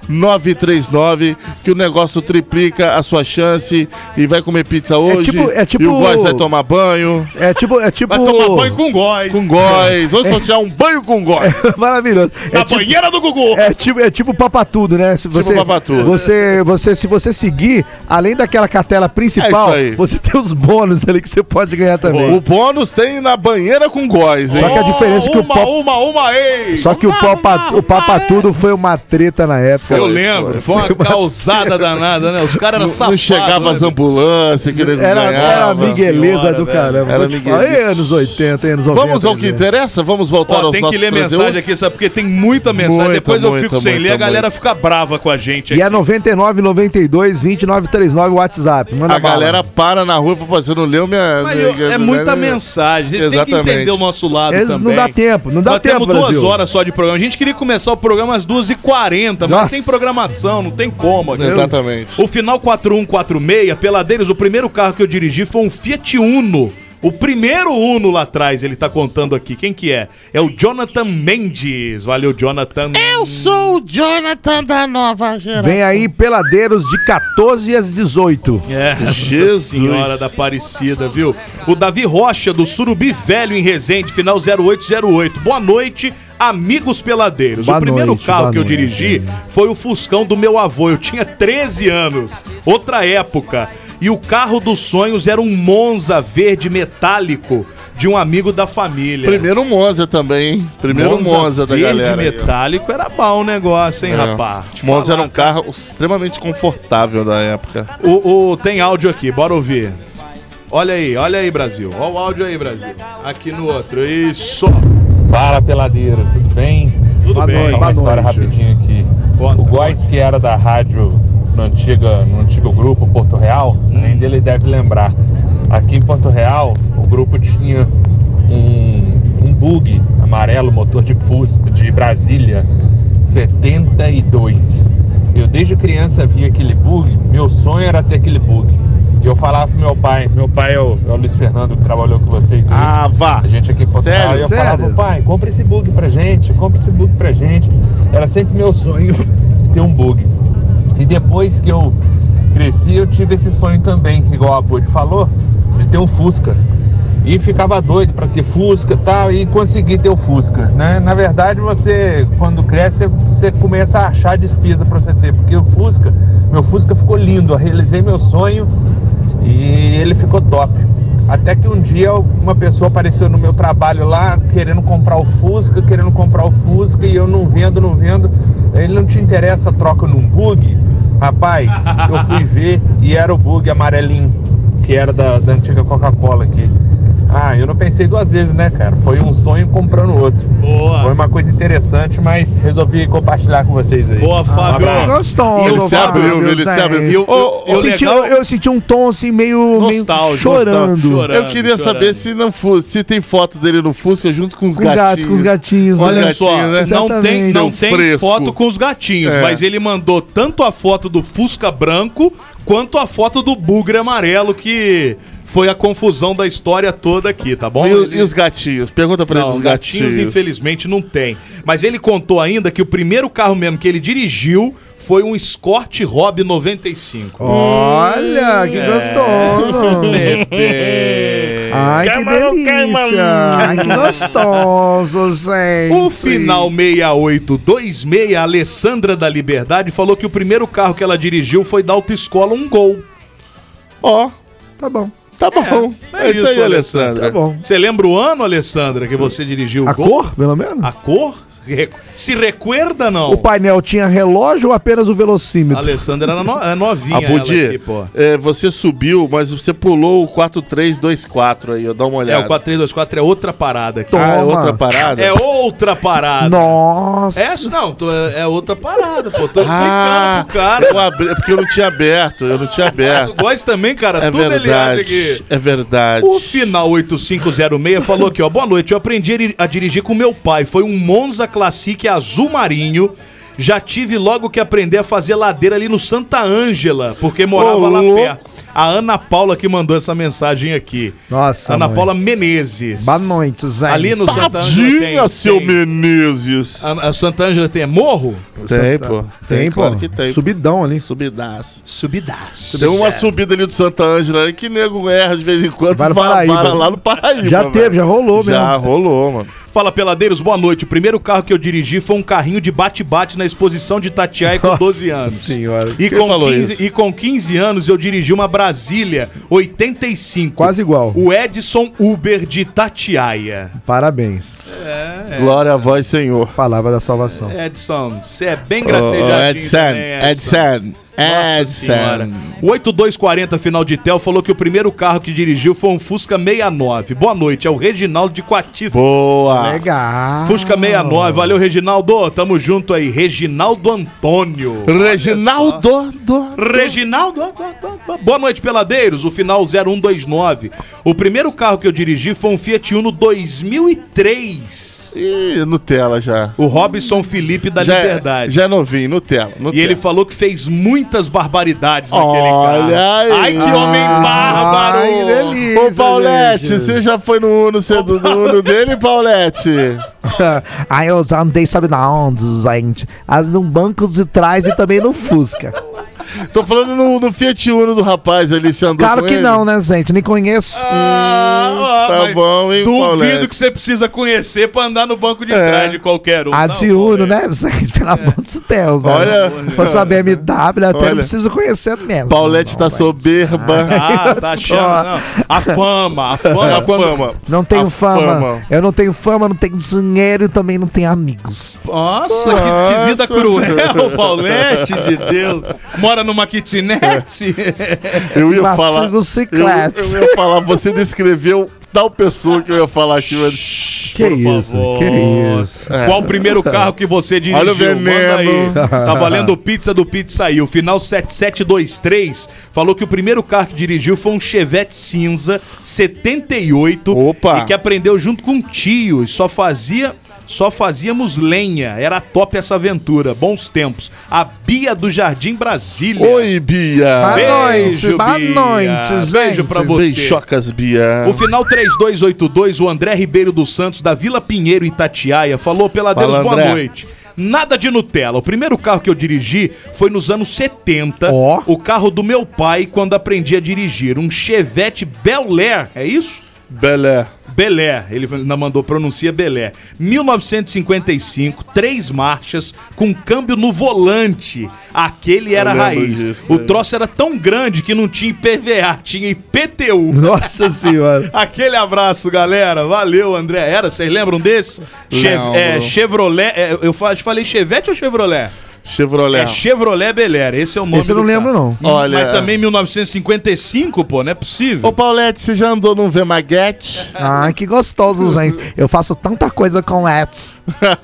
Speaker 5: peladeiros939, que o negócio triplica a sua chance e vai comer pizza hoje.
Speaker 3: tipo- é tipo-
Speaker 5: E o Góis vai tomar banho.
Speaker 3: É tipo, é tipo.
Speaker 5: Vai tomar banho com góis. Com góis. Vou
Speaker 3: É. tipo-
Speaker 5: sortear um banho com góis.
Speaker 3: Maravilhoso.
Speaker 5: Na banheira do Gugu.
Speaker 3: É tipo, é tipo papatudo, né? Se você,
Speaker 5: papatudo.
Speaker 3: Você, você, se você seguir, além daquela cartela principal,
Speaker 5: É isso aí.
Speaker 3: você tem os bônus ali que você pode ganhar também.
Speaker 5: O bônus tem na banheira com góis, hein?
Speaker 3: Só que a diferença é que o
Speaker 5: uma,
Speaker 3: pop-
Speaker 5: uma, uma, ei!
Speaker 3: Só que o, papa, o papatudo foi uma treta na época.
Speaker 5: Eu
Speaker 3: Foi,
Speaker 5: lembro, foi uma causada danada, né? Os caras eram
Speaker 3: Não- não
Speaker 5: safados.
Speaker 3: chegava
Speaker 5: as ambulâncias, querendo
Speaker 3: Era, era a
Speaker 5: Nossa
Speaker 3: migueleza
Speaker 5: senhora,
Speaker 3: do
Speaker 5: velho.
Speaker 3: caramba.
Speaker 5: Era
Speaker 3: vou te falar.
Speaker 5: migueleza.
Speaker 3: Ei, anos 80, anos né?" 90.
Speaker 5: Vamos ao que interessa? Vamos voltar
Speaker 4: Ó,
Speaker 5: aos
Speaker 4: tem que
Speaker 5: nossos
Speaker 4: ler mensagem
Speaker 5: transeuntes?
Speaker 4: aqui, sabe? Porque tem muita mensagem.
Speaker 5: Muita,
Speaker 4: Depois eu fico
Speaker 5: muita,
Speaker 4: sem ler,
Speaker 5: muita,
Speaker 4: a galera fica brava com a gente
Speaker 3: E é 99 92 29 39 WhatsApp. Manda
Speaker 5: A
Speaker 3: bala.
Speaker 5: galera para na rua e fala, você não leu minha...
Speaker 4: Mas eu- é muita mensagem. Eles têm que entender o nosso lado
Speaker 3: Eles não
Speaker 4: também.
Speaker 3: dá tempo, não dá
Speaker 4: Nós
Speaker 3: tempo,
Speaker 4: temos duas
Speaker 3: Brasil.
Speaker 4: horas só de programa. A gente queria começar o programa às 2h40, mas
Speaker 5: Nossa.
Speaker 4: tem programação, não tem como. aqui.
Speaker 5: Exatamente.
Speaker 4: O final 4146, Peladeiros, o primeiro carro que eu dirigi foi um Fiat Uno. O primeiro Uno lá atrás, ele tá contando aqui. Quem que é? É o Jonathan Mendes. Valeu, Jonathan.
Speaker 19: Eu sou o Jonathan da nova geração.
Speaker 3: Vem aí, peladeiros de 14 às 18.
Speaker 4: É, Jesus. Senhora da Aparecida, viu? O Davi Rocha, do Surubi Velho, em Resende, final 0808. Boa noite, amigos peladeiros.
Speaker 3: Boa
Speaker 4: o primeiro
Speaker 3: noite,
Speaker 4: carro
Speaker 3: boa
Speaker 4: que eu
Speaker 3: noite.
Speaker 4: dirigi foi o Fuscão do meu avô. Eu tinha 13 anos, outra época. E o carro dos sonhos era um Monza verde metálico de um amigo da família.
Speaker 5: Primeiro Monza também, hein? Primeiro Monza, da
Speaker 4: verde
Speaker 5: galera. aí, ó. É.
Speaker 4: metálico era bom o negócio, hein, rapaz?
Speaker 5: Monza era um carro extremamente confortável da época.
Speaker 4: O, o- tem áudio aqui, bora ouvir. Olha aí, olha aí, Brasil. Olha o áudio aí, Brasil. Aqui no outro. Isso.
Speaker 20: Fala peladeiro, tudo bem?
Speaker 4: Tudo Boa bem. noite,
Speaker 20: Fala uma
Speaker 4: boa
Speaker 20: história rapidinho aqui. o Góis que era da rádio no, antiga, no antigo grupo Porto Real,
Speaker 4: Hum.
Speaker 20: nem dele deve lembrar. Aqui em Porto Real, o grupo tinha um, um bug amarelo, motor de Fusca, de Brasília, 72. Eu desde criança via aquele bug, meu sonho era ter aquele bug. E eu falava pro meu pai, meu pai é o, é o Luiz Fernando que trabalhou com vocês. Ah, vá! A gente aqui em Porto
Speaker 5: Tá. Sério,
Speaker 20: Real, e eu falava,
Speaker 5: sério?
Speaker 20: "Pô, pai, compra esse bug pra gente, compra esse bug pra gente. Era sempre meu sonho ter um bug. E depois que eu cresci, eu tive esse sonho também, igual a Bud falou, de ter um Fusca. E ficava doido pra ter Fusca e tal, e consegui ter o Fusca, né? Na verdade, você, quando cresce, você começa a achar despesa pra você ter, porque o Fusca, meu Fusca ficou lindo, eu realizei meu sonho e ele ficou top. Até que um dia uma pessoa apareceu no meu trabalho lá querendo comprar o Fusca, querendo comprar o Fusca e eu não vendo, não vendo. Ele não te interessa a troca num bug? Rapaz, eu fui ver e era o bug amarelinho, que era da, da antiga Coca-Cola aqui. Ah, eu não pensei duas vezes, né, cara? Foi um sonho comprando outro. Boa. Foi uma coisa interessante, mas resolvi compartilhar com vocês aí.
Speaker 4: Boa,
Speaker 5: Um
Speaker 4: Fábio.
Speaker 20: abraço.
Speaker 3: Gostoso,
Speaker 20: Ele se
Speaker 3: Fábio,
Speaker 20: abriu, viu? Ele
Speaker 3: Zé.
Speaker 20: se abriu.
Speaker 3: Eu,
Speaker 5: Ô,
Speaker 3: eu
Speaker 5: ô,
Speaker 3: senti,
Speaker 5: legal-
Speaker 3: eu senti um tom assim meio, meio chorando.
Speaker 5: Eu queria saber se não fu- se tem foto dele no Fusca junto com os
Speaker 3: Com gato,
Speaker 5: gatinhos.
Speaker 3: com os gatinhos,
Speaker 5: Olha
Speaker 3: né?
Speaker 5: só,
Speaker 3: Gatinhos, né?
Speaker 4: Não tem,
Speaker 5: Exatamente.
Speaker 4: não
Speaker 5: Seu
Speaker 4: tem
Speaker 5: fresco.
Speaker 4: foto com os gatinhos,
Speaker 5: É.
Speaker 4: mas ele mandou tanto a foto do Fusca branco quanto a foto do Bugre amarelo, que foi a confusão da história toda aqui, tá bom?
Speaker 5: E, o- e os gatinhos? Pergunta pra ele
Speaker 4: Não,
Speaker 5: dos
Speaker 4: gatinhos,
Speaker 5: gatinhos.
Speaker 4: infelizmente não tem. Mas ele contou ainda que o primeiro carro mesmo que ele dirigiu foi um Escort Hobby 95.
Speaker 3: Olha, que gostoso.
Speaker 4: Pepe.
Speaker 3: Ai, que delícia. Ai, que gostoso, gente.
Speaker 4: O um final 6826, a Alessandra da Liberdade falou que o primeiro carro que ela dirigiu foi da autoescola um gol.
Speaker 5: Ó,
Speaker 3: tá bom.
Speaker 5: Tá bom. É, isso, aí, Alessandra.
Speaker 4: Tá bom. Você lembra o ano, Alessandra, que você dirigiu o
Speaker 3: A
Speaker 4: gol?
Speaker 3: cor, pelo menos?
Speaker 4: A cor? Re- Se recuerda, não.
Speaker 3: O painel tinha relógio ou apenas o velocímetro?
Speaker 4: A Alessandra era no- é novinha.
Speaker 5: A
Speaker 4: ela aqui,
Speaker 5: Ah, Budi,
Speaker 4: pô.
Speaker 5: é, você subiu, mas você pulou o 4-3-2-4 aí, eu dou uma
Speaker 4: É,
Speaker 5: olhada.
Speaker 4: o 4324 é outra parada aqui.
Speaker 5: Ah, é outra parada?
Speaker 4: É outra parada.
Speaker 3: Nossa.
Speaker 4: Essa não, tô- é outra parada, pô. Tô explicando
Speaker 5: Ah,
Speaker 4: pro cara.
Speaker 5: eu abri- é porque eu não tinha aberto, eu não tinha aberto.
Speaker 4: Góis também, cara,
Speaker 5: é
Speaker 4: tudo ele
Speaker 5: verdade,
Speaker 4: acha que-
Speaker 5: É verdade.
Speaker 4: O final 8506 falou aqui, ó. Boa noite, eu aprendi a dirigir com meu pai. Foi um Monza Classic azul marinho. Já tive logo que aprender a fazer ladeira ali no Santa Ângela, porque morava lá perto. A Ana Paula que mandou essa mensagem aqui. Nossa. Ana
Speaker 3: mãe.
Speaker 4: Paula Menezes.
Speaker 3: Boa noite, Zé.
Speaker 4: Ali no Santa Ângela. Ah,
Speaker 5: Tadinha, seu Menezes.
Speaker 4: A, a Santa Ângela tem morro?
Speaker 5: Tem, pô.
Speaker 3: Tem, pô.
Speaker 5: Claro que tem.
Speaker 3: Subidão ali.
Speaker 5: Subidaço.
Speaker 4: Subidaço.
Speaker 5: Tem uma subida ali do Santa Ângela ali que nego erra de vez em quando.
Speaker 3: Vai no
Speaker 5: para-
Speaker 3: Paraíba.
Speaker 5: para lá no Paraíba.
Speaker 3: Já
Speaker 5: velho.
Speaker 3: teve, já rolou mesmo.
Speaker 5: Já rolou, mano.
Speaker 4: Fala, peladeiros, boa noite. O primeiro carro que eu dirigi foi um carrinho de bate-bate na exposição de Tatiai com
Speaker 3: Nossa
Speaker 4: 12 anos.
Speaker 3: Senhora.
Speaker 4: E
Speaker 5: Quem
Speaker 4: com,
Speaker 5: falou
Speaker 4: 15,
Speaker 5: isso?
Speaker 4: e com 15 anos eu dirigi uma Brasília 85. Quase
Speaker 3: igual.
Speaker 4: O Edson Uber de Tatiaia.
Speaker 3: Parabéns.
Speaker 4: É,
Speaker 5: Glória a vós, Senhor.
Speaker 3: Palavra da salvação.
Speaker 4: Edson, você é bem
Speaker 5: Ô,
Speaker 4: gracejadinho
Speaker 5: ô, Edson,
Speaker 4: também,
Speaker 5: Edson,
Speaker 4: Nossa
Speaker 5: Edson.
Speaker 4: Senhora. O 8240 final de tel falou que o primeiro carro que dirigiu foi um Fusca 69. Boa noite, é o Reginaldo de Quatis.
Speaker 5: Boa.
Speaker 3: Legal.
Speaker 4: Fusca 69, valeu Reginaldo, tamo junto aí. Reginaldo Antônio.
Speaker 5: Reginaldo.
Speaker 4: Reginaldo. ó, ó, ó, ó. Boa noite, peladeiros. O final 0129. O primeiro carro que eu dirigi foi um Fiat Uno 2003.
Speaker 5: Ih, Nutella já.
Speaker 4: O Robson Felipe da
Speaker 5: já, é-
Speaker 4: Liberdade.
Speaker 5: Já é novinho, Nutella.
Speaker 4: E
Speaker 5: Nutella.
Speaker 4: ele falou que fez muitas barbaridades naquele
Speaker 5: Olha
Speaker 4: carro.
Speaker 5: aí. Ah,
Speaker 4: Ai, que homem bárbaro!
Speaker 5: Ai, é que delícia, Ô, Paulette, você já foi no Uno, você é do do Uno dele, Paulette?
Speaker 3: Aí eu já andei, sabe na onde, gente? As no banco de trás e também no Fusca.
Speaker 5: Tô falando no, no Fiat Uno do rapaz ali, você andou
Speaker 3: Claro
Speaker 5: com
Speaker 3: que
Speaker 5: ele?
Speaker 3: não, né, gente? Nem conheço.
Speaker 4: Ah,
Speaker 5: Tá
Speaker 4: mas
Speaker 5: bom, hein,
Speaker 4: Duvido
Speaker 5: Paulette?
Speaker 4: que você precisa conhecer pra andar no banco de
Speaker 3: É.
Speaker 4: trás de qualquer um.
Speaker 3: A
Speaker 5: Ah,
Speaker 4: não.
Speaker 3: de Uno, né, gente? Pelo amor de Deus, né?
Speaker 5: Olha-
Speaker 3: Se fosse uma BMW, até
Speaker 5: Olha.
Speaker 3: não preciso conhecer mesmo.
Speaker 5: Paulette tá soberba.
Speaker 4: Ah, tá achando, não. A fama, a fama.
Speaker 5: A
Speaker 4: quando-
Speaker 5: fama.
Speaker 3: Não tenho
Speaker 5: A
Speaker 3: fama. Eu não tenho fama, não tenho dinheiro e também não tenho amigos.
Speaker 4: Nossa, que- que, vida
Speaker 5: Nossa.
Speaker 4: cruel, Paulette de Deus. Mora numa kitnet?
Speaker 5: Eu ia
Speaker 4: Maçã
Speaker 5: falar.
Speaker 4: do chiclete.
Speaker 5: Eu, eu ia falar, você descreveu tal pessoa que eu ia falar aqui, mas. É.
Speaker 3: Que isso? Que isso?
Speaker 4: Qual o primeiro carro que você dirigiu?
Speaker 5: Olha o
Speaker 4: Manda aí.
Speaker 5: veneno.
Speaker 4: Tá valendo pizza do Pizza aí. O final 7723 falou que o primeiro carro que dirigiu foi um Chevette cinza 78 Opa. e que aprendeu junto com um tio e só fazia só fazíamos lenha. Era top essa aventura. Bons tempos. A Bia do Jardim Brasília.
Speaker 5: Oi, Bia.
Speaker 4: é? Boa
Speaker 5: Beijo,
Speaker 4: noite, boa
Speaker 5: Bia.
Speaker 4: noite, gente.
Speaker 5: Beijoca, Bia.
Speaker 4: O final 3282, o André Ribeiro dos Santos, da Vila Pinheiro, Itatiaia, falou pela
Speaker 5: Fala,
Speaker 4: Deus, boa
Speaker 5: André.
Speaker 4: noite. Nada de Nutella. O primeiro carro que eu dirigi foi nos anos 70. O carro do meu pai quando aprendi a dirigir. Um Chevette Bel Air, é isso?
Speaker 5: Bel Air.
Speaker 4: Bel Air, ele ainda mandou, pronuncia Bel Air. 1955, três marchas, com câmbio no volante. Aquele era a
Speaker 5: lembro
Speaker 4: raiz.
Speaker 5: disso,
Speaker 4: o
Speaker 5: né?
Speaker 4: troço era tão grande que não tinha IPVA, tinha IPTU.
Speaker 3: Nossa senhora.
Speaker 4: Aquele abraço, galera. Valeu, André. Era, vocês lembram desse? Che-
Speaker 5: Lembro.
Speaker 4: é, Chevrolet. é, eu fa- falei Chevette ou Chevrolet?
Speaker 5: Chevrolet.
Speaker 4: É Chevrolet Belera, esse é o nome
Speaker 5: Esse eu
Speaker 4: do
Speaker 5: não lembro,
Speaker 4: carro.
Speaker 5: não.
Speaker 4: Hum,
Speaker 5: Olha-
Speaker 4: Mas também 1955, pô, não é possível.
Speaker 5: Ô, Paulette, você já andou num Vemaguete?
Speaker 3: Ai, Ah, que gostoso, gente. Eu faço tanta coisa com Ets.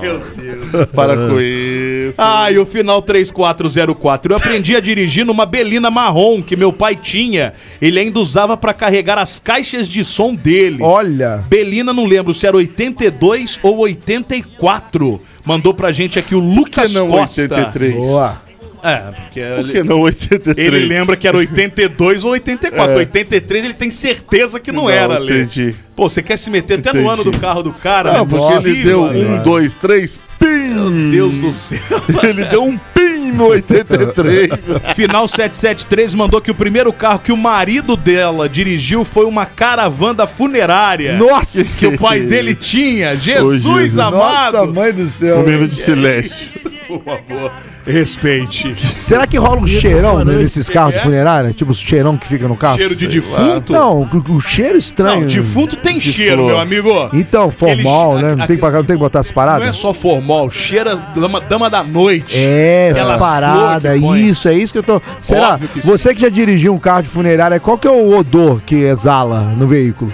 Speaker 5: Meu Deus. Para com isso.
Speaker 4: Ah, e o final 3404. Eu aprendi a dirigir numa Belina marrom que meu pai tinha. Ele ainda usava pra carregar as caixas de som dele.
Speaker 3: Olha.
Speaker 4: Belina, não lembro se era 82 ou 84. Mandou pra gente aqui o Lucas
Speaker 5: não
Speaker 4: Costa.
Speaker 5: 83? Boa.
Speaker 4: É, porque
Speaker 5: Por
Speaker 4: ele-
Speaker 5: que não 83?
Speaker 4: Ele lembra que era 82 ou 84.
Speaker 5: É.
Speaker 4: 83 ele tem certeza que não,
Speaker 5: Não,
Speaker 4: era, Lê.
Speaker 5: entendi.
Speaker 4: Pô, você quer se meter até no ano do
Speaker 5: Entendi.
Speaker 4: carro do cara? né?
Speaker 5: Não, Ah, porque
Speaker 4: Nossa,
Speaker 5: ele deu
Speaker 4: mano.
Speaker 5: um, dois, três, pim! Meu
Speaker 4: Deus do céu!
Speaker 5: ele deu um pim no 83.
Speaker 4: Final 773 mandou que o primeiro carro que o marido dela dirigiu foi uma caravana funerária.
Speaker 3: Nossa!
Speaker 4: Que o pai dele tinha. Jesus,
Speaker 5: Ô, Jesus.
Speaker 4: amado!
Speaker 3: Nossa, mãe do céu.
Speaker 5: Um minuto de silêncio.
Speaker 4: Por favor, respeite.
Speaker 3: Será que rola um cheirão né, nesses carros de funerária? Tipo, o cheirão que fica no carro?
Speaker 4: Cheiro de
Speaker 3: Sei lá.
Speaker 4: defunto?
Speaker 3: Não, o, o cheiro estranho.
Speaker 4: Não, defunto tem
Speaker 3: De
Speaker 4: cheiro,
Speaker 3: flor.
Speaker 4: meu amigo.
Speaker 3: Então, formal,
Speaker 4: Ele-
Speaker 3: né? Não tem, que pagar, não tem que botar as
Speaker 4: Não é
Speaker 3: paradas?
Speaker 4: só formal, cheira dama, dama da noite.
Speaker 3: É, essas
Speaker 4: Aquelas flor
Speaker 3: paradas,
Speaker 4: que põe.
Speaker 3: isso, é isso que eu tô. Será?
Speaker 4: Óbvio que sim.
Speaker 3: você que já dirigiu um carro de funerária, qual que é o odor que exala no veículo?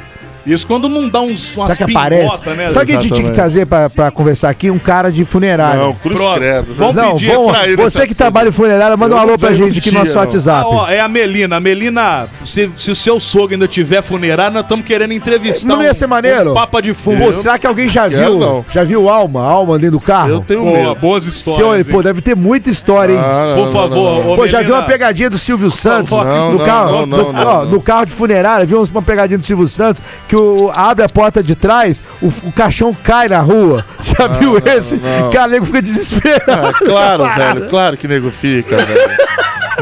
Speaker 4: Isso quando não dá uns, umas
Speaker 3: Será que aparece?
Speaker 4: pingotas, né?
Speaker 3: Sabe o que a gente tinha que trazer pra, pra conversar aqui? Um cara de funerária.
Speaker 4: Não, cruz Pronto. credo.
Speaker 3: Não,
Speaker 4: Vamos
Speaker 3: vamos,
Speaker 4: pedir pra ele
Speaker 3: você
Speaker 4: essas
Speaker 3: que trabalha em funerária, manda um
Speaker 4: Eu
Speaker 3: alô
Speaker 4: não
Speaker 3: pra
Speaker 4: sei
Speaker 3: gente
Speaker 4: um
Speaker 3: aqui no
Speaker 4: dia,
Speaker 3: nosso
Speaker 4: não.
Speaker 3: WhatsApp.
Speaker 4: Ah, ó, é a Melina. Melina, se, se o seu sogro ainda tiver funerário, nós estamos querendo entrevistar.
Speaker 3: Não ia
Speaker 4: um-
Speaker 3: ser maneiro?
Speaker 4: Um papa de fumo.
Speaker 3: Pô, será que alguém já viu? Já viu Alma? Alma dentro do carro?
Speaker 4: Eu tenho Pô, medo. boas histórias,
Speaker 3: Seu,
Speaker 4: hein?
Speaker 3: pô, deve ter muita história, hein?
Speaker 4: Ah, não, Por não, favor, não, não. ô,
Speaker 3: Pô, já viu
Speaker 4: Melina.
Speaker 3: uma pegadinha do Silvio Santos?
Speaker 4: não,
Speaker 3: no
Speaker 4: não,
Speaker 3: carro,
Speaker 4: não,
Speaker 3: no-
Speaker 4: não,
Speaker 3: ó,
Speaker 4: não.
Speaker 3: no carro de funerária, viu uma pegadinha do Silvio Santos que o, abre a porta de trás, o, o caixão cai na rua. Você já viu esse?
Speaker 5: não.
Speaker 3: Cara, o nego fica desesperado.
Speaker 5: Ah,
Speaker 4: É,
Speaker 5: claro,
Speaker 3: com a parada.
Speaker 5: velho, claro que nego fica, velho.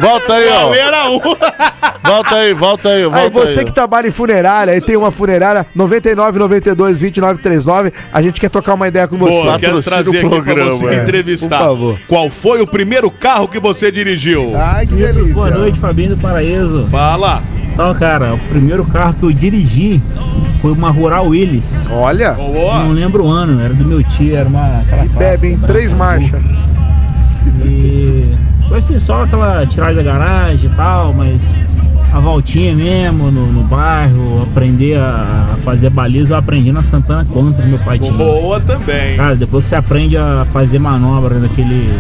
Speaker 5: Volta aí, ó.
Speaker 4: Era um.
Speaker 5: Volta aí, volta aí, volta
Speaker 3: Aí você
Speaker 5: aí.
Speaker 3: que trabalha em funerária e tem uma funerária 99 92 29 39, a gente quer trocar uma ideia com você.
Speaker 4: Boa, quero trazer aqui pra você entrevistar.
Speaker 3: Por favor.
Speaker 4: Qual foi o primeiro carro que você dirigiu?
Speaker 3: Ai, que
Speaker 21: Boa noite, Fabinho do Paraíso.
Speaker 4: Fala.
Speaker 21: Então, cara, o primeiro carro que eu dirigi foi uma Rural Willis.
Speaker 3: Olha.
Speaker 21: Não lembro o ano, era do meu tio, era uma... Aquela né?
Speaker 3: Bebe
Speaker 5: né?
Speaker 3: em três marchas.
Speaker 21: E foi assim, só aquela tiragem da garagem e tal, mas a voltinha mesmo no, no bairro, aprender a a fazer baliza, eu aprendi na Santana Contra, meu pai tinha.
Speaker 4: Boa também.
Speaker 21: Cara, depois que você aprende a fazer manobra naquele,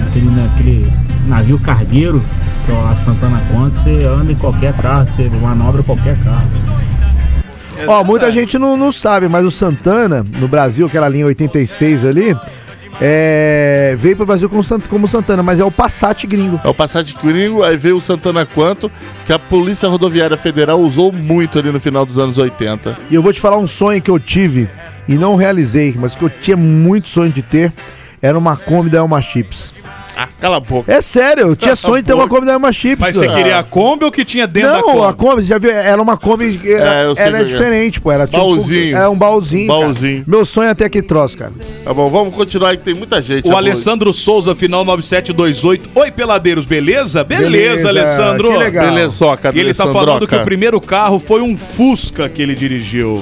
Speaker 21: naquele, naquele navio cargueiro, que é a Santana Contra, você anda em qualquer carro, você manobra qualquer carro.
Speaker 3: Ó, muita gente não, não sabe, mas o Santana, no Brasil, aquela linha 86 ali, é, veio pro Brasil como, Sant- como Santana, mas é o Passat gringo.
Speaker 5: É o Passat Gringo, aí veio o Santana Quanto, que a Polícia Rodoviária Federal usou muito ali no final dos anos 80.
Speaker 3: E eu vou te falar um sonho que eu tive e não realizei, mas que eu tinha muito sonho de ter, era uma Kombi da Elma Chips.
Speaker 5: Ah, cala a boca.
Speaker 3: É sério, eu tinha sonho de ter uma Kombi da Elma Chips.
Speaker 4: Mas você
Speaker 3: cara.
Speaker 4: queria a Kombi ou que tinha dentro da
Speaker 3: é. Não,
Speaker 4: Kombi?
Speaker 3: a Kombi, já viu? Era uma Kombi.
Speaker 5: É,
Speaker 3: Era,
Speaker 5: eu sei
Speaker 3: era
Speaker 5: que é.
Speaker 3: diferente, pô. Era tipo-
Speaker 5: Baúzinho.
Speaker 3: Era um baúzinho. cara.
Speaker 5: Baúzinho.
Speaker 3: Meu sonho é ter que troço, cara.
Speaker 5: Tá bom, vamos continuar aí que tem muita gente.
Speaker 4: O
Speaker 5: amor.
Speaker 4: Alessandro Souza, final 9728. Oi, peladeiros, beleza? Beleza,
Speaker 5: Beleza,
Speaker 4: Alessandro.
Speaker 5: que legal. Belezoca,
Speaker 4: E ele tá
Speaker 5: Alessandroca.
Speaker 4: falando que o primeiro carro foi um Fusca que ele dirigiu.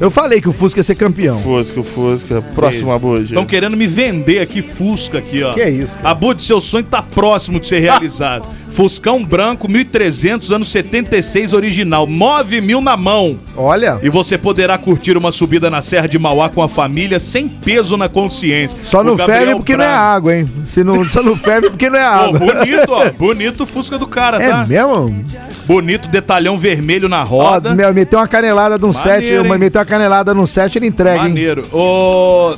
Speaker 3: Eu falei que o Fusca ia ser campeão.
Speaker 5: Fusca, Fusca. Próximo, Abud.
Speaker 4: Estão querendo me vender aqui Fusca aqui, ó.
Speaker 3: Que isso,
Speaker 4: Abud, seu sonho tá próximo de ser realizado. Fuscão branco, 1300, ano 76 original, 9 mil na mão.
Speaker 3: Olha.
Speaker 4: E você poderá curtir uma subida na Serra de Mauá com a família sem peso na consciência.
Speaker 3: Só
Speaker 4: O
Speaker 3: não
Speaker 4: Gabriel
Speaker 3: ferve porque não é
Speaker 4: Braga.
Speaker 3: água, hein? Se não, só não ferve porque não
Speaker 4: Pô,
Speaker 3: é água.
Speaker 4: bonito, ó. Bonito o Fusca do cara,
Speaker 3: É
Speaker 4: tá?
Speaker 3: mesmo?
Speaker 4: Bonito, detalhão vermelho na
Speaker 3: Ó,
Speaker 4: roda.
Speaker 3: meu, meteu uma canelada num
Speaker 4: Maneiro,
Speaker 3: 7,
Speaker 4: hein?
Speaker 3: meteu uma canelada num 7, ele entrega, hein?
Speaker 4: Maneiro. Ô,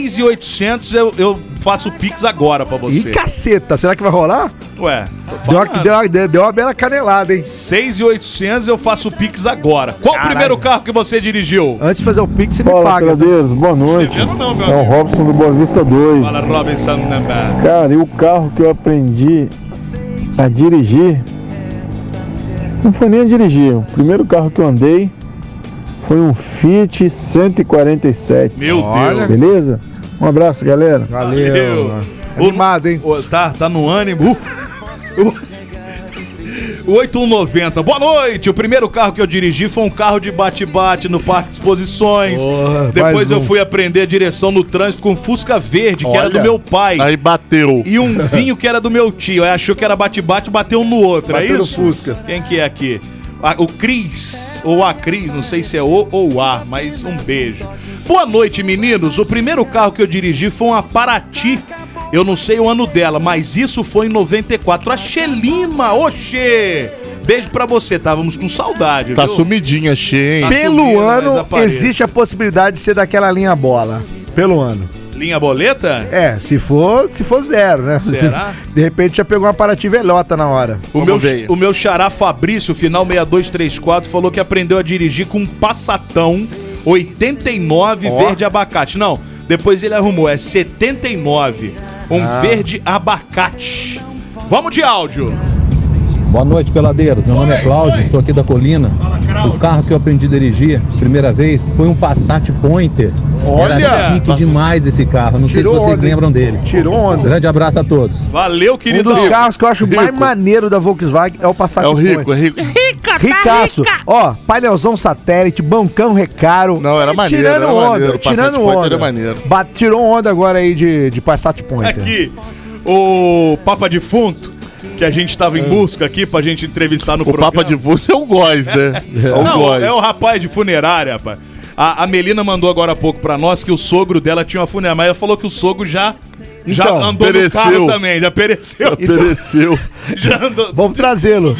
Speaker 4: 6,800 eu, eu faço o Pix agora pra
Speaker 3: Ih,
Speaker 4: você.
Speaker 3: caceta, será que vai rolar?
Speaker 4: Ué, tô
Speaker 3: Deu uma,
Speaker 4: falando.
Speaker 3: deu, uma, deu uma bela canelada, hein?
Speaker 4: 6,800 eu faço o Pix agora. Qual o primeiro carro que você dirigiu?
Speaker 3: Antes de fazer o Pix, você me
Speaker 22: Fala,
Speaker 3: paga. né?
Speaker 22: Peladeiros, boa noite.
Speaker 4: não, meu
Speaker 22: é o
Speaker 4: amigo.
Speaker 22: Robson do Boa Vista 2.
Speaker 4: Fala, Robinson né, Namba.
Speaker 22: Cara, e o carro que eu aprendi a dirigir, não foi nem a dirigir. O primeiro carro que eu andei foi um Fiat 147.
Speaker 4: Meu Olha. Deus.
Speaker 22: Beleza? Um abraço, galera.
Speaker 3: tá?
Speaker 4: Valeu. Animado, hein? tá, tá no ânimo. Uh. O 8190. Boa noite! O primeiro carro que eu dirigi foi um carro de bate-bate no Parque de Exposições. Depois
Speaker 5: mais
Speaker 4: eu
Speaker 5: um.
Speaker 4: fui aprender a direção no trânsito com Fusca Verde, que era
Speaker 5: Olha.
Speaker 4: do meu pai.
Speaker 5: Aí bateu.
Speaker 4: E um vinho que era do meu tio. Aí achou que era bate-bate, bateu um no outro.
Speaker 5: Bateu
Speaker 4: é
Speaker 5: no
Speaker 4: isso? Fusca. Quem que é aqui? A- o Cris, ou a Cris, não sei se é O ou A, mas um beijo. Boa noite, meninos. O primeiro carro que eu dirigi foi uma Paraty. Eu não sei o ano dela, mas isso foi em 94. A Xelima, oxê! Beijo pra você, távamos com saudade.
Speaker 5: Tá
Speaker 4: viu?
Speaker 5: sumidinha, cheia,
Speaker 4: Tá.
Speaker 5: hein?
Speaker 3: Pelo
Speaker 4: subindo, mas
Speaker 3: ano,
Speaker 4: aparelho.
Speaker 3: existe a possibilidade de ser daquela linha bola. Pelo ano.
Speaker 4: Linha boleta?
Speaker 3: É, se for, se for zero, né?
Speaker 4: Será?
Speaker 3: De repente já pegou uma Paraty velhota na hora.
Speaker 4: O meu, o meu xará Fabrício, final 6234, falou que aprendeu a dirigir com um Passatão 89
Speaker 5: Ó.
Speaker 4: verde abacate. Não, depois ele arrumou, é 79, um
Speaker 23: Ah.
Speaker 4: verde abacate. Vamos de áudio.
Speaker 23: Boa noite, peladeiros. Meu nome é Cláudio, sou aqui da Colina. O carro que eu aprendi a dirigir primeira vez foi um Passat Pointer.
Speaker 4: Olha!
Speaker 23: Era chique demais esse carro. Não
Speaker 3: Tirou
Speaker 23: sei se vocês
Speaker 3: onda,
Speaker 23: lembram dele.
Speaker 3: Tirou onda.
Speaker 23: Grande abraço a todos.
Speaker 4: Valeu,
Speaker 3: Um
Speaker 4: querido.
Speaker 3: dos carros que eu acho mais maneiro da Volkswagen é o Passat
Speaker 23: É o rico,
Speaker 3: Point.
Speaker 23: é rico.
Speaker 3: Rica, Ricaço. Ó, painelzão satélite, bancão recaro. Não,
Speaker 5: era maneiro,
Speaker 3: Tirando
Speaker 5: era
Speaker 3: onda,
Speaker 5: maneiro, o Passat
Speaker 3: tirando
Speaker 5: Point
Speaker 3: onda.
Speaker 5: era maneiro.
Speaker 3: Bat- tirou onda agora aí de, de Passat Point.
Speaker 4: Aqui, o Tá Papa Defunto. que a gente tava em busca aqui pra gente entrevistar no
Speaker 5: O Papa de Vulto é um góis, né? É um
Speaker 4: Não,
Speaker 5: góis.
Speaker 4: é o rapaz de funerária, rapaz. A, a Melina mandou agora há pouco pra nós que o sogro dela tinha uma funerária, mas ela falou que o sogro já, já
Speaker 3: Então,
Speaker 4: andou
Speaker 3: pereceu.
Speaker 4: no carro também, já pereceu. Então,
Speaker 5: Pereceu.
Speaker 4: já andou.
Speaker 3: Vamos trazê-lo.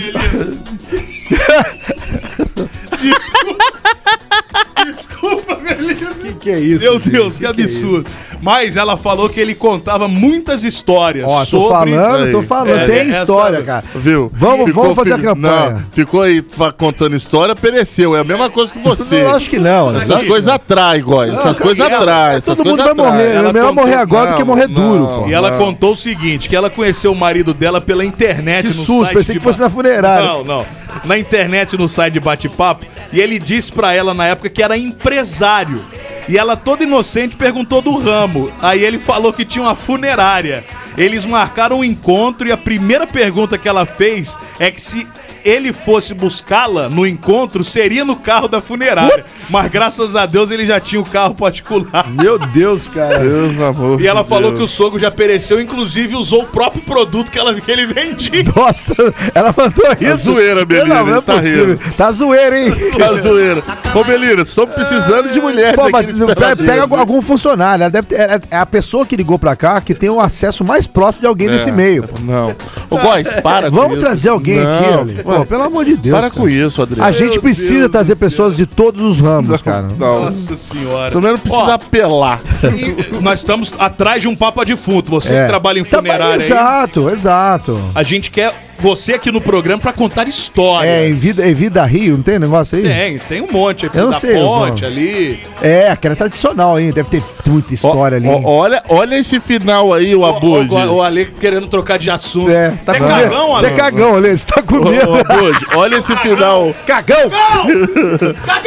Speaker 4: Desculpa, Melina.
Speaker 3: Que que é isso?
Speaker 4: Meu Deus, que, absurdo. Mas ela falou que ele contava muitas histórias
Speaker 3: Ó, tô
Speaker 4: sobre...
Speaker 3: falando, tô falando, tem
Speaker 4: essa-
Speaker 3: história, cara.
Speaker 5: Viu?
Speaker 3: Vamos- vamos fazer a
Speaker 5: fi-
Speaker 3: campanha.
Speaker 5: Não, ficou aí fa- contando história, pereceu. É a mesma coisa que você.
Speaker 3: Eu acho que não, né?
Speaker 5: Essas coisas atraem, Góis. Essas coisas
Speaker 4: ela-
Speaker 5: atraem. essas
Speaker 3: Todo mundo vai
Speaker 5: coisas atraem. tá
Speaker 3: morrer. É
Speaker 4: Ela
Speaker 3: melhor
Speaker 4: contou-
Speaker 3: morrer agora do que
Speaker 5: Não,
Speaker 3: morrer duro,
Speaker 5: não.
Speaker 3: pô.
Speaker 4: E ela contou o seguinte, que ela conheceu o marido dela pela internet
Speaker 3: Que
Speaker 4: no
Speaker 3: susto,
Speaker 4: site
Speaker 3: pensei
Speaker 4: de
Speaker 3: que fosse
Speaker 4: ba-
Speaker 3: na funerária.
Speaker 4: Não, não. Na internet, no site de bate-papo, e ele disse pra ela na época que era empresário. E ela toda inocente perguntou do ramo. Aí ele falou que tinha uma funerária. Eles marcaram um encontro e a primeira pergunta que ela fez é que se ele fosse buscá-la no encontro, seria no carro da funerária. Mas graças a Deus ele já tinha o carro particular.
Speaker 3: Meu Deus, cara.
Speaker 5: Deus, amor.
Speaker 4: E ela
Speaker 5: de
Speaker 4: falou
Speaker 5: Deus.
Speaker 4: que o sogro já pereceu, inclusive usou o próprio produto que, ela, que ele vendia.
Speaker 3: Nossa, ela mandou isso.
Speaker 5: Tá zoeira, Belina,
Speaker 3: Não, não é
Speaker 5: ele tá
Speaker 3: possível.
Speaker 5: rindo.
Speaker 3: Tá zoeira, hein?
Speaker 5: Tá zoeira. Ô, Belina, estamos precisando de mulher.
Speaker 3: Pô,
Speaker 5: daqui
Speaker 3: mas
Speaker 5: nesse
Speaker 3: não- pe-
Speaker 5: peladelo,
Speaker 3: pega
Speaker 5: viu?
Speaker 3: algum funcionário. Ela deve ter- é- é a pessoa que ligou pra cá que tem o acesso mais próximo de alguém
Speaker 5: É,
Speaker 3: desse meio.
Speaker 5: Não. Ô, Góis, para com
Speaker 3: Vamos
Speaker 5: isso.
Speaker 3: trazer alguém aqui,
Speaker 5: Não,
Speaker 3: Ale.
Speaker 5: ué,
Speaker 3: Pô, pelo amor de Deus.
Speaker 5: Para com isso, Adriano.
Speaker 3: A gente
Speaker 5: Meu
Speaker 3: precisa
Speaker 5: Deus
Speaker 3: trazer pessoas de todos os ramos, cara.
Speaker 5: um
Speaker 4: Nossa senhora.
Speaker 5: Pelo menos precisa apelar.
Speaker 4: E nós estamos atrás de um papa defunto. Você
Speaker 3: É.
Speaker 4: que trabalha em funerária aí,
Speaker 3: Exato, exato.
Speaker 4: a gente quer você aqui no programa pra contar história.
Speaker 3: É, em vida, em vida Rio, não tem um negócio aí?
Speaker 4: Tem, tem um monte aqui
Speaker 3: Eu não
Speaker 4: da
Speaker 3: sei,
Speaker 4: ponte
Speaker 3: Oswaldo.
Speaker 4: ali.
Speaker 3: É, aquela tradicional, hein? Deve ter muita história ali.
Speaker 5: Ó, olha, olha esse final aí, o Abud.
Speaker 4: O, o Ale querendo trocar de assunto.
Speaker 3: É, tá
Speaker 4: Você é
Speaker 3: com medo?
Speaker 4: cagão, Ale?
Speaker 3: Você é cagão, Alê, você tá com
Speaker 5: Ô,
Speaker 3: medo.
Speaker 5: ô, Abud, olha esse final.
Speaker 3: Cagão!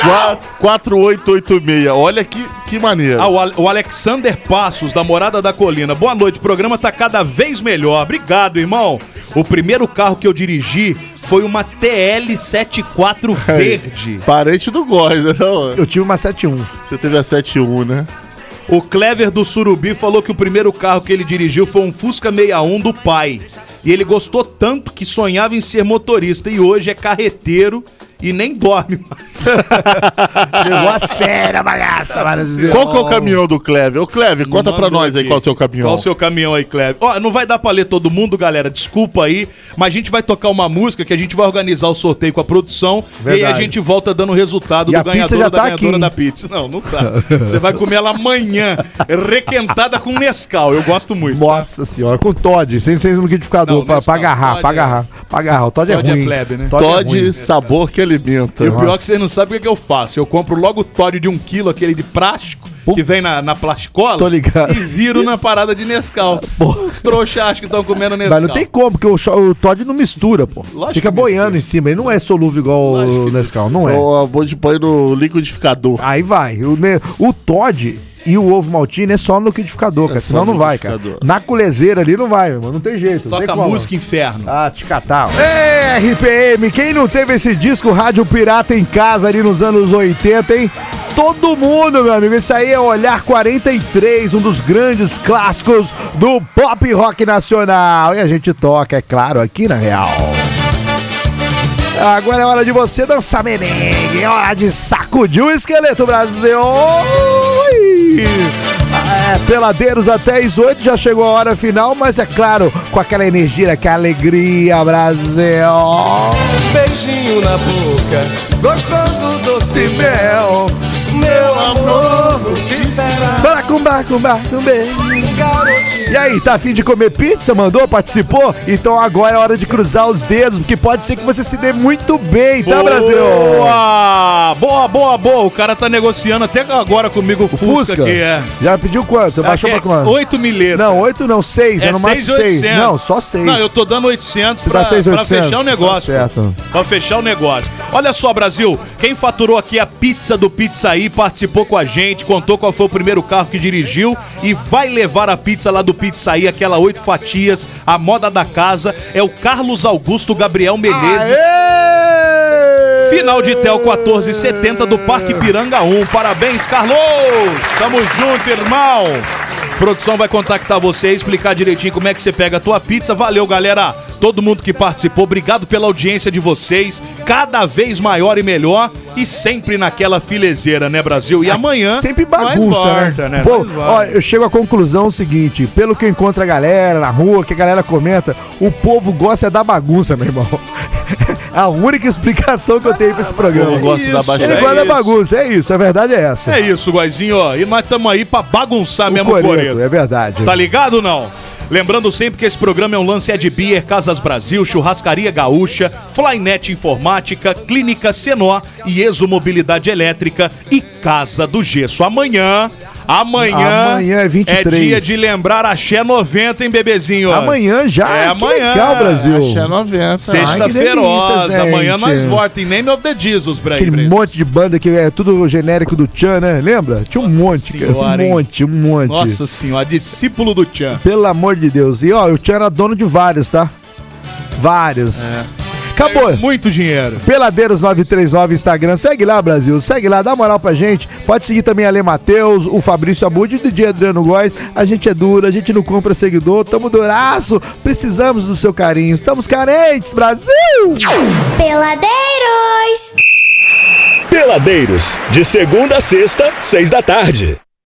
Speaker 5: Qua- 4886. Olha que, que maneiro.
Speaker 4: Ah, o, Ale- o Alexander Passos, da Morada da Colina. Boa noite, o programa tá cada vez melhor. Obrigado, irmão. O primeiro carro que eu dirigi foi uma TL74 verde.
Speaker 5: Parente do Góis, né? Não?
Speaker 3: Eu tive uma 7-1.
Speaker 5: Você teve a 7-1, né?
Speaker 4: O Clever do Surubi falou que o primeiro carro que ele dirigiu foi um Fusca 61 do pai. E ele gostou tanto que sonhava em ser motorista e hoje é carreteiro e nem dorme mais.
Speaker 3: Levou a sério a bagaça, Brasil.
Speaker 5: Qual que é o caminhão do Cleve? Ô, Cleve, conta pra nós aí
Speaker 4: aqui.
Speaker 5: qual é o seu caminhão.
Speaker 4: Qual o seu caminhão aí, Kleber? Ó, não vai dar pra ler todo mundo, galera. Desculpa aí. Mas a gente vai tocar uma música que a gente vai organizar o sorteio com a produção. E aí a
Speaker 3: Verdade.
Speaker 4: gente volta dando o resultado
Speaker 3: E
Speaker 4: do
Speaker 3: a pizza
Speaker 4: ganhador
Speaker 3: já
Speaker 4: ou da
Speaker 3: tá
Speaker 4: ganhadora
Speaker 3: aqui,
Speaker 4: da
Speaker 3: hein?
Speaker 4: pizza. Não, não tá. Você vai comer ela amanhã, requentada com Nescau. Eu gosto muito.
Speaker 3: é? Nossa senhora, com Todd, sem ser no liquidificador,
Speaker 4: Não,
Speaker 3: pra,
Speaker 4: não,
Speaker 3: pra
Speaker 4: não,
Speaker 3: agarrar,
Speaker 4: Todd
Speaker 3: pra
Speaker 4: é-
Speaker 3: agarrar, pra agarrar. O Todd,
Speaker 4: Todd
Speaker 3: é
Speaker 4: é
Speaker 3: ruim.
Speaker 4: plebe, né?
Speaker 3: Todd, é
Speaker 5: Todd,
Speaker 3: ruim.
Speaker 5: sabor que alimenta.
Speaker 4: E o pior é que
Speaker 5: Nossa.
Speaker 4: vocês não sabem o que, que eu faço. Eu compro logo o Tório de um quilo, aquele de plástico, que vem na, na plasticola.
Speaker 3: Tô ligado.
Speaker 4: E viro na parada de Nescau. Os trouxas acham que estão comendo Nescau.
Speaker 3: Mas não tem como, porque o, cho- o Todd não mistura, pô.
Speaker 4: é Lógico
Speaker 3: Fica
Speaker 4: que
Speaker 3: boiando em cima, ele não é solúvel igual o Nescau, não é.
Speaker 5: O Abud põe no liquidificador.
Speaker 3: Aí vai. O, ne- o Todd e o ovo maltine é só no liquidificador, cara,
Speaker 5: só
Speaker 3: senão
Speaker 5: no
Speaker 3: não vai, cara.
Speaker 5: liquidificador.
Speaker 3: Na culezeira ali não vai, mano, não tem jeito. não
Speaker 4: Toca
Speaker 3: tem
Speaker 4: a
Speaker 3: como.
Speaker 4: música inferno.
Speaker 3: Ah, te catar. ó. É, RPM, quem não teve esse disco Rádio Pirata em casa ali nos anos 80, hein? Todo mundo, meu amigo. Isso aí é Olhar 43, um dos grandes clássicos do pop rock nacional. E a gente toca, é claro, aqui na Real. Agora é hora de você dançar merengue. É hora de sacudir o esqueleto, Brasil. Ui! É, peladeiros até as 8 já chegou a hora final, mas é claro, com aquela energia, aquela alegria, Brasil.
Speaker 12: Beijinho na boca, gostoso doce mel. Meu amor, o que será?
Speaker 3: Para com bar, com bar, com bem.
Speaker 12: Um garotinho.
Speaker 3: E aí, tá afim de comer pizza? Mandou? Participou? Então agora é hora de cruzar os dedos, porque pode ser que você se dê muito bem, tá, Brasil?
Speaker 4: Boa! Boa, boa, boa. O cara tá negociando até agora comigo o Fusca,
Speaker 3: Fusca?
Speaker 4: que é.
Speaker 3: Já pediu quanto? Baixou
Speaker 4: Aqui é
Speaker 3: pra quanto?
Speaker 4: 8 milhetas.
Speaker 3: Não, oito não, seis. É, no máximo seis. Não, só seis.
Speaker 4: né? Não, eu tô dando 800
Speaker 3: Você
Speaker 4: pra,
Speaker 3: dá seis,
Speaker 4: pra
Speaker 3: 800.
Speaker 4: fechar o
Speaker 3: Tá
Speaker 4: negócio.
Speaker 3: certo.
Speaker 4: Pra fechar o negócio. Olha só, Brasil, quem faturou aqui a pizza do Pizzaí, participou com a gente, contou qual foi o primeiro carro que dirigiu e vai levar a pizza lá do Pizzaí, aquela oito fatias, a moda da casa, é o Carlos Augusto Gabriel Menezes. Final de Tel 1470 do Parque Piranga 1. Parabéns, Carlos! Tamo junto, irmão! Produção vai contactar você e explicar direitinho como é que você pega a tua pizza. Valeu, galera! todo mundo que participou. Obrigado pela audiência de vocês, cada vez maior e melhor e sempre naquela filezeira, né, Brasil? E amanhã
Speaker 3: Ah, É, Sempre
Speaker 4: nós
Speaker 3: bagunça,
Speaker 4: volta,
Speaker 3: né?
Speaker 4: né?
Speaker 3: Pô,
Speaker 4: Nós volta.
Speaker 3: ó, eu chego à conclusão seguinte: pelo que eu encontro a galera na rua, que a galera comenta, o povo gosta é da bagunça, meu irmão. A única explicação que eu tenho pra esse programa.
Speaker 4: Ah, povo gosta da bagunça,
Speaker 3: Ele
Speaker 4: é
Speaker 3: gosta da
Speaker 4: isso.
Speaker 3: bagunça, é isso, a verdade é essa.
Speaker 4: É isso, Goizinho, ó. E nós estamos aí pra bagunçar mesmo o
Speaker 3: Coreto,
Speaker 4: Coreto.
Speaker 3: é verdade.
Speaker 4: Tá ligado ou não? Lembrando sempre que esse programa é um lance Ed Beer, Casas Brasil, Churrascaria Gaúcha, Flynet Informática, Clínica Senó e Exo Mobilidade Elétrica e Casa do Gesso. Amanhã, amanhã,
Speaker 3: Amanhã é 23.
Speaker 4: é dia de lembrar Axé 90, hein, bebezinho?
Speaker 3: Amanhã já?
Speaker 4: É
Speaker 3: Que
Speaker 4: amanhã.
Speaker 3: legal, Brasil.
Speaker 5: Axé 90.
Speaker 3: Ai, que delícia,
Speaker 4: Sexta-feira, amanhã
Speaker 3: gente.
Speaker 4: nós volta em Name of the Jesus, pra
Speaker 3: Aquele monte de banda que é tudo genérico do Tchan, né? Lembra? Tinha um monte,
Speaker 4: Senhora,
Speaker 3: cara. Um
Speaker 4: hein?
Speaker 3: monte, um monte.
Speaker 4: Nossa senhora, discípulo do Tchan.
Speaker 3: Pelo amor de Deus. E ó, o Tchan era dono de vários, tá? Vários. Acabou.
Speaker 4: Muito dinheiro.
Speaker 3: Peladeiros 939 Instagram. Segue lá, Brasil. Segue lá, dá moral pra gente. Pode seguir também a Lê Matheus, o Fabrício Abud e o DJ Adriano Góes. A gente é duro, a gente não compra seguidor. Tamo duraço. Precisamos do seu carinho. Estamos carentes, Brasil!
Speaker 2: Peladeiros!
Speaker 1: Peladeiros, de segunda a sexta, seis da tarde.